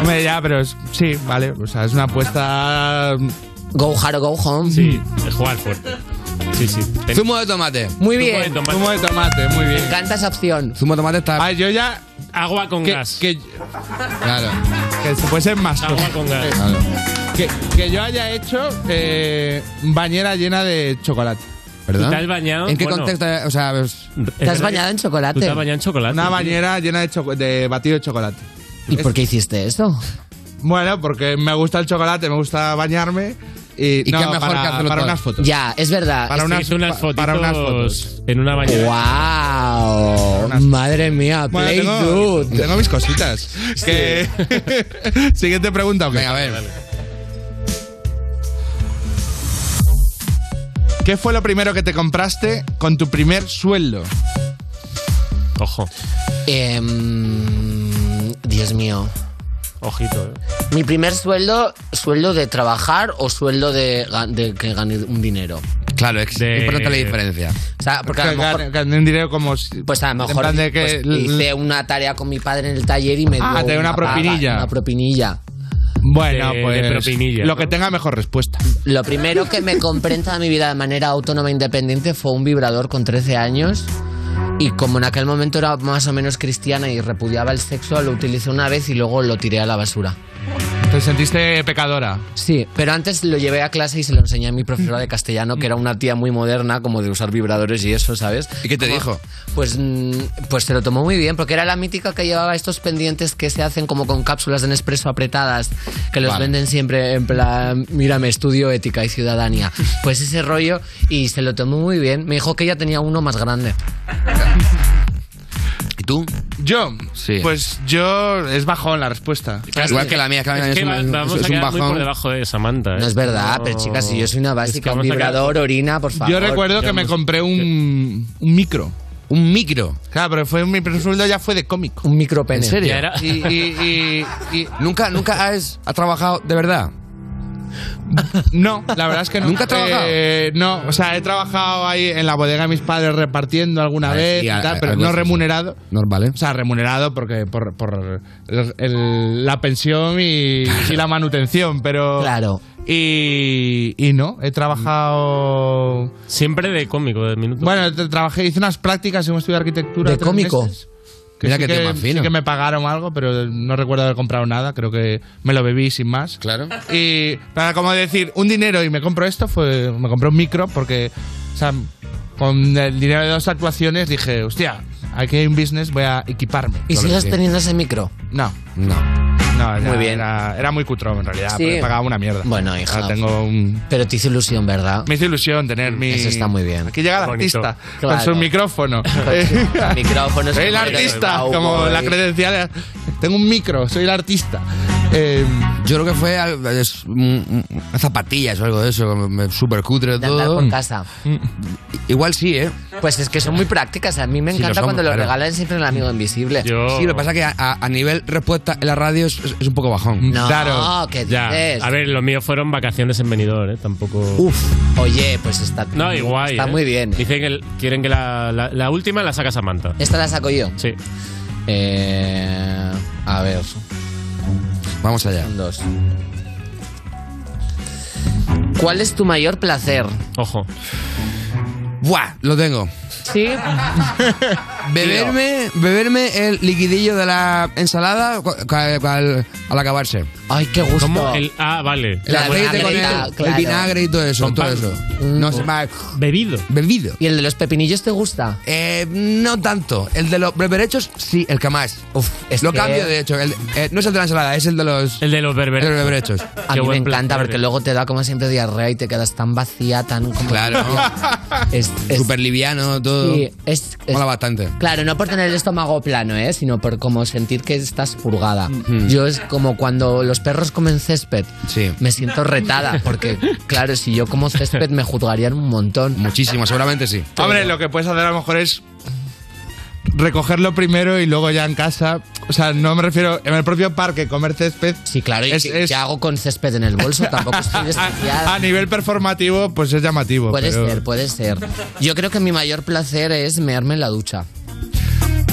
[SPEAKER 5] hombre ya pero es- sí vale o sea es una apuesta mm,
[SPEAKER 31] go hard o go home
[SPEAKER 3] sí es jugar fuerte sí sí
[SPEAKER 4] Zumo de tomate.
[SPEAKER 31] Muy bien.
[SPEAKER 5] Zumo de tomate, muy
[SPEAKER 31] Me
[SPEAKER 5] bien.
[SPEAKER 31] encanta esa opción.
[SPEAKER 4] Zumo de tomate está...
[SPEAKER 5] Ah, yo ya...
[SPEAKER 3] Agua con
[SPEAKER 5] que,
[SPEAKER 3] gas.
[SPEAKER 5] Que,
[SPEAKER 4] Claro.
[SPEAKER 5] que se fuesen más
[SPEAKER 3] Agua
[SPEAKER 5] cosas.
[SPEAKER 3] con gas.
[SPEAKER 5] Eh, Que, que yo haya hecho eh, bañera llena de chocolate.
[SPEAKER 4] ¿Verdad?
[SPEAKER 3] ¿Y te has bañado?
[SPEAKER 4] ¿En qué
[SPEAKER 3] Bueno.
[SPEAKER 4] contexto? eh, O sea, ves-
[SPEAKER 3] ¿Te has bañado
[SPEAKER 31] en chocolate?
[SPEAKER 3] ¿Tú te has bañado en chocolate?
[SPEAKER 5] Una
[SPEAKER 3] tío?
[SPEAKER 5] bañera llena de, choco- de batido de chocolate.
[SPEAKER 31] ¿Y por qué hiciste eso?
[SPEAKER 5] Bueno, porque me gusta el chocolate, me gusta bañarme. Y,
[SPEAKER 31] ¿Y
[SPEAKER 5] no,
[SPEAKER 31] qué mejor
[SPEAKER 5] para,
[SPEAKER 31] que hacerlo
[SPEAKER 5] para
[SPEAKER 31] todo?
[SPEAKER 5] unas fotos.
[SPEAKER 31] Ya, es verdad.
[SPEAKER 5] Para
[SPEAKER 31] Es-
[SPEAKER 5] unas,
[SPEAKER 31] hice unas
[SPEAKER 5] pa- para unas fotos.
[SPEAKER 3] En una bañera.
[SPEAKER 31] ¡Wow! Madre mía,
[SPEAKER 5] Bueno,
[SPEAKER 31] Play
[SPEAKER 5] tengo,
[SPEAKER 31] Dude.
[SPEAKER 5] tengo mis cositas. Que- Siguiente pregunta. ¿o qué?
[SPEAKER 4] Venga, a ver.
[SPEAKER 5] ¿Qué fue lo primero que te compraste con tu primer sueldo?
[SPEAKER 3] Ojo.
[SPEAKER 31] Em, Dios mío.
[SPEAKER 3] Ojito, eh.
[SPEAKER 31] Mi primer sueldo, sueldo de trabajar o sueldo de, ga- de que gane un dinero.
[SPEAKER 4] Claro, es
[SPEAKER 3] De-
[SPEAKER 4] importante la diferencia.
[SPEAKER 31] O sea, porque a
[SPEAKER 5] Que
[SPEAKER 31] lo mejor
[SPEAKER 5] gan- gané un dinero como. si-
[SPEAKER 31] Pues a lo
[SPEAKER 5] en
[SPEAKER 31] mejor
[SPEAKER 5] plan de que-
[SPEAKER 31] pues, hice una tarea con mi padre en el taller y me dio
[SPEAKER 5] Ah, te dio una
[SPEAKER 31] paga,
[SPEAKER 5] propinilla.
[SPEAKER 31] una propinilla.
[SPEAKER 5] Bueno,
[SPEAKER 3] De- de
[SPEAKER 5] pues.
[SPEAKER 3] propinilla,
[SPEAKER 5] lo
[SPEAKER 3] ¿no?
[SPEAKER 5] que tenga mejor respuesta.
[SPEAKER 31] Lo primero que me compré en toda mi vida de manera autónoma e independiente fue un vibrador con 13 años Y como en aquel momento era más o menos cristiana y repudiaba el sexo, lo utilicé una vez y luego lo tiré a la basura.
[SPEAKER 5] ¿Te sentiste pecadora?
[SPEAKER 31] Sí, pero antes lo llevé a clase y se lo enseñé a mi profesora de castellano, que era una tía muy moderna, como de usar vibradores y eso, ¿sabes?
[SPEAKER 4] ¿Y qué te
[SPEAKER 31] Como-
[SPEAKER 4] dijo?
[SPEAKER 31] Pues, mm, pues se lo tomó muy bien, porque era la mítica que llevaba estos pendientes que se hacen como con cápsulas de Nespresso apretadas, que los
[SPEAKER 25] Vale.
[SPEAKER 31] venden siempre en plan, mírame, estudio ética y ciudadanía. Pues ese rollo, y se lo tomó muy bien. Me dijo que ella tenía uno más grande.
[SPEAKER 4] ¿Y tú?
[SPEAKER 5] Yo,
[SPEAKER 4] Sí.
[SPEAKER 5] pues yo es bajón la respuesta.
[SPEAKER 4] Igual que la mía, que la mía
[SPEAKER 3] Es que va- vamos a quedar muy por debajo de Samantha. ¿eh?
[SPEAKER 31] No es verdad, pero chicas, si yo soy una básica, un
[SPEAKER 3] vamos a quedar-
[SPEAKER 31] vibrador, orina, por favor.
[SPEAKER 5] Yo recuerdo que me compré un, un micro. ¿Un micro? Claro, pero fue un, mi primer sueldo ya fue de cómico.
[SPEAKER 31] Un micro pene.
[SPEAKER 4] ¿En serio?
[SPEAKER 5] Ya era-
[SPEAKER 4] Y, y- y- y- ¿Nunca, nunca has, has trabajado de verdad?
[SPEAKER 5] No, la verdad es que no.
[SPEAKER 4] ¿Nunca has trabajado?
[SPEAKER 5] Eh, no, o sea, he trabajado ahí en la bodega de mis padres repartiendo alguna
[SPEAKER 4] Ay,
[SPEAKER 5] vez,
[SPEAKER 4] Ah, sí,
[SPEAKER 5] y
[SPEAKER 4] a-
[SPEAKER 5] tal,
[SPEAKER 4] a-
[SPEAKER 5] pero
[SPEAKER 4] algo
[SPEAKER 5] no
[SPEAKER 4] así, sí.
[SPEAKER 5] remunerado.
[SPEAKER 4] Normal, ¿eh?
[SPEAKER 5] O sea, remunerado porque por, por el- el- la pensión y, y la manutención, pero...
[SPEAKER 31] Claro.
[SPEAKER 5] Y, y no, he trabajado...
[SPEAKER 3] Siempre de cómico, de minuto.
[SPEAKER 5] Bueno, te- trabajé, hice unas prácticas en un estudio de arquitectura.
[SPEAKER 3] ¿De
[SPEAKER 5] tres
[SPEAKER 3] cómico?
[SPEAKER 5] meses,
[SPEAKER 3] Mira
[SPEAKER 5] sí
[SPEAKER 3] qué tema
[SPEAKER 5] sí
[SPEAKER 3] fino.
[SPEAKER 5] que me pagaron algo, pero no recuerdo haber comprado nada. Creo que me lo bebí sin más.
[SPEAKER 4] Claro.
[SPEAKER 5] Y para como decir, un dinero y me compro esto, fue me compré un micro porque, o sea, con el dinero de dos actuaciones dije, hostia, aquí hay un business, voy a equiparme.
[SPEAKER 31] ¿Y
[SPEAKER 5] Todo lo
[SPEAKER 31] sigues
[SPEAKER 5] que-
[SPEAKER 31] teniendo ese micro?
[SPEAKER 5] No.
[SPEAKER 4] No.
[SPEAKER 5] No, era,
[SPEAKER 31] Muy bien.
[SPEAKER 5] Era, era muy cutrón en realidad,
[SPEAKER 31] Sí.
[SPEAKER 5] pero pagaba una mierda.
[SPEAKER 31] Bueno, hija.
[SPEAKER 5] Ahora tengo un...
[SPEAKER 31] Pero te hizo ilusión, ¿verdad? Mm,
[SPEAKER 5] Me hizo ilusión tener mi.
[SPEAKER 31] Eso está muy bien.
[SPEAKER 5] Aquí llega el
[SPEAKER 31] Bonito.
[SPEAKER 5] artista
[SPEAKER 31] Claro.
[SPEAKER 5] con su micrófono.
[SPEAKER 31] micrófono, eh.
[SPEAKER 5] Soy el
[SPEAKER 31] sombrero,
[SPEAKER 5] artista,
[SPEAKER 31] cowboy.
[SPEAKER 5] como la credencial. Tengo un micro, soy el artista. Eh,
[SPEAKER 4] yo creo que fue al- es, mm, mm, zapatillas o algo de eso, me- súper cutre
[SPEAKER 31] De andar
[SPEAKER 4] todo.
[SPEAKER 31] por casa.
[SPEAKER 4] Igual sí, ¿eh?
[SPEAKER 31] Pues es que son muy prácticas. A mí me
[SPEAKER 4] Sí,
[SPEAKER 31] encanta
[SPEAKER 4] lo son,
[SPEAKER 31] cuando lo
[SPEAKER 4] claro.
[SPEAKER 31] regalan siempre en el amigo invisible.
[SPEAKER 4] Sí, lo que pasa es que a, a- a nivel respuesta en la radio es, es- es un poco bajón.
[SPEAKER 31] No, Claro. ¿qué
[SPEAKER 3] Ya.
[SPEAKER 31] dices?
[SPEAKER 3] A ver, lo mío fueron vacaciones en Benidorm, ¿eh? Tampoco...
[SPEAKER 31] Uf, oye, pues está,
[SPEAKER 3] No, igual.
[SPEAKER 31] está
[SPEAKER 3] ¿eh?
[SPEAKER 31] muy bien.
[SPEAKER 3] Dicen que el- quieren que la, la- la última la saca Samantha.
[SPEAKER 31] ¿Esta la saco yo?
[SPEAKER 3] Sí.
[SPEAKER 31] Eh, a ver.
[SPEAKER 4] Vamos allá.
[SPEAKER 31] Dos. ¿Cuál es tu mayor placer?
[SPEAKER 3] Ojo.
[SPEAKER 4] Buah, lo tengo.
[SPEAKER 31] Sí.
[SPEAKER 4] Beberme, beberme el liquidillo de la ensalada cu- cu- al, al acabarse.
[SPEAKER 31] Ay, qué gusto.
[SPEAKER 3] ¿Cómo? El, ah, vale.
[SPEAKER 4] El aceite con el, el vinagre y todo eso,
[SPEAKER 3] Con
[SPEAKER 4] todo
[SPEAKER 3] pan. Mm.
[SPEAKER 4] eso. No sé, más.
[SPEAKER 3] Bebido.
[SPEAKER 4] Bebido.
[SPEAKER 31] ¿Y el de los pepinillos te gusta?
[SPEAKER 4] Eh, no tanto. El de los berberechos, sí, el que más.
[SPEAKER 31] es
[SPEAKER 4] Lo
[SPEAKER 31] que-
[SPEAKER 4] cambio, de hecho. El- eh, no es el de la ensalada, es el de los...
[SPEAKER 3] El de los berberechos.
[SPEAKER 4] El de los berberechos.
[SPEAKER 31] A mí me encanta porque luego te da como siempre diarrea y te quedas tan vacía, tan como
[SPEAKER 4] Claro.
[SPEAKER 31] es,
[SPEAKER 4] Súper liviano, todo.
[SPEAKER 31] Sí, es, es-
[SPEAKER 4] Mola bastante.
[SPEAKER 31] Claro, no por tener el estómago plano, ¿eh? sino por como sentir que estás purgada. Yo es como cuando los perros comen césped.
[SPEAKER 4] Mm-hmm. Sí.
[SPEAKER 31] Me siento retada porque, claro, si yo como césped me juzgarían un montón.
[SPEAKER 4] Muchísimo, seguramente sí.
[SPEAKER 5] Hombre, lo que puedes hacer a lo mejor es recogerlo primero y luego ya en casa. O sea, no me refiero en el propio parque comer césped.
[SPEAKER 31] Sí, claro, y que- que hago con césped en el bolso, tampoco estoy desquiciada.
[SPEAKER 5] a, a nivel performativo, pues es llamativo.
[SPEAKER 31] Puede
[SPEAKER 5] pero-
[SPEAKER 31] ser, puede ser. Yo creo que mi mayor placer es mearme en la ducha.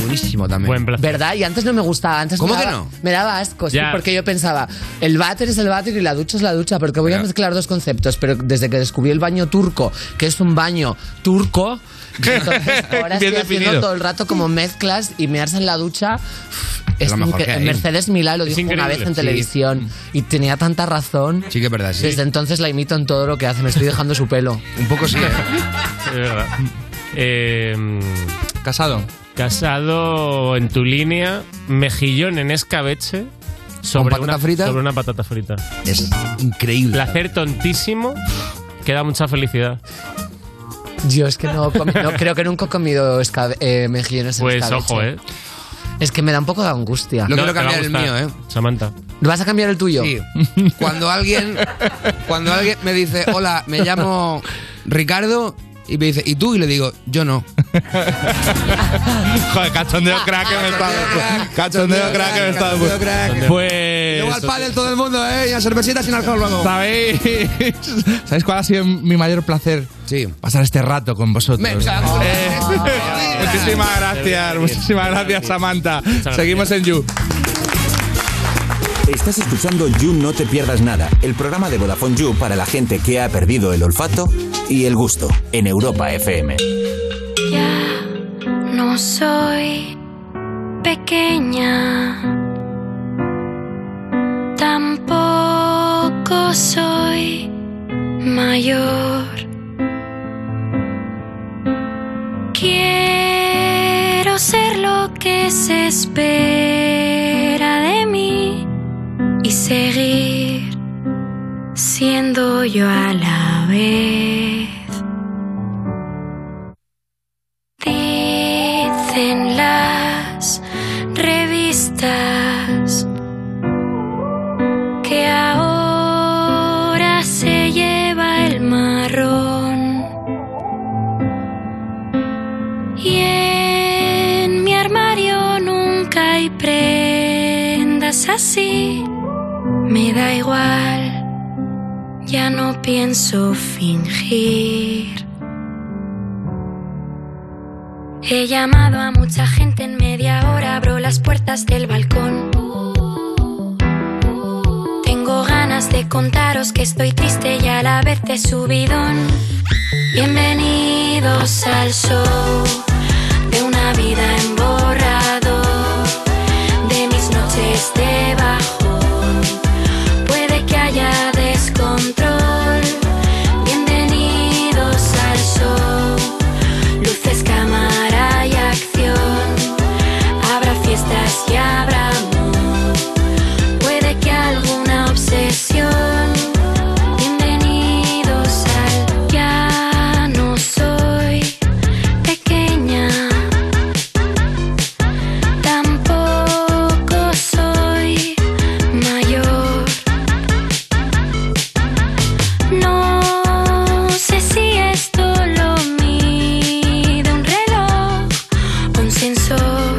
[SPEAKER 4] Buenísimo también.
[SPEAKER 3] Buen placer.
[SPEAKER 31] ¿Verdad? Y antes no me gustaba. Antes
[SPEAKER 4] ¿Cómo
[SPEAKER 31] me
[SPEAKER 4] que
[SPEAKER 31] daba-
[SPEAKER 4] no?
[SPEAKER 31] Me daba asco, sí,
[SPEAKER 4] Ya.
[SPEAKER 31] porque yo pensaba, el váter es el váter y la ducha es la ducha, porque voy a mezclar dos conceptos. Pero desde que descubrí el baño turco, que es un baño turco, entonces ahora
[SPEAKER 5] Bien
[SPEAKER 31] estoy haciendo
[SPEAKER 5] definido.
[SPEAKER 31] todo el rato como mezclas y mearse en la ducha. Es
[SPEAKER 4] lo mejor
[SPEAKER 31] incre-
[SPEAKER 4] que hay.
[SPEAKER 31] Mercedes Milá lo
[SPEAKER 4] Es
[SPEAKER 31] dijo una
[SPEAKER 4] increíble.
[SPEAKER 31] vez en
[SPEAKER 4] Sí.
[SPEAKER 31] televisión y tenía tanta razón.
[SPEAKER 4] Sí que es verdad, sí.
[SPEAKER 31] Desde entonces la imito en todo lo que hace, me estoy dejando su pelo.
[SPEAKER 4] Un poco sí, ¿eh?
[SPEAKER 3] Es verdad. Eh,
[SPEAKER 5] casado.
[SPEAKER 3] Casado en tu línea, mejillón en escabeche. Sobre
[SPEAKER 4] patata
[SPEAKER 3] una,
[SPEAKER 4] frita?
[SPEAKER 3] Sobre una patata frita.
[SPEAKER 4] Es increíble.
[SPEAKER 3] Placer tontísimo que da mucha felicidad.
[SPEAKER 31] Yo es que no, comi- no creo que nunca he comido escabe- eh, mejillones en
[SPEAKER 3] Pues
[SPEAKER 31] escabeche.
[SPEAKER 3] ojo, ¿eh?
[SPEAKER 31] Es que me da un poco de angustia.
[SPEAKER 4] Lo quiero cambiar el mío, ¿eh?
[SPEAKER 3] Samantha.
[SPEAKER 31] ¿Vas a cambiar el tuyo?
[SPEAKER 4] Sí. Cuando alguien, cuando alguien me dice, hola, me llamo Ricardo, y me dice, ¿y tú? Y le digo, yo no.
[SPEAKER 5] Joder, cachondeo crack que me está. Cachondeo crack que me está.
[SPEAKER 4] Ah, Cachondeo crack.
[SPEAKER 5] Pues.
[SPEAKER 4] Luego al pádel todo el mundo, ¿eh? Y a cervecita sin alcohol, vamos.
[SPEAKER 5] ¿Sabéis? ¿Sabéis cuál ha sido mi mayor placer?
[SPEAKER 4] Sí.
[SPEAKER 5] Pasar este rato con vosotros. Eh, muchísimas gracias, muchísimas gracias, Samantha. Seguimos en You.
[SPEAKER 16] Estás escuchando You No Te Pierdas Nada, el programa de Vodafone You para la gente que ha perdido el olfato y el gusto en Europa FM.
[SPEAKER 8] no soy pequeña, tampoco soy mayor. Quiero ser lo que se espera de mí y seguir siendo yo a la vez. Dicen las revistas que ahora se lleva el marrón y en mi armario nunca hay prendas así. Me da igual, ya no pienso fingir. He llamado a mucha gente en media hora, abro las puertas del balcón. Tengo ganas de contaros que estoy triste y a la vez de subidón. Bienvenidos al show de una vida en borrador, de mis noches de bajón. Puede que haya descontrol. Bienvenidos al show. Luces, cámara y acción. Habrá fiestas y habrá amor. Puede que alguna obsesión. Bienvenidos al ya no soy pequeña. Tampoco soy mayor. No sé si esto lo mide un reloj o un sensor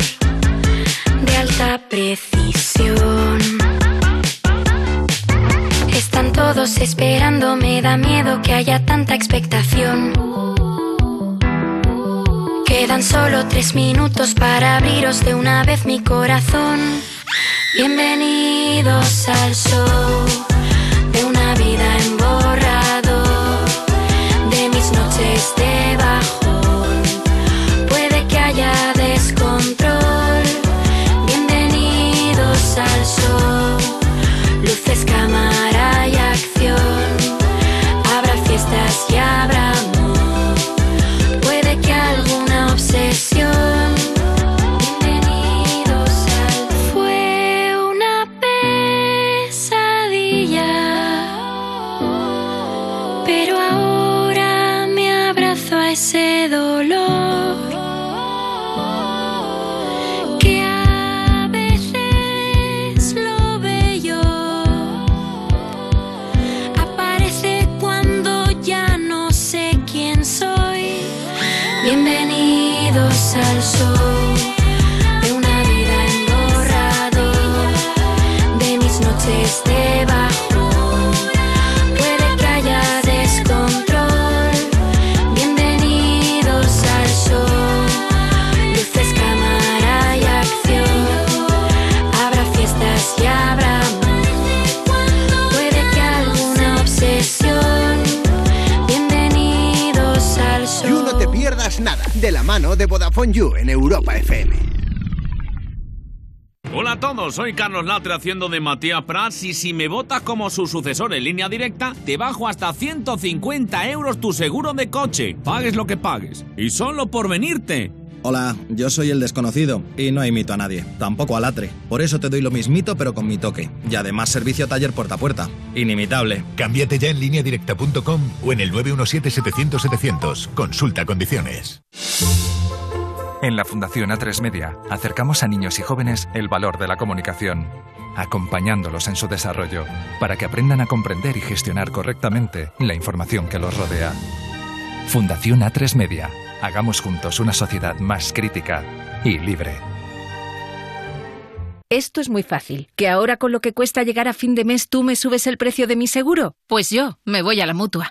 [SPEAKER 8] de alta precisión. Están todos esperando, me da miedo que haya tanta expectación. Quedan solo tres minutos para abriros de una vez mi corazón. Bienvenidos al show de una vida en borrador, de mis noches de bajón. Puede que haya descontrol. Bienvenidos al show, luces, cámara y acción. Habrá fiestas y habrá amor. Puede que alguna obsesión. Bienvenidos al fue una pesadilla. Pero ahora me abrazo a ese dolor. Que a veces lo bello aparece cuando ya no sé quién soy. Bienvenidos al show de una vida en borrador, de mis noches de bajón. Puede que haya descontrol. Bienvenidos al show, luces, cámara y acción. Habrá fiestas y habrá amor. Puede que alguna obsesión. Bienvenidos al show.
[SPEAKER 2] You No Te Pierdas Nada, de la mano de Vodafone You en Europa FM.
[SPEAKER 16] Hola a todos, soy Carlos Latre haciendo de Matías Prats y si me votas como su sucesor en línea directa, te bajo hasta 150 euros tu seguro de coche, pagues lo que pagues, y solo por venirte.
[SPEAKER 34] Hola, yo soy el desconocido y no imito a nadie, tampoco a Latre. Por eso te doy lo mismito pero con mi toque. Y además servicio taller puerta a puerta. Inimitable.
[SPEAKER 35] Cámbiate ya en lineadirecta.com o en el 917-700-700. Consulta condiciones.
[SPEAKER 6] En la Fundación A3 Media acercamos a niños y jóvenes el valor de la comunicación, acompañándolos en su desarrollo para que aprendan a comprender y gestionar correctamente la información que los rodea. Fundación A3 Media. Hagamos juntos una sociedad más crítica y libre.
[SPEAKER 26] Esto es muy fácil. ¿Que ahora con lo que cuesta llegar a fin de mes tú me subes el precio de mi seguro? Pues yo me voy a la mutua.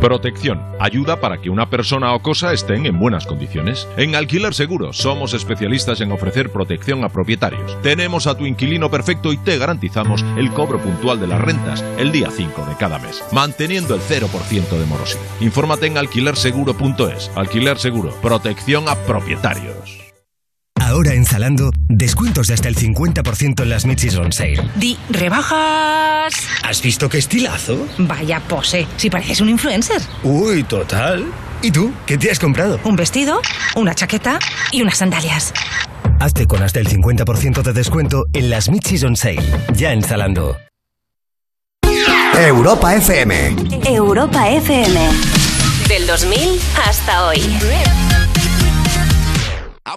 [SPEAKER 1] Protección. Ayuda para que una persona o cosa estén en buenas condiciones. En Alquiler Seguro somos especialistas en ofrecer protección a propietarios. Tenemos a tu inquilino perfecto y te garantizamos el cobro puntual de las rentas el día 5 de cada mes, manteniendo el 0% de morosidad. Infórmate en alquilerseguro.es. Alquiler Seguro. Protección a propietarios.
[SPEAKER 6] Ahora en Zalando, descuentos de hasta el 50% en las Michis on sale.
[SPEAKER 19] Di, rebajas.
[SPEAKER 6] ¿Has visto qué estilazo?
[SPEAKER 19] Vaya pose, si pareces un influencer.
[SPEAKER 6] Uy, total. ¿Y tú? ¿Qué te has comprado?
[SPEAKER 19] Un vestido, una chaqueta y unas sandalias.
[SPEAKER 6] Hazte con hasta el 50% de descuento en las Michis on sale. Ya en Zalando.
[SPEAKER 2] Europa FM.
[SPEAKER 23] Europa FM. Del 2000 hasta hoy.
[SPEAKER 36] I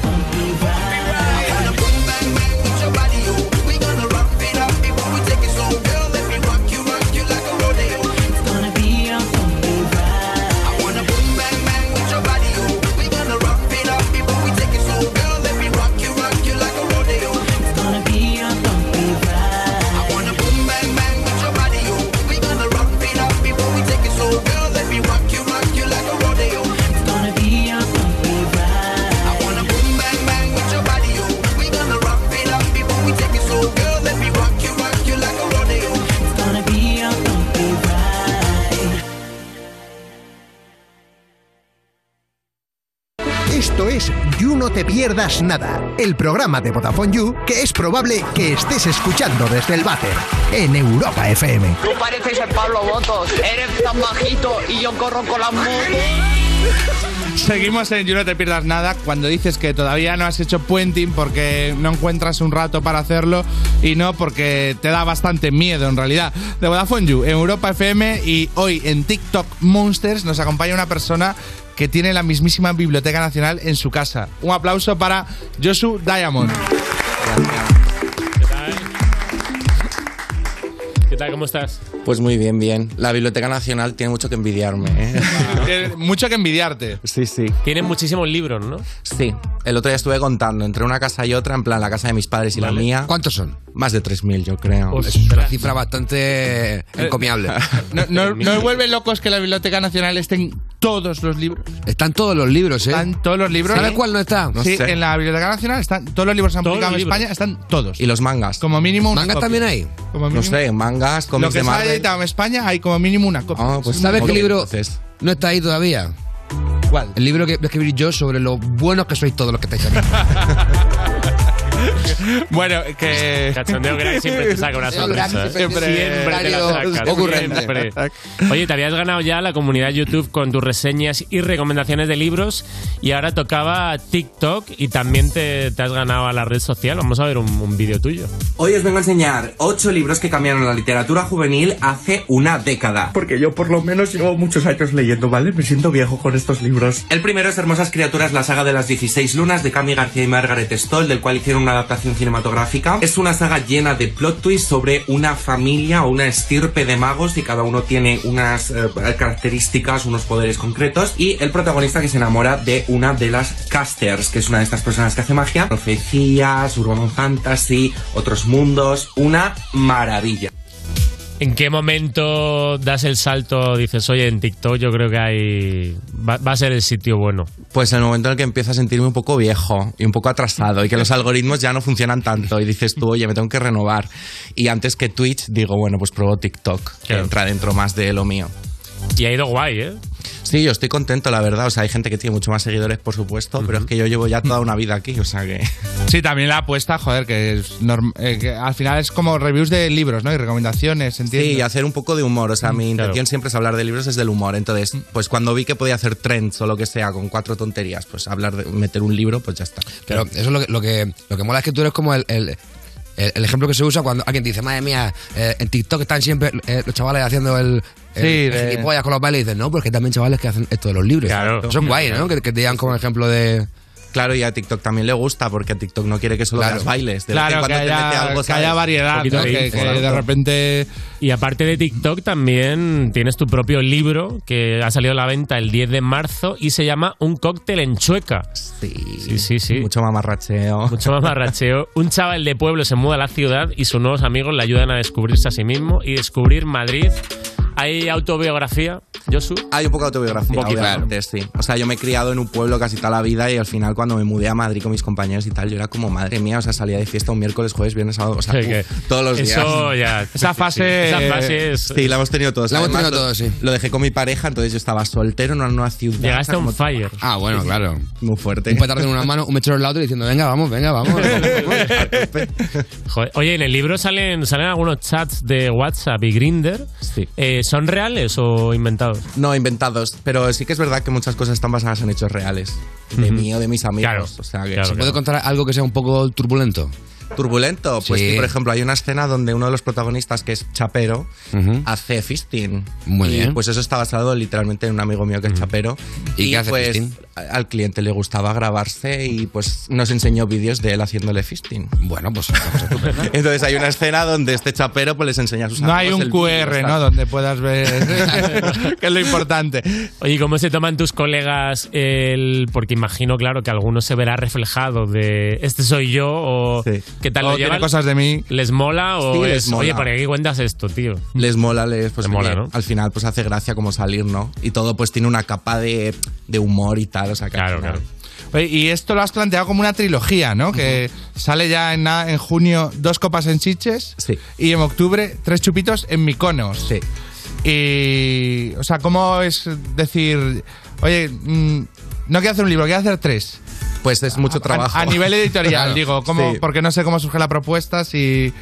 [SPEAKER 36] bumpy ride. I wanna boom bang bang with your body, yo. We gonna rock it up before we take it slow, girl. Let me rock you, rock you like a rodeo. It's gonna be a bumpy ride. I wanna boom bang bang with your body, yo. We gonna rock it up before we take it slow, girl. Let me rock you, rock you like a rodeo. It's gonna be a bumpy ride. I wanna boom bang bang with your body, yo. We gonna rock it up before we take it slow, girl. Let me rock you, rock you like a rodeo. It's gonna be a bumpy ride. I wanna boom bang bang with your body, yo. We gonna rock it up before we take it slow, girl. Let me rock you, rock you like a rodeo. It's gonna be a bumpy ride.
[SPEAKER 2] Esto es You No Te Pierdas Nada, el programa de Vodafone You que es probable que estés escuchando desde el váter en Europa FM.
[SPEAKER 28] Tú pareces el Pablo Botos, eres tan bajito y yo corro con las motos.
[SPEAKER 5] Seguimos en You No Te Pierdas Nada. Cuando dices que todavía no has hecho puenting porque no encuentras un rato para hacerlo y no porque te da bastante miedo en realidad. De Vodafone You, en Europa FM y hoy en TikTok Monsters nos acompaña una persona que tiene la mismísima Biblioteca Nacional en su casa. Un aplauso para Josu Diamond.
[SPEAKER 3] ¿Qué tal? ¿Cómo estás?
[SPEAKER 34] Pues muy bien, bien. La Biblioteca Nacional tiene mucho que envidiarme. ¿eh?
[SPEAKER 5] mucho que envidiarte.
[SPEAKER 34] Sí, sí.
[SPEAKER 3] Tienen muchísimos libros, ¿no?
[SPEAKER 34] Sí. El otro día estuve contando entre una casa y otra, en plan la casa de mis padres y la mía. ¿Cuántos son? Más de 3.000, yo creo.
[SPEAKER 4] Ostras.
[SPEAKER 34] Es una cifra bastante
[SPEAKER 5] Eh,
[SPEAKER 34] encomiable.
[SPEAKER 5] No, no, no os vuelven locos que la Biblioteca Nacional estén todos los libros.
[SPEAKER 4] Están todos los libros, ¿eh?
[SPEAKER 5] Están todos los libros.
[SPEAKER 4] ¿Sabes cuál no está?
[SPEAKER 5] sí, en la Biblioteca Nacional están todos los libros que se han
[SPEAKER 4] Todos
[SPEAKER 5] publicado en
[SPEAKER 4] los libros.
[SPEAKER 5] España, están todos.
[SPEAKER 34] Y los mangas.
[SPEAKER 5] Como mínimo una
[SPEAKER 4] ¿Mangas
[SPEAKER 5] copia.
[SPEAKER 4] también hay?
[SPEAKER 5] Como
[SPEAKER 34] No
[SPEAKER 5] mínimo-
[SPEAKER 34] sé, mangas,
[SPEAKER 5] Lo
[SPEAKER 34] cómics
[SPEAKER 5] que
[SPEAKER 34] de
[SPEAKER 5] está
[SPEAKER 34] Marvel.
[SPEAKER 5] editado en España hay como mínimo una copia.
[SPEAKER 34] Ah, pues
[SPEAKER 4] ¿Sabes qué
[SPEAKER 34] ok,
[SPEAKER 4] libro
[SPEAKER 34] entonces.
[SPEAKER 4] no está ahí todavía? ¿Cuál? El libro que voy a escribir yo sobre lo buenos que sois todos los que estáis aquí.
[SPEAKER 5] Bueno, que.
[SPEAKER 3] Cachondeo que siempre te saca una ¿eh?
[SPEAKER 4] Cachondeo Gran
[SPEAKER 3] sorpresa.
[SPEAKER 4] siempre te-
[SPEAKER 3] te la saca,
[SPEAKER 4] Siempre. Ocurrente.
[SPEAKER 3] siempre. Oye, te habías ganado ya la comunidad YouTube con tus reseñas y recomendaciones de libros y ahora tocaba TikTok y también te, te has ganado a la red social. Vamos a ver un, un vídeo tuyo.
[SPEAKER 37] Hoy os vengo a enseñar 8 libros que cambiaron la literatura juvenil hace una década. Porque yo por lo menos llevo muchos años leyendo, ¿vale? Me siento viejo con estos libros. El primero es Hermosas Criaturas, la saga de las 16 lunas de Cami García y Margaret Stoll, del cual hicieron una adaptación cinematográfica. Es una saga llena de plot twists sobre una familia o una estirpe de magos y cada uno tiene unas eh, características, unos poderes concretos. Y el protagonista que se enamora de una de las casters, que es una de estas personas que hace magia, profecías, urban fantasy, otros mundos, una maravilla.
[SPEAKER 3] ¿En qué momento das el salto? Dices, oye, en TikTok yo creo que hay. Va, va a ser el sitio bueno.
[SPEAKER 34] Pues en el momento en el que empiezo a sentirme un poco viejo y un poco atrasado y que los algoritmos ya no funcionan tanto y dices tú, oye, me tengo que renovar. Y antes que Twitch digo, bueno, pues pruebo TikTok, que entra dentro más de lo mío.
[SPEAKER 3] Y ha ido guay, ¿eh?
[SPEAKER 34] Sí, yo estoy contento, la verdad. O sea, hay gente que tiene mucho más seguidores, por supuesto, pero es que yo llevo ya toda una vida aquí, o sea que...
[SPEAKER 5] Sí, también la apuesta, joder, que, es norm- eh, que al final es como reviews de libros, ¿no? Y recomendaciones, ¿entiendes?
[SPEAKER 34] Sí, y hacer un poco de humor. O sea, mi intención siempre es hablar de libros desde el humor. Entonces, pues cuando vi que podía hacer trends o lo que sea con cuatro tonterías, pues hablar de meter un libro, pues ya está.
[SPEAKER 4] Pero eso es lo que, lo que, lo que mola es que tú eres como el, el, el- el ejemplo que se usa cuando alguien te dice, madre mía, eh, en TikTok están siempre eh, los chavales haciendo el... el-
[SPEAKER 5] Sí,
[SPEAKER 4] el
[SPEAKER 5] de-
[SPEAKER 4] gilipollas con los bailes y dices, no, porque hay también chavales que hacen esto de los libros.
[SPEAKER 5] Claro.
[SPEAKER 4] Son guay, ¿no? Que, que te digan como ejemplo de,
[SPEAKER 34] Claro, y a TikTok también le gusta porque TikTok no quiere que solo
[SPEAKER 5] Claro.
[SPEAKER 34] hagas bailes. De
[SPEAKER 5] Claro,
[SPEAKER 34] vez en
[SPEAKER 5] que
[SPEAKER 34] cuando te
[SPEAKER 5] haya-
[SPEAKER 34] mete algo,
[SPEAKER 5] que
[SPEAKER 34] ¿sabes?
[SPEAKER 5] haya variedad,
[SPEAKER 3] Un poquito
[SPEAKER 5] ¿no?
[SPEAKER 3] de
[SPEAKER 5] Que-
[SPEAKER 3] info.
[SPEAKER 5] que de
[SPEAKER 3] repente. Y aparte de TikTok, también tienes tu propio libro que ha salido a la venta el 10 de marzo y se llama Un cóctel en Chueca. Sí, sí, sí. Mucho
[SPEAKER 34] mamarracheo.
[SPEAKER 3] Mucho mamarracheo. Un chaval de pueblo se muda a la ciudad y sus nuevos amigos le ayudan a descubrirse a sí mismo y descubrir Madrid. ¿Hay autobiografía, Josu?
[SPEAKER 34] Hay un poco de autobiografía,
[SPEAKER 3] Un poquito,
[SPEAKER 34] obviamente, sí. O sea, yo me he criado en un pueblo casi toda la vida y al final cuando me mudé a Madrid con mis compañeros y tal, yo era como, madre mía, o sea, salía de fiesta un miércoles, jueves, viernes, sábado, o sea,
[SPEAKER 3] Sí, que
[SPEAKER 34] uf, todos los
[SPEAKER 3] eso ya-
[SPEAKER 34] días.
[SPEAKER 3] Esa fase- Esa fase es-
[SPEAKER 34] Sí, la hemos tenido todos.
[SPEAKER 3] La hemos
[SPEAKER 34] Además,
[SPEAKER 3] tenido
[SPEAKER 34] lo-
[SPEAKER 3] todos, sí.
[SPEAKER 34] Lo dejé con mi pareja, entonces yo estaba soltero en una nueva ciudad.
[SPEAKER 3] Llegaste
[SPEAKER 34] o sea,
[SPEAKER 3] a un
[SPEAKER 34] como-
[SPEAKER 3] fire.
[SPEAKER 34] Ah, bueno, claro. Muy fuerte.
[SPEAKER 4] Un petardo en una mano, un mechero en la otra y diciendo, venga, vamos, venga, vamos.
[SPEAKER 3] Joder. Oye, en el libro salen, salen algunos chats de WhatsApp y Grinder. Eh, ¿Son reales o inventados?
[SPEAKER 34] No, inventados. Pero sí que es verdad que muchas cosas están basadas en hechos reales. De mí o de mis amigos. o sea, que
[SPEAKER 4] ¿Se puede contar algo que sea un poco turbulento?
[SPEAKER 34] Turbulento, pues
[SPEAKER 4] Sí.
[SPEAKER 34] sí, por ejemplo, hay una escena donde uno de los protagonistas, que es Chapero,
[SPEAKER 4] Ujú.
[SPEAKER 34] hace fisting.
[SPEAKER 4] Muy
[SPEAKER 34] y,
[SPEAKER 4] bien.
[SPEAKER 34] Pues eso está basado literalmente en un amigo mío que es Chapero.
[SPEAKER 4] ¿Y qué hace
[SPEAKER 34] pues,
[SPEAKER 4] fisting?
[SPEAKER 34] a- Al cliente le gustaba grabarse y pues nos enseñó vídeos de él haciéndole fisting.
[SPEAKER 4] Bueno, pues.
[SPEAKER 34] Entonces hay una escena donde este Chapero pues les enseña a sus
[SPEAKER 5] No
[SPEAKER 34] amigos.
[SPEAKER 5] hay un
[SPEAKER 34] el vídeo,
[SPEAKER 5] QR,
[SPEAKER 34] está-
[SPEAKER 5] ¿no? Donde puedas ver.
[SPEAKER 3] que es lo importante. Oye, ¿y ¿cómo se toman tus colegas el...? Porque imagino, claro, que alguno se verá reflejado de este soy yo o qué tal
[SPEAKER 5] O
[SPEAKER 3] lo
[SPEAKER 5] tiene
[SPEAKER 3] llevan?
[SPEAKER 5] cosas de mí.
[SPEAKER 3] ¿Les mola o
[SPEAKER 34] Sí, les
[SPEAKER 3] es, oye,
[SPEAKER 34] mola.
[SPEAKER 3] ¿para qué cuentas esto, tío?
[SPEAKER 34] les mola, les, pues,
[SPEAKER 3] Les mola,
[SPEAKER 34] oye,
[SPEAKER 3] ¿no?
[SPEAKER 34] al final pues hace gracia como salir, ¿no? Y todo pues tiene una capa de, de humor y tal, o sea, claro, claro.
[SPEAKER 5] Oye, y esto lo has planteado como una trilogía, ¿no? Que sale ya en, na- en junio dos copas en Chiches y en octubre tres chupitos en Miconos.
[SPEAKER 34] Sí.
[SPEAKER 5] Y, o sea, ¿cómo es decir, oye, mm, no quiero hacer un libro, quiero hacer tres?
[SPEAKER 34] Pues es mucho trabajo.
[SPEAKER 5] A, nivel editorial,
[SPEAKER 34] Claro.
[SPEAKER 5] digo, ¿cómo,
[SPEAKER 34] Sí.
[SPEAKER 5] porque no sé cómo surge la propuesta, si,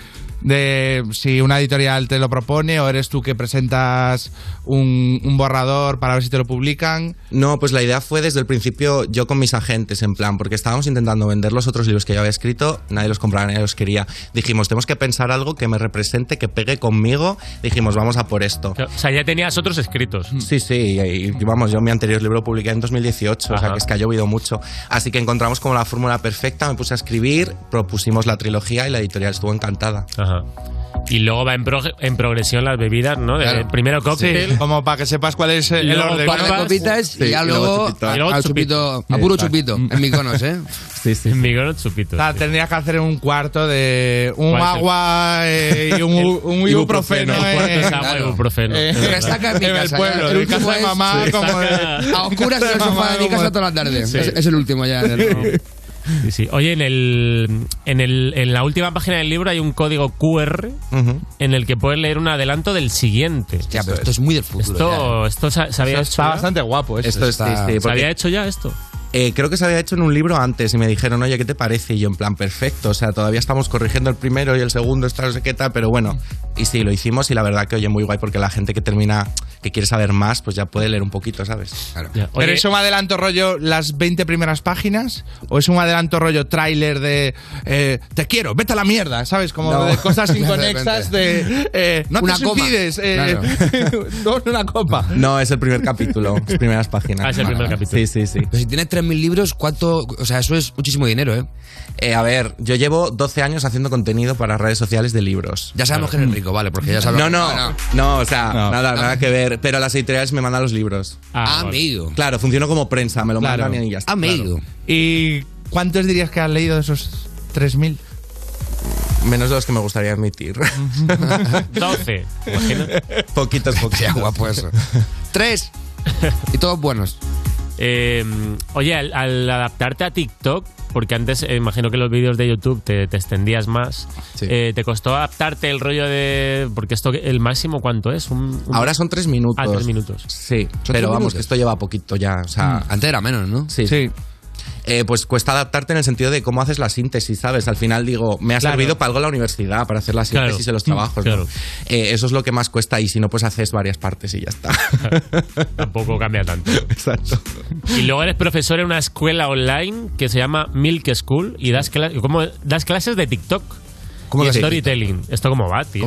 [SPEAKER 5] de, si una editorial te lo propone o eres tú que presentas un, un borrador para ver si te lo publican.
[SPEAKER 34] No, pues la idea fue desde el principio yo con mis agentes, en plan, porque estábamos intentando vender los otros libros que yo había escrito, nadie los compraba, nadie los quería. Dijimos, tenemos que pensar algo que me represente, que pegue conmigo. Dijimos, vamos a por esto. Mm.
[SPEAKER 3] O sea, ya tenías otros escritos.
[SPEAKER 34] Sí, sí, y, y vamos, yo mi anterior libro lo publiqué en 2018, o sea
[SPEAKER 3] Ajá.
[SPEAKER 34] que es que ha llovido mucho. Así que encontramos como la fórmula perfecta, me puse a escribir, propusimos la trilogía y la editorial estuvo encantada.
[SPEAKER 3] Ajá. Y luego va en, prog- en progresión las bebidas, ¿no? De-
[SPEAKER 34] Claro.
[SPEAKER 3] Primero cóctel.
[SPEAKER 5] Sí, como para que sepas cuál es el, el orden.
[SPEAKER 4] Par de copitas y ya luego, a- al chupito, a puro chupito, en Miconos, ¿eh?
[SPEAKER 34] Sí, sí.
[SPEAKER 3] En Miconos chupito.
[SPEAKER 5] Ah, tendrías que hacer un cuarto de un
[SPEAKER 3] ¿Cuál es el-
[SPEAKER 5] agua eh, y un, u- un ibuprofeno.
[SPEAKER 3] El cuarto es agua, ibuprofeno.
[SPEAKER 5] Eh,
[SPEAKER 3] Es verdad.
[SPEAKER 4] Resaca en mi
[SPEAKER 5] En el
[SPEAKER 4] casa,
[SPEAKER 5] pueblo,
[SPEAKER 4] ya.
[SPEAKER 5] en
[SPEAKER 4] último
[SPEAKER 5] casa de
[SPEAKER 4] es-
[SPEAKER 5] mamá,
[SPEAKER 4] sí.
[SPEAKER 5] como de-
[SPEAKER 4] A oscuras en el
[SPEAKER 5] de
[SPEAKER 4] sofá
[SPEAKER 5] mamá,
[SPEAKER 4] de mi
[SPEAKER 5] como-
[SPEAKER 4] casa toda la tarde.
[SPEAKER 3] Sí.
[SPEAKER 4] Es, es el último ya. el-
[SPEAKER 3] Sí, sí. Oye, en, el, en, el, en la última página del libro hay un código QR en el que puedes leer un adelanto del siguiente.
[SPEAKER 4] Ya, pero esto es muy del futuro. ¿eh?
[SPEAKER 3] Esto, esto se, se había hecho. ya?
[SPEAKER 5] guapo.
[SPEAKER 34] esto. Esto está- sí, sí,
[SPEAKER 3] ¿Se
[SPEAKER 34] porque-
[SPEAKER 3] había hecho ya esto?
[SPEAKER 34] Eh, creo que se había hecho en un libro antes y me dijeron, oye, ¿qué te parece? Y yo, en plan, perfecto. O sea, todavía estamos corrigiendo el primero y el segundo, está no sé qué tal, pero bueno. Y sí, lo hicimos y la verdad que, oye, muy guay porque la gente que termina, que quiere saber más, pues ya puede leer un poquito, ¿sabes?
[SPEAKER 4] Claro.
[SPEAKER 5] ¿Pero es un adelanto rollo las 20 primeras páginas? ¿O es un adelanto rollo tráiler de eh, te quiero, vete a la mierda? ¿Sabes? Como
[SPEAKER 4] No.
[SPEAKER 5] de cosas
[SPEAKER 4] De
[SPEAKER 5] inconexas de eh, no
[SPEAKER 4] Una
[SPEAKER 5] te
[SPEAKER 4] coma.
[SPEAKER 5] suicides, eh, no, una copa.
[SPEAKER 34] No, es el primer capítulo, las primeras páginas.
[SPEAKER 4] Ah, es el primer
[SPEAKER 34] Vale, Sí,
[SPEAKER 4] capítulo.
[SPEAKER 34] sí, sí.
[SPEAKER 4] Pero si tienes 3.000 libros, ¿cuánto? O sea, eso es muchísimo dinero, ¿eh?
[SPEAKER 34] Eh, a ver, yo llevo 12 años haciendo contenido para redes sociales de libros.
[SPEAKER 4] Ya sabemos que eres rico, vale, porque ya sabemos.
[SPEAKER 34] No, no,
[SPEAKER 4] Ah,
[SPEAKER 34] no, o sea, nada, nada que ver. Pero las editoriales me mandan los libros.
[SPEAKER 4] Ah, amigo.
[SPEAKER 34] Claro, funciono como prensa, me lo
[SPEAKER 4] Claro.
[SPEAKER 34] mandan y ya está.
[SPEAKER 4] Amigo.
[SPEAKER 34] Claro.
[SPEAKER 5] ¿Y cuántos dirías que has leído de esos 3.000?
[SPEAKER 34] Menos de los que me gustaría admitir.
[SPEAKER 3] 12. Imagina.
[SPEAKER 34] Poquitos, poquitos.
[SPEAKER 4] guapo eso. Tres. Y todos buenos.
[SPEAKER 3] Eh, oye, al, al adaptarte a TikTok, porque antes eh, imagino que los vídeos de YouTube te, te extendías más, eh, ¿te costó adaptarte el rollo de...? Porque esto, ¿el máximo cuánto es? Un- un-
[SPEAKER 34] Ahora son tres minutos.
[SPEAKER 3] Ah, tres minutos.
[SPEAKER 34] Sí,
[SPEAKER 3] tres
[SPEAKER 34] pero vamos,
[SPEAKER 3] minutos?
[SPEAKER 34] que esto lleva poquito ya. O sea,
[SPEAKER 4] Mm. Antes era menos, ¿no?
[SPEAKER 34] Sí. Eh, pues cuesta adaptarte en el sentido de cómo haces la síntesis, ¿sabes? Al final digo, me ha
[SPEAKER 4] Claro.
[SPEAKER 34] servido para algo la universidad, para hacer la síntesis
[SPEAKER 4] Claro.
[SPEAKER 34] de
[SPEAKER 3] Mm,
[SPEAKER 34] los trabajos. ¿no?
[SPEAKER 4] Claro.
[SPEAKER 34] Eh, eso es lo que más cuesta y si no, pues haces varias partes y ya está.
[SPEAKER 3] Tampoco cambia tanto.
[SPEAKER 34] Exacto.
[SPEAKER 3] Y luego eres profesor en una escuela online que se llama Milk School y das, cla- ¿cómo? das clases de TikTok.
[SPEAKER 34] ¿Cómo
[SPEAKER 3] y
[SPEAKER 34] lo
[SPEAKER 3] storytelling. ¿Esto cómo va, tío?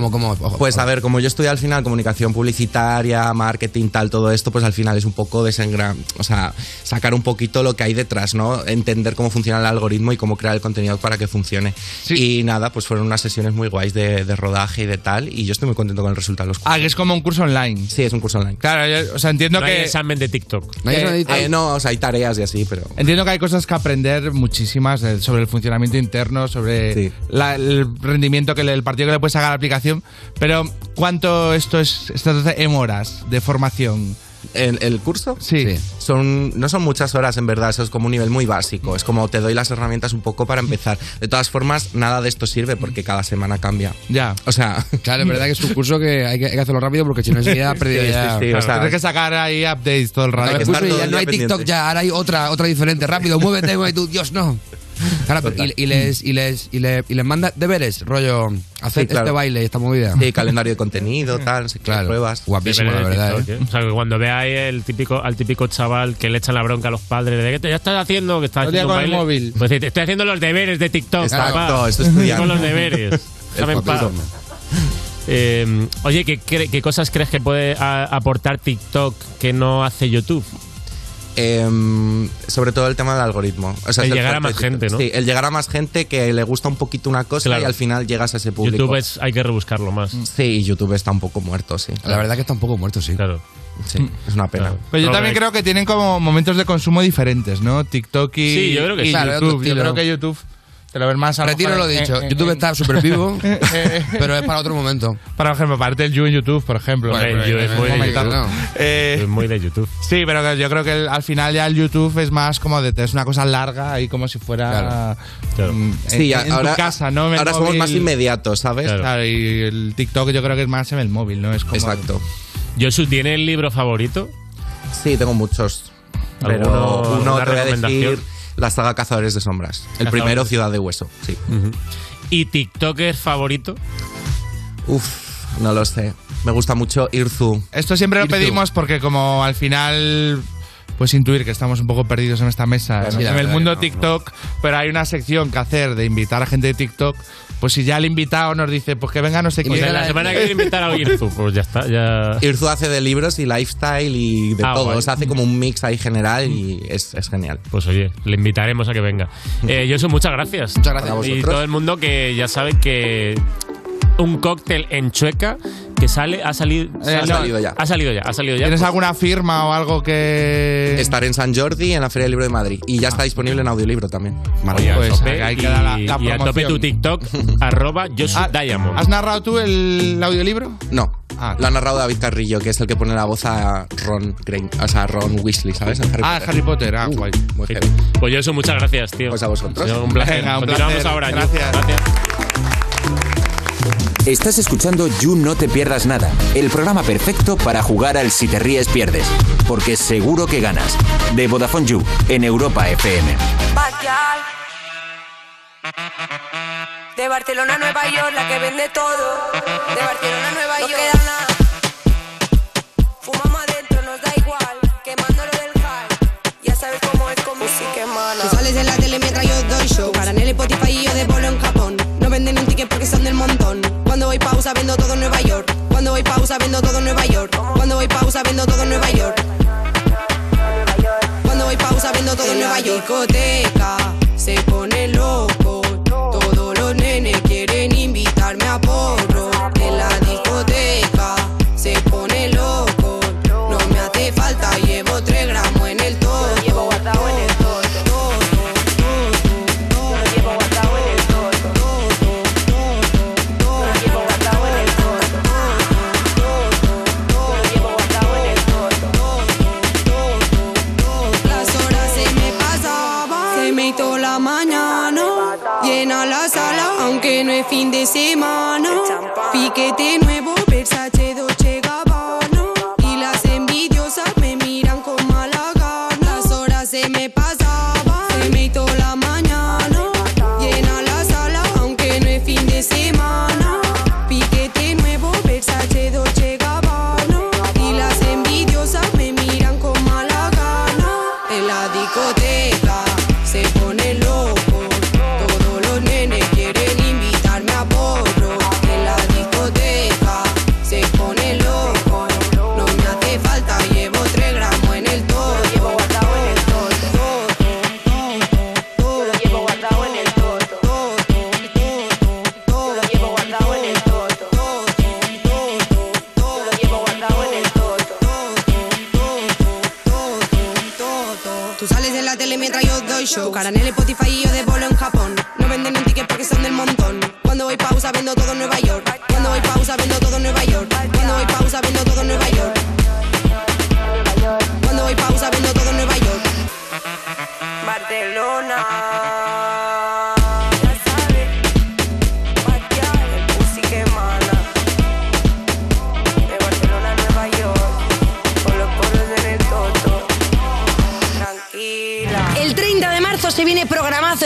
[SPEAKER 34] Pues a ver, como yo estudié al final comunicación publicitaria, marketing, tal, todo esto, pues al final es un poco desengra... O sea, sacar un poquito lo que hay detrás, ¿no? Entender cómo funciona el algoritmo y cómo crear el contenido para que funcione. Y nada, pues fueron unas sesiones muy guays de, de rodaje y de tal, y yo estoy muy contento con el resultado. Los
[SPEAKER 5] Ah, que es como un curso online.
[SPEAKER 34] Sí, es un curso online.
[SPEAKER 5] Claro, yo, o sea, entiendo
[SPEAKER 34] No hay
[SPEAKER 5] que.
[SPEAKER 3] examen de TikTok.
[SPEAKER 5] No hay examen de TikTok.
[SPEAKER 34] no, o sea, hay tareas y así, pero.
[SPEAKER 5] Entiendo que hay cosas que aprender muchísimas eh, sobre el funcionamiento interno, sobre la- el rendimiento que le- el partido que le puede sacar a la aplicación. Pero ¿cuánto esto es estas 12 em horas de formación?
[SPEAKER 34] ¿El, curso?
[SPEAKER 5] Sí.
[SPEAKER 34] Son, no son muchas horas, en verdad, eso es como un nivel muy básico. Es como te doy las herramientas un poco para empezar. De todas formas, nada de esto sirve porque cada semana cambia.
[SPEAKER 5] Ya.
[SPEAKER 34] O sea.
[SPEAKER 4] Claro, es verdad que es un curso que hay que, hay que hacerlo rápido porque si no enseguida ha perdido
[SPEAKER 34] Sí, sí,
[SPEAKER 4] ya.
[SPEAKER 34] sí, o sea,
[SPEAKER 5] Tienes que sacar ahí updates todo el rato.
[SPEAKER 4] Cada curso y ya no hay TikTok ya, ahora hay otra, otra diferente. Rápido, muévete, güey, tú, Dios, no. Claro, pero- y, y les, y, les, y, les, y les manda deberes, rollo, hacer
[SPEAKER 34] Sí, claro.
[SPEAKER 4] este baile, esta movida.
[SPEAKER 34] Sí, calendario de contenido, tal, no sé qué, pruebas.
[SPEAKER 4] Guapísimo, la verdad. ¿eh?
[SPEAKER 3] O sea, que cuando ve ahí el típico, al típico chaval que le echan la bronca a los padres de que te ya estás haciendo, que estás
[SPEAKER 5] Todo el día
[SPEAKER 3] haciendo un
[SPEAKER 5] con el
[SPEAKER 3] baile".
[SPEAKER 5] móvil.
[SPEAKER 3] Pues dice, estoy haciendo los deberes de TikTok.
[SPEAKER 5] Exacto,
[SPEAKER 3] papá.
[SPEAKER 5] estoy estudiando.
[SPEAKER 3] Con los deberes. Déjame en
[SPEAKER 5] papel
[SPEAKER 3] paz.
[SPEAKER 5] toma.
[SPEAKER 3] Eh, oye, ¿qué, cre- qué cosas crees que puede a- aportar TikTok que no hace YouTube?
[SPEAKER 34] Em, sobre todo el tema del algoritmo. O sea,
[SPEAKER 3] El
[SPEAKER 34] es
[SPEAKER 3] llegar a
[SPEAKER 34] fuerte
[SPEAKER 3] más
[SPEAKER 34] de
[SPEAKER 3] gente,
[SPEAKER 34] TikTok.
[SPEAKER 3] ¿no?
[SPEAKER 34] Sí, el llegar a más gente que le gusta un poquito una cosa
[SPEAKER 3] Claro.
[SPEAKER 34] y al final llegas a ese público.
[SPEAKER 3] YouTube es, Pues hay que rebuscarlo más.
[SPEAKER 34] Sí, y YouTube está un poco muerto, sí.
[SPEAKER 4] La verdad que está un poco muerto, sí.
[SPEAKER 3] Claro.
[SPEAKER 34] Sí, es una pena.
[SPEAKER 5] Pero yo también creo que tienen como momentos de consumo diferentes, ¿no? TikTok y,
[SPEAKER 34] Sí, yo creo que
[SPEAKER 5] y
[SPEAKER 34] sí. Claro, otro
[SPEAKER 5] YouTube. Yo
[SPEAKER 34] estilo.
[SPEAKER 5] creo que YouTube te lo ven más a
[SPEAKER 4] Retiro
[SPEAKER 5] mejor
[SPEAKER 4] lo
[SPEAKER 5] en-
[SPEAKER 4] dicho,
[SPEAKER 5] en- en-
[SPEAKER 4] YouTube está súper vivo,
[SPEAKER 5] Eh, eh, eh.
[SPEAKER 4] pero es para otro momento.
[SPEAKER 5] Para ejemplo, parte el You en YouTube, por ejemplo.
[SPEAKER 4] Bueno,
[SPEAKER 5] Pero
[SPEAKER 4] yo
[SPEAKER 5] en
[SPEAKER 4] es
[SPEAKER 5] un
[SPEAKER 4] muy de
[SPEAKER 5] momento,
[SPEAKER 4] YouTube.
[SPEAKER 5] ¿no? Eh,
[SPEAKER 3] Es muy de YouTube.
[SPEAKER 5] Sí, pero que yo creo que el- al final ya el YouTube es más como de es una cosa larga ahí como si fuera mm, en-
[SPEAKER 34] Sí,
[SPEAKER 5] en, tu
[SPEAKER 34] ahora,
[SPEAKER 5] casa, ¿no? En el
[SPEAKER 34] ahora somos
[SPEAKER 5] móvil.
[SPEAKER 34] más inmediatos, ¿sabes?
[SPEAKER 5] Claro. y el TikTok yo creo que es más en el móvil, ¿no? Es como
[SPEAKER 34] Exacto.
[SPEAKER 3] ¿Yosu tiene el libro favorito?
[SPEAKER 34] Sí, tengo muchos. Pero
[SPEAKER 3] ¿Alguno-
[SPEAKER 34] uno
[SPEAKER 3] alguna
[SPEAKER 34] te voy a
[SPEAKER 3] recomendación?
[SPEAKER 34] decir la saga Cazadores de Sombras. El
[SPEAKER 3] Cazadores.
[SPEAKER 34] primero, Ciudad de Hueso. Sí.
[SPEAKER 3] ¿Y TikToker favorito?
[SPEAKER 34] Uf, no lo sé. Me gusta mucho Irzu.
[SPEAKER 3] Eh,
[SPEAKER 5] Esto siempre lo
[SPEAKER 34] Irzu.
[SPEAKER 5] pedimos porque como al final pues intuir que estamos un poco perdidos en esta mesa,
[SPEAKER 34] Claro,
[SPEAKER 5] ¿no?
[SPEAKER 34] sí, la
[SPEAKER 5] en el
[SPEAKER 34] verdad
[SPEAKER 5] mundo
[SPEAKER 34] que no,
[SPEAKER 5] TikTok, pero hay una sección que hacer de invitar a gente de TikTok, pues si ya el invitado nos dice, pues que venga no sé
[SPEAKER 34] Pues
[SPEAKER 5] quién.
[SPEAKER 34] en la semana que viene
[SPEAKER 3] invitar a Irzu, pues ya está. Ya...
[SPEAKER 34] Irzu hace de libros y lifestyle y de
[SPEAKER 3] Ah,
[SPEAKER 34] todo.
[SPEAKER 3] guay. Mm.
[SPEAKER 34] O sea, hace como un mix ahí general y es, es genial.
[SPEAKER 3] Pues oye, le invitaremos a que venga. Eh, Josu, muchas gracias. Muchas
[SPEAKER 34] gracias.
[SPEAKER 3] Y
[SPEAKER 34] Vosotros.
[SPEAKER 3] todo el mundo que ya sabe que un cóctel en Chueca que sale, ha salido,
[SPEAKER 5] Eh,
[SPEAKER 3] ha
[SPEAKER 5] no.
[SPEAKER 34] salido ya.
[SPEAKER 3] Ha salido ya, ha salido ya. pues
[SPEAKER 5] ¿Tienes alguna firma o algo que...?
[SPEAKER 34] Estar en San Jordi en la Feria del Libro de Madrid. Y ya
[SPEAKER 3] Ah.
[SPEAKER 34] está disponible en audiolibro también.
[SPEAKER 3] Oye, a
[SPEAKER 34] Maravilloso.
[SPEAKER 3] tope, y, y a tope tu TikTok, arroba Josu Diamond.
[SPEAKER 5] ¿Has narrado tú el, el audiolibro?
[SPEAKER 34] No.
[SPEAKER 5] Ah,
[SPEAKER 34] Lo ha narrado David Carrillo, que es el que pone la voz a Ron Green, o sea, a Ron Weasley, ¿sabes? En
[SPEAKER 5] Ah, Harry Potter, ah, guay.
[SPEAKER 34] Muy heavy.
[SPEAKER 3] Uh. Pues Josu, muchas gracias, tío. Pues
[SPEAKER 34] a vosotros.
[SPEAKER 3] un placer.
[SPEAKER 34] Venga, un
[SPEAKER 3] Continuamos
[SPEAKER 34] placer.
[SPEAKER 3] ahora. Josu.
[SPEAKER 34] Gracias.
[SPEAKER 3] gracias.
[SPEAKER 16] Estás escuchando You No Te Pierdas Nada, el programa perfecto para jugar al Si Te Ríes Pierdes, porque seguro que ganas. De Vodafone You, en Europa FM.
[SPEAKER 23] Backyard. De Barcelona a Nueva York, la que vende todo. De Barcelona a Nueva York. queda nada. Fumamos adentro, nos da igual. Quemándolo del high. Ya sabes cómo es con música, mana.
[SPEAKER 7] Tú sales en la tele mientras yo doy show. Paran el Spotify y yo de bolo en Japón. No venden un ticket porque son del montón. Cuando voy pausa vendo todo en Nueva York. Cuando voy pausa vendo todo en Nueva York. Cuando voy pausa vendo todo en Nueva York. Cuando voy pausa vendo todo en Nueva York. Discoteca se pone loco. Todos los nenes quieren invitarme a porro. En la discoteca se pone loco. No me hace falta, llevo 3 gramos en el todo. Llevo guardado en el Las horas se me pasaban, se me hizo la mañana. Llena la sala, aunque no es fin de semana. Piquete nuevo, Versace, Dolce Gabbana. Y las envidiosas me miran con mala gana. Las horas se me pasaban, se me hizo la mañana. Llena la sala, aunque no es fin de semana. Piquete nuevo, Versace, Dolce Gabbana. Y las envidiosas me miran con mala gana. En la discoteca se pone loco. Todos los nenes quieren invitarme a por. la tele mientras yo doy show. Tu cara en el Spotify y yo de bolo en Japón. No venden un ticket porque son del montón. Cuando voy pausa vendo todo en Nueva York. Cuando voy pausa vendo todo en Nueva York. Cuando voy pausa vendo todo en Nueva York. Cuando voy pausa vendo todo en Nueva York.
[SPEAKER 23] Barcelona. Ya sabe, patear el pussy que emana. De Barcelona a Nueva York, con los poros en el toto. Tranquila.
[SPEAKER 8] El 30 de marzo se viene programazo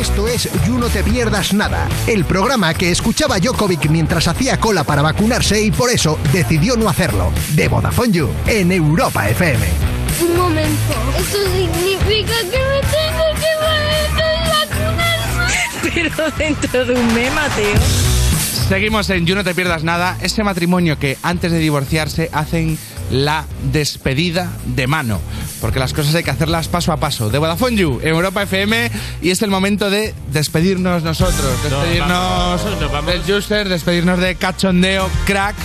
[SPEAKER 2] Esto es You No Te Pierdas Nada, el programa que escuchaba Jokovic mientras hacía cola para vacunarse y por eso decidió no hacerlo. De Vodafone You en Europa FM.
[SPEAKER 25] Un momento. Eso significa que me tengo que
[SPEAKER 8] Pero dentro de un meme, Mateo.
[SPEAKER 5] Seguimos en You No Te Pierdas Nada, ese matrimonio que antes de divorciarse hacen la despedida de mano. Porque las cosas hay que hacerlas paso a paso. De Vodafone You, en Europa FM, y es el momento de despedirnos nosotros. Despedirnos del user, despedirnos de cachondeo, crack.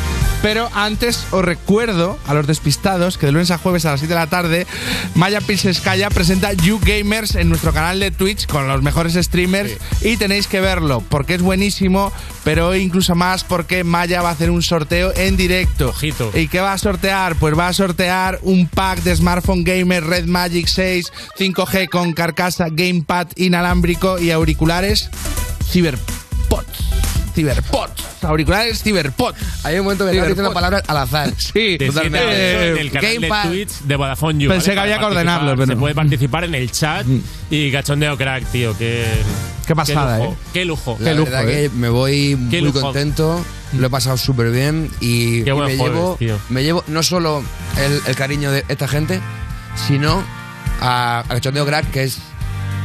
[SPEAKER 5] Pero antes os recuerdo a los despistados que de lunes a jueves a las 7 de la tarde, Maya Pilseskaya presenta You Gamers en nuestro canal de Twitch con los mejores streamers y tenéis que verlo porque es buenísimo, pero hoy incluso más porque Maya va a hacer un sorteo en directo. Ojito. ¿Y qué va a sortear? Pues va a sortear un pack de smartphone gamer Red Magic 6, 5G con carcasa, gamepad inalámbrico y auriculares CyberPods. CyberPods. Auriculares CyberPods.
[SPEAKER 4] Hay un momento que estás diciendo palabras al azar.
[SPEAKER 5] Sí,
[SPEAKER 3] De siete a ocho en el canal de
[SPEAKER 4] Gamepad.
[SPEAKER 3] Twitch de Vodafone You.
[SPEAKER 5] Pensé que había
[SPEAKER 3] Para
[SPEAKER 5] que ordenarlo,
[SPEAKER 3] participar.
[SPEAKER 5] pero
[SPEAKER 3] Se
[SPEAKER 5] no. Mm.
[SPEAKER 3] puede participar en el chat y cachondeo crack, tío. Qué,
[SPEAKER 5] Qué pasada,
[SPEAKER 3] lujo,
[SPEAKER 5] eh.
[SPEAKER 3] Qué lujo. ¿eh?
[SPEAKER 4] La verdad que me voy
[SPEAKER 3] Qué
[SPEAKER 4] muy
[SPEAKER 3] lujo. Mm.
[SPEAKER 4] contento, lo he pasado súper bien y,
[SPEAKER 3] Qué
[SPEAKER 4] y
[SPEAKER 3] buen
[SPEAKER 4] me,
[SPEAKER 3] jueves,
[SPEAKER 4] llevo,
[SPEAKER 3] tío.
[SPEAKER 4] me llevo no solo el, el cariño de esta gente, sino a, a Cachondeo Crack, que es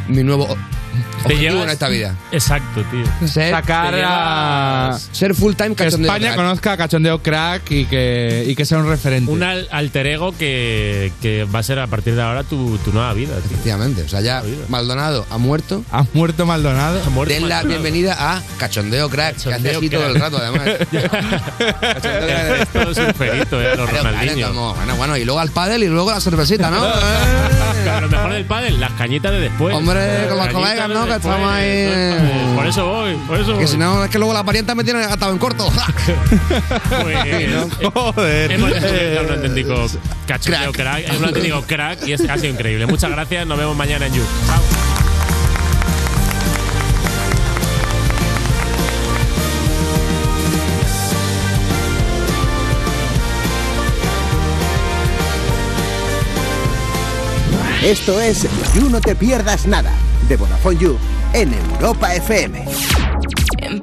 [SPEAKER 4] mi nuevo o-
[SPEAKER 3] Te
[SPEAKER 4] objetivo
[SPEAKER 3] llevas-
[SPEAKER 4] en esta vida.
[SPEAKER 3] Exacto, tío.
[SPEAKER 4] Ser,
[SPEAKER 5] Sacar
[SPEAKER 4] te
[SPEAKER 5] a-
[SPEAKER 4] llevas- ser full time
[SPEAKER 5] Que
[SPEAKER 4] Cachondeo
[SPEAKER 5] Ah. España
[SPEAKER 4] Crack.
[SPEAKER 5] conozca a Cachondeo Crack y que, y que sea un referente.
[SPEAKER 3] Un al- alter ego que, que va a ser a partir de ahora tu, tu nueva vida, tío.
[SPEAKER 4] Efectivamente, o sea, ya Maldonado ha muerto.
[SPEAKER 5] Ha muerto Maldonado.
[SPEAKER 3] muerto
[SPEAKER 4] Den la
[SPEAKER 3] Maldonado.
[SPEAKER 4] bienvenida a Cachondeo Crack, que hace
[SPEAKER 3] Cachondeo
[SPEAKER 4] así todo
[SPEAKER 3] Crack.
[SPEAKER 4] el rato, además. Cachondeo Crack.
[SPEAKER 3] Todo es un perito, eh, a los
[SPEAKER 4] Claro, claro,
[SPEAKER 3] Ronaldinho.
[SPEAKER 4] como, bueno, bueno, y luego al pádel y luego la cervecita, ¿no?
[SPEAKER 3] Pero lo mejor del pádel, las cañitas de después.
[SPEAKER 4] Hombre, con los
[SPEAKER 3] Cañitas
[SPEAKER 4] colegas,
[SPEAKER 3] de
[SPEAKER 4] ¿no? Que
[SPEAKER 3] después. eh,
[SPEAKER 4] estamos ahí.
[SPEAKER 3] pues,
[SPEAKER 4] eh.
[SPEAKER 3] Por eso voy, por eso voy.
[SPEAKER 4] Que si no, es que luego la parienta me tiene atado en corto.
[SPEAKER 3] Pues,
[SPEAKER 5] Joder.
[SPEAKER 3] Hemos descubierto un auténtico cachondeo crack. Es un auténtico crack y es casi increíble. Muchas gracias, nos vemos mañana en You. Chao.
[SPEAKER 2] Esto es You No Te Pierdas Nada, de Vodafone You en Europa FM.